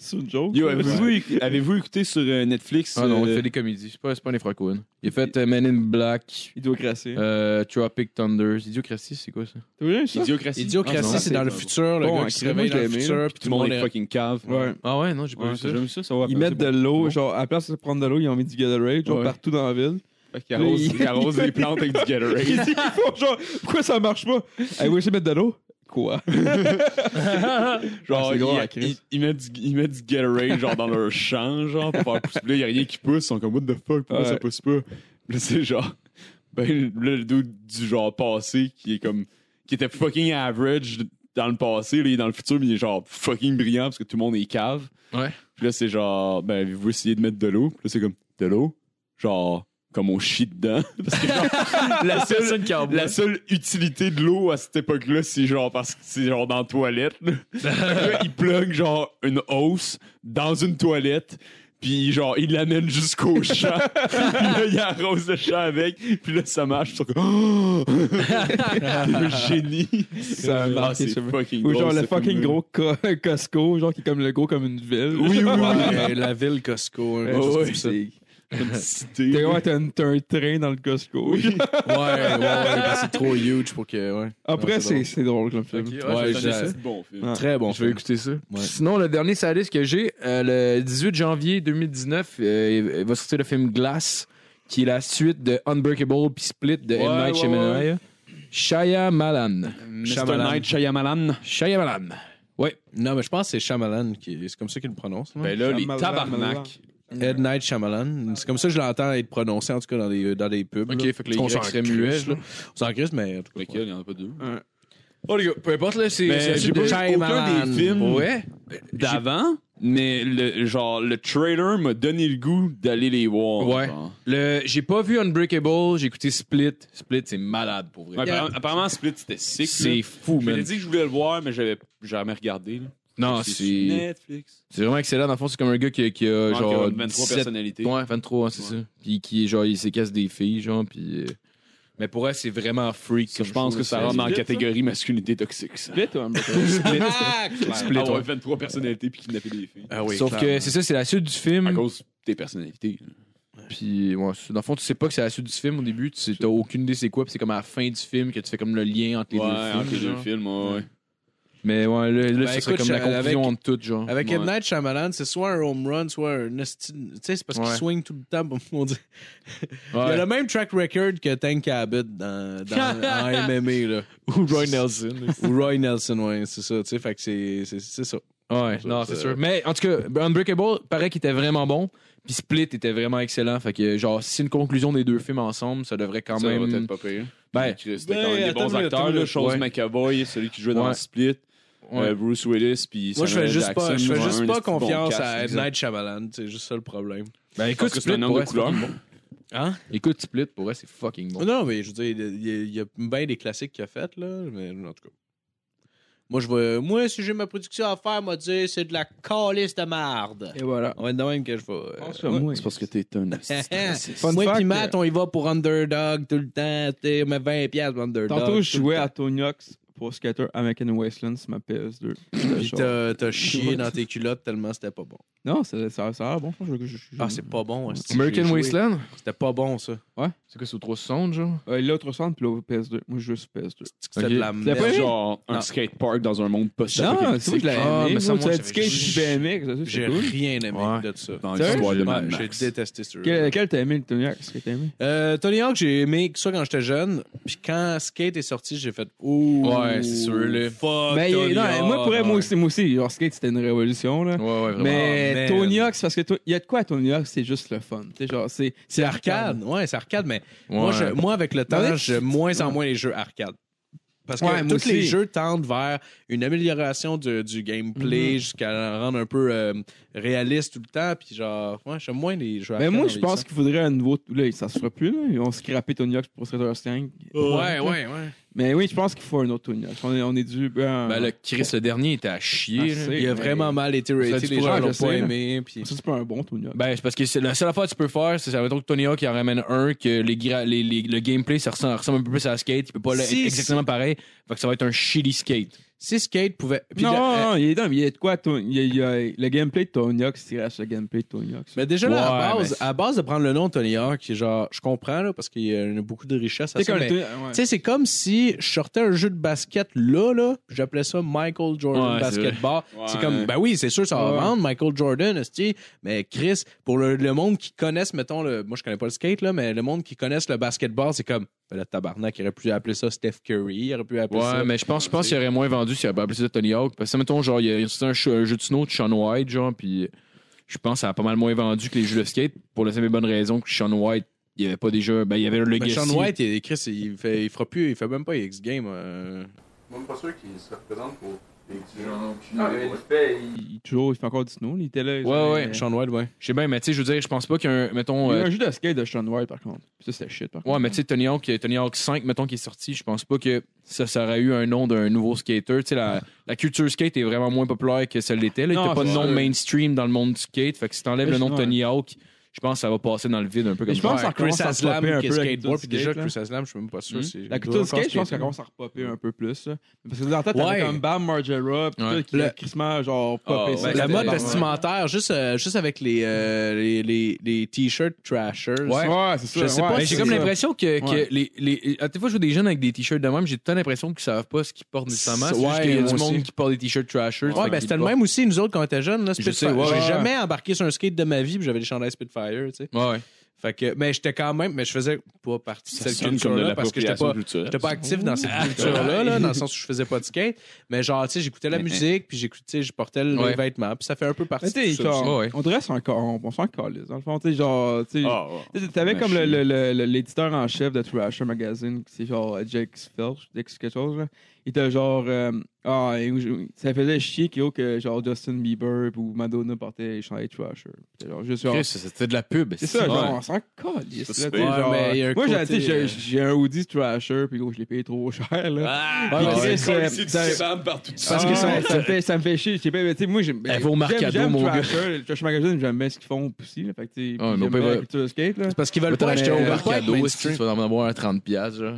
E: C'est une joke.
H: Yo,
E: ça.
H: avez-vous éc- avez-vous écouté sur euh, Netflix
B: ah non, il
H: euh,
B: fait des comédies. C'est pas, c'est pas les frères Coen. Il a fait euh, Men in Black,
E: Il doit crasser.
B: euh, Tropic Thunder. Idiocratie, c'est quoi ça?
E: T'as vu ça?
H: Idiocratie.
D: Idiocratie,
B: Ah non,
D: c'est dans le
H: pas
D: futur, le
E: Bon,
D: gars qui se
E: écrivez-moi,
D: réveille
E: je
D: dans le
E: l'ai aimé,
D: futur, puis
H: Tout le monde est fucking cave.
E: Ouais.
B: Ah ouais, non, j'ai pas
H: Ouais,
B: vu ça.
H: J'aime ça, ça va.
E: Ils mettent de l'eau, genre, à la place de prendre de l'eau, ils ont mis du Gatorade, genre,
H: Ouais.
E: partout dans la ville.
H: Qui arrose,
E: Ils-
H: qui arrose les plantes avec du
E: Ils
H: Gatorade.
E: disent, genre, pourquoi ça marche pas? Hey, vous essayez de mettre de l'eau? Quoi?
H: Genre,
E: c'est drôle,
H: ils-
E: la crise.
H: ils, ils mettent du, ils mettent du Gatorade genre dans leur champ, genre, pour faire pousser. Puis Là, il n'y a rien qui pousse. Ils sont comme, what the fuck, pourquoi
E: Ouais.
H: ça pousse pas? Puis Là, c'est genre, ben, là, le dude du genre passé qui est comme, qui était fucking average dans le passé, là, il est dans le futur, mais il est genre fucking brillant parce que tout le monde est cave.
B: Ouais.
H: Puis là, c'est genre, ben, avez-vous essayez de mettre de l'eau. Puis là, c'est comme, de l'eau? Genre, comme on chie dedans. Parce que, genre, la seule,
B: Personne qui en boit.
H: la seule utilité de l'eau à cette époque-là, c'est genre parce que c'est genre dans la toilette. là. Fait que là, il plug genre une hausse dans une toilette. Puis genre, il l'amène jusqu'au champ. puis là, il arrose le champ avec. Puis là, ça marche. Ils sont comme, Oh! le génie.
E: Ça a
H: Ah,
E: marqué
H: c'est euh,
E: ce-
H: fucking
E: Ou
H: drôle,
E: genre,
H: ce
E: le fucking
H: film-là.
E: gros co- Costco, genre, qui est comme le gros comme une ville.
H: Oui, oui, oui.
D: Euh, la ville Costco. hein,
E: Ouais,
D: quelque chose
H: ouais.
D: comme ça.
E: C'est-
H: Une cité.
E: T'es ouais, t'as un, t'as un train dans le Costco.
D: Ouais, ouais, ouais, ben, c'est trop huge pour que. Ouais.
E: Après, c'est c'est drôle comme film.
B: Ok,
D: Ouais,
B: je-
D: j'ai-
H: C'est bon film.
E: Ouais.
D: Très bon.
B: Je vais écouter ça.
D: Ouais.
B: Sinon, le dernier sur la liste que j'ai, euh, le 18 janvier 2019, euh, il va sortir le film Glass, qui est la suite de Unbreakable puis Split de
H: Ouais,
B: M. Night
H: ouais,
B: Shyamalan. Shyamalan.
H: Mr.
B: Shyamalan.
H: Night Shyamalan.
B: Shyamalan.
D: Ouais. Non, mais je pense que c'est Shyamalan. Qui... C'est comme ça qu'il le prononce. là.
H: Ben là, les
E: Shyamalan.
H: tabarnak.
D: Ed Night Shyamalan. C'est comme ça que je l'entends être prononcé, en tout cas, dans les, dans les pubs.
B: Ok,
D: là.
B: fait que les
D: On
B: Y
D: s'en
B: seraient
D: crisse,
B: muets,
D: là. On s'en crisse, mais en tout cas.
H: Lequel, il n'y en a pas deux.
B: Oh les gars, peu importe, là, c'est.
H: Mais
B: c'est-
H: j'ai
B: c'est de-
H: pas vu aucun des films.
B: Ouais.
H: d'avant, mais le, genre, le trailer m'a donné le goût d'aller les voir.
B: Ouais.
H: genre.
B: Le- J'ai pas vu Unbreakable, j'ai écouté Split. Split, c'est malade pour vrai.
H: Ouais, apparemment- Apparemment, Split, c'était sick.
B: C'est
H: là.
B: fou,
H: Je m'étais
B: man.
H: dit que je voulais le voir, mais j'avais jamais regardé. là.
B: Non,
H: C'est
B: c'est.
H: sur Netflix.
B: C'est vraiment excellent. Dans le fond, c'est comme un gars qui, qui a
H: Genre,
B: genre
H: 23
B: 17
H: euh, personnalités.
B: Ouais, 23, hein, c'est ça. Puis qui est genre, il s'écasse des filles, genre, puis. euh, Mais pour elle, c'est vraiment freak.
H: Je pense que ça rentre dans la catégorie masculinité toxique. ça.
E: Vite, toi,
B: Split,
H: Ah ouais,
B: ouais.
H: 23 personnalités puis kidnapper des filles.
D: Ah oui,
B: Sauf que
D: clairement.
B: c'est ça, c'est la suite du
H: À
B: film.
H: cause des personnalités.
B: Puis, ouais, c'est- dans le fond, tu sais pas que c'est la suite du film au début. Tu sais, t'as aucune idée c'est quoi. Puis c'est comme à la fin du film que tu fais comme le lien entre les
H: ouais,
B: deux
H: entre les
B: films. genre.
H: deux films, ouais. ouais.
B: Mais ouais, là, là,
D: Ben,
B: ça serait
D: écoute,
B: comme la
D: je- avec-
B: conclusion entre toutes, genre.
D: Avec
H: Ouais.
D: Ed Night Shyamalan, c'est soit un home run, soit un esti- Tu sais, c'est parce qu'il
B: Ouais.
D: swing tout le temps. On dit. Il a
B: Ouais.
D: le même track record que Tank Abbott dans, dans, en MMA. Là. Ou Roy Nelson. Ou Roy Nelson, ouais, c'est ça. Tu sais, fait que c'est- c'est c'est ça.
B: Ouais, non,
H: euh,
B: c'est sûr. Mais en tout cas, Unbreakable, paraît qu'il était vraiment bon. Puis Split était vraiment excellent. Fait que, genre, si c'est une conclusion des deux films ensemble, ça devrait quand
H: Ça va
B: même.
H: peut-être pas pire.
B: Ben,
H: Chris, c'était
D: ben,
H: quand même des
D: attends une
H: bons
D: minute,
H: acteurs.
D: attends une
H: là,
D: minute.
H: Chose
B: Ouais.
H: McAvoy, celui qui jouait
B: Ouais.
H: dans Split,
B: Ouais. Ben,
H: euh, Bruce Willis, puis
D: Moi, je fais
H: Samuel
D: juste
H: Jackson,
D: pas, je fais
H: genre,
D: juste
H: un
D: pas
H: esti de bon
D: confiance
H: cast,
D: à Ed
H: exact.
D: Night Shyamalan. C'est juste ça le problème.
B: Ben
H: Parce que c'est un homme de couleur.
D: Hein?
B: Écoute Split, pour vrai, c'est fucking bon.
D: Non, mais je veux dire, il y a- il y a- il y a, bien des classiques qu'il a fait, là. Mais en tout cas. Moi, je vais. Moi, si j'ai ma production à faire, moi, dire, c'est de la calice de marde.
E: Et voilà.
D: On va être de même que je vais. euh,
H: C'est parce que t'es un esti de raciste.
E: Fun
D: Moi
E: fact,
D: pis Matt, on y va pour Underdog tout le temps. T'es mais 20 pièces Underdog.
E: Tantôt, je
D: tout le
E: jouais
D: temps.
E: à Tonyox pour Skater American Wasteland sur ma PS2.
D: Pis t'as t'as chié dans tes culottes tellement c'était pas bon.
E: Non, ça, ça, ça a l'air bon. je- je- je- je-
D: Ah, c'est pas bon. hostie, j'ai
B: American
D: joué.
B: Wasteland?
D: C'était pas bon, ça.
B: C'est quoi, c'est au 360, genre?
E: Euh, il est au 360 puis là, au PS2. Moi, je joue sur PS2.
D: C'était
B: Ok.
D: de la
E: l'as pas
D: merde.
E: eu?
H: genre un
E: Non.
H: skatepark dans un monde
E: Non, c'est
H: post-apocalyptique.
E: moi, je l'ai
B: Ah,
E: aimé.
B: mais ça,
E: Moi,
B: moi,
E: tu as dit que
B: j'avais
E: je BMX, ça, c'est
D: J'ai
E: cool.
D: rien aimé
B: Ouais.
D: de ça.
H: dans
E: Sérieux?
H: l'histoire de Mad
D: Ouais, J'ai
H: Max.
D: détesté ce jeu.
E: Quel- Lequel t'as aimé, le Tonyox? que t'as aimé?
D: Euh, Tony Hawk, j'ai aimé ça quand j'étais jeune. Puis quand Skate est sorti, j'ai fait Ouh.
B: Ouais, c'est sûr, là.
D: Fuck.
E: Ben,
D: Tony
E: non,
D: Hawk.
E: moi, pour vrai, moi
D: Ouais.
E: aussi, moi aussi, genre, skate, c'était une révolution, là.
B: Ouais, ouais, vraiment.
E: mais
D: man.
E: Tony Hawk's, parce que to- il y a de quoi à Tony Hawk's, c'est juste le fun. Tu sais, genre, c'est
D: C'est arcade. Ouais, c'est arcade, mais
B: Ouais.
D: moi, je- moi, avec le temps,
E: Ouais.
D: j'aime moins en moins les jeux arcade. Parce que
E: Ouais, moi
D: tous les
E: aussi.
D: jeux tendent vers une amélioration du, du gameplay jusqu'à le rendre un peu euh, réaliste tout le temps. Puis genre, ouais, j'aime moins les jeux
E: Mais
D: arcade.
E: ben, moi,
D: en
E: je pense
D: vieillissant.
E: qu'il faudrait un nouveau. Là, ça se fera plus, là. Ils ont scrappé Tony Hawk pour Street Fighter 5.
D: Ouais, ouais, Ah, ouais.
E: Mais oui, je pense qu'il faut un autre Tony Hawk. On est, on est dû. Ben,
B: Ben, le Chris, le dernier, était à chier,
E: Ah,
B: là.
E: c'est-
D: Il a vraiment mal été rated.
B: du
D: Les gens
E: courage,
D: l'ont
E: je sais,
D: pas
E: là.
D: aimé. Puis...
E: Ça, c'est pas un bon Tony Hawk.
B: Ben, c'est parce que c'est la seule affaire que tu peux faire, c'est, mettons que Tony Hawk, il en ramène un, que les, gra- les- les- le gameplay, ça ressemble, ressemble un peu plus à skate, il peut pas l'être
D: Si,
B: exactement pareil, fait que ça va être un shitty skate.
D: si Skate pouvait. puis
E: non,
D: le-
E: non,
D: euh,
E: non, il est dingue. Il est de quoi, Tony- il y a- il y a- le gameplay de Tony Hawk se tire à ce gameplay de Tony Hawk. ça.
D: Mais déjà, là, à,
E: Ouais,
D: base, à base de prendre le nom de Tony Hawk, qui est genre, je comprends, là, parce qu'il y a beaucoup de richesses à
E: C'est
D: ça,
E: comme
D: mais-
E: le- ouais.
D: Tu sais, c'est comme si je sortais un jeu de basket là, là, puis j'appelais ça Michael Jordan
H: Ouais, c'est
D: Basketball.
H: vrai.
D: C'est
H: Ouais.
D: comme, ben oui, c'est sûr, ça va
E: Ouais.
D: vendre Michael Jordan, esti, mais Chris, pour le, le monde qui connaisse, mettons, le, moi je connais pas le skate, là, mais le monde qui connaisse le basketball, c'est comme, ben, le tabarnak, il aurait pu appeler ça Steph Curry, il aurait pu appeler ça.
B: Ouais, mais je pense, je pense qu'il aurait moins vendu s'il avait appelé ça Tony Hawk. Parce que, mettons, genre, il y a, il y a sorti un, ch- un jeu de snow de Sean White, genre, puis je pense que ça a pas mal moins vendu que les jeux de skate pour la simple et bonne raison que Sean White, il n'y avait pas déjà. Ben, il y avait le
D: Mais
B: legacy.
D: Sean White, il, Chris, il, fait, il fera plus, il fait même pas X Game. euh.
C: Même pas sûr qu'il se représente pour les
J: Non, mais il fait. il-
E: Il, toujours, il fait encore du snow. là, Il était là.
B: Ouais, ouais.
D: Sean White, ouais.
B: Je sais bien, mais tu sais, je veux dire, je pense pas qu'un. Mettons.
E: Il y a
B: euh,
E: eu un jeu de skate de Sean White, par contre. Ça, c'était shit, par contre.
B: Ouais, mais tu sais, Tony Hawk, Tony Hawk 5, mettons, qui est sorti, je pense pas que ça, ça aurait eu un nom d'un nouveau skater. Tu sais, la, la culture skate est vraiment moins populaire que celle l'était. là. Il n'y
E: Non,
B: a pas de
E: c'est
B: nom
E: sûr.
B: mainstream dans le monde du skate. Fait que si t'enlèves
E: Mais
B: le nom
E: je-
B: de Tony Hawk, je pense que ça va passer dans le vide un peu comme
E: je pense
B: ça.
E: que ça
D: Chris
E: recommence à se
D: Aslam
E: popper un
D: qui est
E: peu, la culture
D: skateboard, puis
E: du
D: déjà,
E: skate, là.
D: Chris Aslam, je suis même pas sûr.
B: Hmm.
D: c'est-
E: La culture
D: il
E: du skate,
D: doit encore
E: je pense qu'elle
D: skater.
E: commence à repopper un peu plus. là. Parce que dans le temps, t'avais
D: Ouais.
E: comme Bam Margera, pis
B: Ouais.
E: tout, qui
D: Le-
E: a crissement, genre, popé
H: Oh,
E: ça.
H: ouais,
D: La
H: C'était-
D: mode
H: ouais.
D: vestimentaire, juste, euh, juste avec les, euh, les, les, les t-shirts trashers.
B: Ouais.
E: Ouais, c'est ça.
D: Je sais pas
E: ouais,
B: Mais j'ai
E: c'est
B: comme
E: ça.
B: l'impression que, que
E: Ouais.
B: les, les. À des fois, je vois des jeunes avec des t-shirts de même, j'ai tant l'impression qu'ils savent pas ce qu'ils portent nécessairement. C'est
D: Ouais,
B: juste qu'il y a
D: moi
B: du
D: aussi.
B: monde qui porte des t-shirts trashers.
D: Ouais,
B: fait
D: ben
B: qu'ils
D: c'était le
B: portent-
D: même aussi, nous autres, quand on était jeunes. là,
B: Je
D: Spitfire.
B: sais, ouais,
D: J'ai
B: ouais.
D: jamais embarqué sur un skate de ma vie, puis j'avais des chandails Spitfire, tu sais.
B: Ouais, ouais.
D: Fait que, mais j'étais quand même, mais je faisais pas partie de
H: Ça
D: cette
H: sonne comme de
D: culture-là parce que j'étais
H: l'appropriation
D: pas,
H: culturelle.
D: j'étais pas actif dans cette culture-là, là, dans le sens où je faisais pas de skate. Mais genre, tu sais, j'écoutais la musique, puis j'écoutais, tu sais, je portais le- les
B: Ouais.
D: vêtements, puis ça fait un peu
E: Mais
D: partie
E: tu
D: de
E: sais,
D: ça.
E: genre,
D: aussi.
B: ouais.
E: on dresse un corps, on, on s'en calisse. Dans le fond, tu sais, genre, tu sais,
H: Ah, ouais.
E: Tu sais, T'avais comme le-
H: Machine.
E: le- le- le- l'éditeur en chef de Thrasher Magazine, qui c'est genre euh, Jake Felch, Jake quelque chose, là. Il était genre. euh, ah, et où je- ça faisait chier qu'il y ait que genre Justin Bieber ou Madonna portaient les chandails Thrasher. C'était genre juste genre.
B: Chris, c'était de la pub.
E: C'est ça,
B: Ouais.
E: genre, on s'en calisse. là,
H: Ça,
E: tu
H: c'est
E: sais,
D: bien.
E: genre,
D: Ouais, mais il y a un
E: Moi, j'ai-
D: côté,
E: tu sais,
D: euh,
E: j'ai j'ai un Audi Thrasher, puis gros, je l'ai payé trop cher, là.
H: Ah,
E: Puis
D: ouais,
E: Chris,
H: c'est
E: euh,
H: comme si tu
E: ça-
H: kebabs partout.
E: parce
B: Ah,
E: que ça,
B: ouais.
E: ça me fait, ça me fait chier. Je sais pas, mais tu sais, moi, j'aime.
D: Eh,
B: Elle va au
E: j'aime-
B: Mercado,
E: j'aime
B: mon gars.
E: Thrasher, Le Thrasher Magazine, j'aime bien ce qu'ils font aussi, là. Fait que, tu sais,
D: Ah,
B: Ouais, mais on
E: puis j'aime
B: peut
E: bien la
B: pas-
E: culture de skate, là.
D: C'est parce qu'ils veulent
B: T'as
D: pas
B: acheté
D: acheter
B: au
D: au
B: bar cadeau, si tu
D: mainstream.
B: vas en avoir un 30$, genre.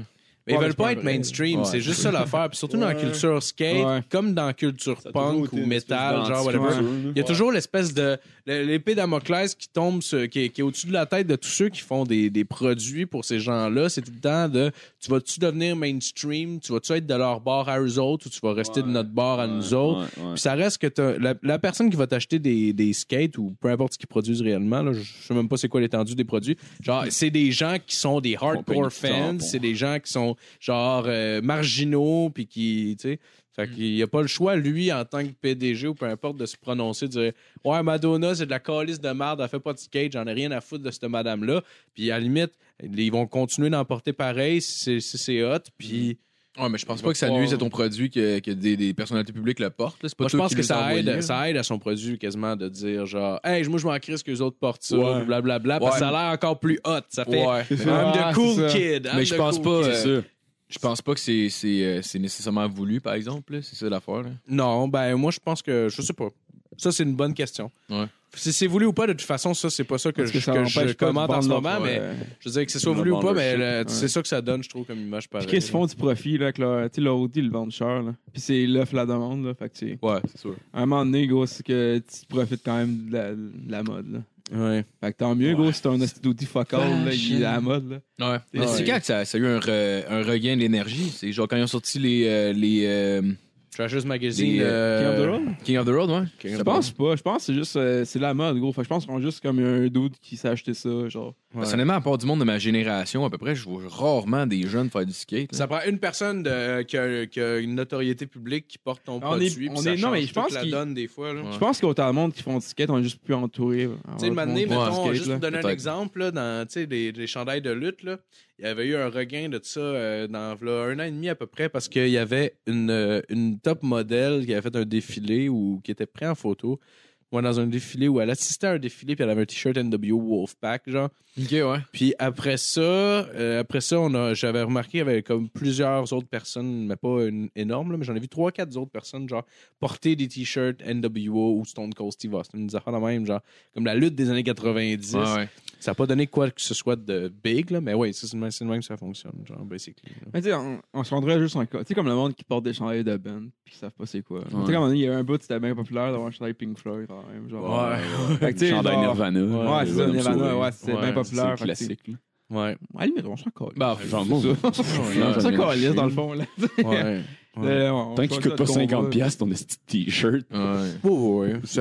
D: Mais ils
E: Ouais,
D: veulent
E: c'est pas
D: pas être
E: vrai.
D: mainstream,
B: Ouais.
D: c'est juste ça l'affaire. Puis surtout dans la
E: Ouais.
D: culture skate,
E: Ouais.
D: comme dans la culture punk ou metal, genre whatever. Il y a toujours l'espèce de le- l'épée d'Amoclès qui tombe sur- qui, est- qui est au-dessus de la tête de tous ceux qui font des, des produits pour ces gens-là, c'est tout le temps de tu vas-tu devenir mainstream, tu vas-tu être de leur bord à eux autres ou tu vas rester de notre bord à nous autres. Puis ça reste que t'as- la, la personne qui va t'acheter des, des skates ou peu importe ce qu'ils produisent réellement, là, je je sais même pas c'est quoi l'étendue des produits. Genre, c'est des gens qui sont des hardcore
H: Compagnie qui
D: fans,
H: tampon.
D: c'est des gens qui sont genre euh, marginaux puis qui, tu sais.
B: Mm.
D: Fait qu'il n'y a pas le choix, lui, en tant que PDG ou peu importe, de se prononcer, de dire Ouais, Madonna, c'est de la calice de merde, elle fait pas de skate, j'en ai rien à foutre de cette madame-là. Puis à la limite, ils vont continuer d'en porter pareil si c'est- si c'est
B: Mm.
D: hot. Puis
B: Ouais, mais je pense
D: Il
B: pas
D: va
B: que ça
D: pas-
B: nuise à ton produit que, que des, des personnalités publiques le portent. là. C'est pas
D: Moi, je
B: toi
D: pense
B: qui
D: que
B: les
D: ça
B: envoyais,
D: aide,
B: là.
D: ça aide à son produit quasiment de dire genre, hey, moi je m'en crisse que les autres portent ça,
H: Ouais.
D: blablabla, parce que ça a l'air encore plus hot. Ça fait
B: Ouais.
E: C'est ça.
D: I'm
E: Ouais,
D: the cool
E: c'est ça.
D: kid. I'm
B: Mais je
D: the
B: pense
D: cool
B: pas.
D: kid.
B: euh, je pense pas que c'est, c'est, euh, c'est nécessairement voulu, par exemple. là. C'est ça l'affaire. là.
D: Non, ben moi je pense que je sais pas. Ça c'est une bonne question.
B: Ouais.
D: Si c'est voulu ou pas, de toute façon, ça c'est pas ça que
E: Parce
D: je,
E: ça
D: que
E: empêche
D: je
E: pas de
D: commente en ce
E: vendre
D: moment,
E: leur- euh,
D: mais
E: ouais.
D: je veux dire que ce soit
H: Le
D: voulu ou pas, mais
H: membership,
D: le- c'est ça que ça donne, je trouve, comme image
E: Puis
D: pareille.
E: Chris, ils font du profit là, avec leur, tu sais, leur Audi, ils le vendent cher. Là. Puis c'est l'offre, la demande. Là. Fait que, tu sais,
B: Ouais, c'est sûr.
E: à un moment donné, gros, c'est que tu profites quand même de la, de la mode. Là.
D: Ouais.
E: Fait que tant mieux, gros, si t'as un esti d'Audi focal, là, il est à la mode. Là.
B: Ouais. Mais
E: Ouais.
B: c'est quand que ça, ça a eu un, re- un regain de l'énergie. C'est genre quand ils ont sorti les, euh, les euh,
D: Trashers Magazine.
B: Des,
D: euh,
E: King of the Road?
B: King of the Road, ouais.
E: Je pense pas. Je pense que c'est juste euh, c'est la mode, gros. Fait que je pense qu'on a juste comme un dude qui s'est acheté ça. Genre.
B: Personnellement, à part du monde de ma génération, à peu près, je vois rarement des jeunes faire du skate. là.
D: Ça prend une personne de- qui, a, qui a une notoriété publique qui porte ton
E: On est-
D: produit. puis
E: on
D: ça
E: est- non, mais
D: change
E: je pense
D: toute la
E: qu'il-
D: donne des fois. là.
B: Ouais.
E: Je pense qu'autant de monde qui font du skate, on est juste plus entouré.
D: Tu sais, le moment donné,
E: Ouais,
D: mettons,
E: skate,
D: juste
E: là.
D: pour donner un
B: Peut-être.
D: exemple, là, dans tu sais, les, les chandails de lutte, là, il y avait eu un regain de ça euh, dans v'là un an et demi à peu près parce qu'il y avait une, euh, une top modèle qui avait fait un défilé ou qui était pris en photo. moi, dans un défilé où elle assistait à un défilé, puis elle avait un t-shirt NWO Wolfpack, genre.
B: Ok, ouais.
D: Puis après ça, euh, après ça, on a, j'avais remarqué qu'il y avait comme plusieurs autres personnes, mais pas une énorme, là, mais j'en ai vu trois, quatre autres personnes, genre, porter des t-shirts NWO ou Stone Cold Steve Austin, des affaires de même, genre, comme la lutte des années 90.
B: Ouais, ouais.
D: Ça n'a pas donné quoi que ce soit de big, là, mais oui, c'est le même c'est le même que ça fonctionne, genre, basically. là.
E: Mais tu sais, on, on se rendrait juste en cas. Tu sais, comme le monde qui porte des chandails de band puis qui savent pas c'est quoi. Tu sais,
B: Ouais.
E: comme à un moment donné, il y a un bout, c'était bien populaire d'avoir un chandail Pink Floyd quand même. Genre. Fait que, tu sais,
H: Chandail
E: genre-
H: Nirvana.
E: Ouais, c'est ça,
H: bonhomme
E: Nirvana,
H: sourire.
E: ouais, c'est
B: Ouais,
E: bien
H: C'est
E: populaire. fait que c'est-
H: classique. là. oh,
D: Ouais.
E: Ouais, mais on s'en colle.
B: Bah,
H: Genre, bon,
E: On s'en calisse, dans le fond, là.
D: Ouais.
E: Euh, on-
H: Tant
E: on
H: qu'il
E: choisit
H: coûte pas
E: notre combat.
H: 50 piastres ton esti de t-shirt.
D: Ça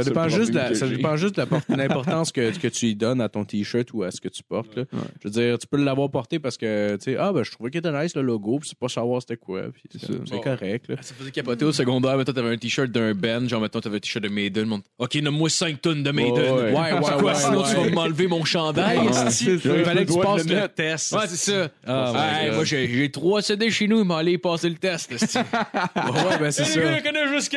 H: C'est
D: dépend
H: le
D: juste de
H: problème
D: la-
H: que
D: ça
H: j'ai.
D: dépend juste de la por- l'importance que, que tu y donnes à ton t-shirt ou à ce que tu portes. là. Je veux dire, tu peux l'avoir porté parce que tu sais, ah ben je trouvais qu'il était nice le logo, puis c'est pas savoir c'était quoi. puis C'est
E: ça.
D: c'est correct. Là.
B: Ça faisait capoter au secondaire. Mettons, t'avais un t-shirt d'un band. Genre, mettons, t'avais un t-shirt de Maiden. Mon... Ok, nomme-moi 5 tonnes de Maiden.
H: Ouais, ouais.
B: C'est quoi,
D: ouais,
B: sinon tu
D: ouais.
B: vas m'enlever mon chandail. esti?
D: Il fallait que tu passes
H: le
D: le test.
B: Ouais, c'est ça.
D: Ah, my
B: Hey,
D: God.
B: moi, j'ai j'ai trois CD chez nous. Ils m'ont allé passer le test. esti.
D: ouais, ben c'est ça.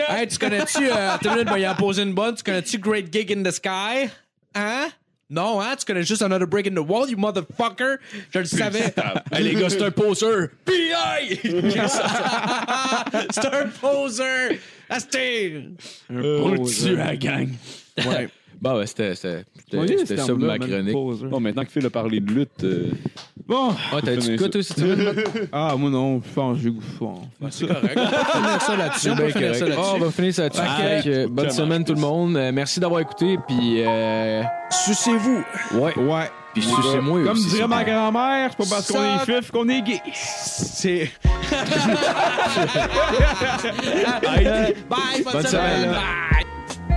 D: Hey, tu connais-tu, euh, attends une minute, ben, il a posé une bonne. Tu connais-tu Great Gig in the Sky? Hein? Non, hein? Tu connais juste Another Break in the Wall, you motherfucker? Je le savais.
B: hey, les gars, c'est un poseur. P.I.
D: C'est un poser! Ah, Asté!
H: Euh, Tu la gang.
D: Ouais.
B: Bon, Bah, ouais, c'était c'était-
E: Ouais,
B: c'était- c'était
E: ce
B: ça ma
E: terme-là, man,
B: chronique.
E: poser.
H: Bon, maintenant que Phil a parlé de lutte, euh,
E: Bon,
B: Ah, t'as dit quoi, toi, si tu veux?
E: ah, moi non, je pense que j'ai goût fort.
D: C'est correct. On va finir ça là-dessus. On peut finir ça là-dessus.
B: Ah, on va finir ça là-dessus.
D: Fait que-
B: Fait que, bonne semaine, tout le monde. Euh, merci d'avoir écouté. Puis, euh,
D: Sucez-vous.
B: ouais.
E: Ouais.
B: Puis, sucez-moi
E: Comme
B: aussi,
E: dirait ma
B: c'est bon.
E: grand-mère, c'est pas parce qu'on est
D: Ça-
E: fif qu'on est gay.
D: C'est. Bye, bonne,
B: Bonne
D: semaine.
B: semaine.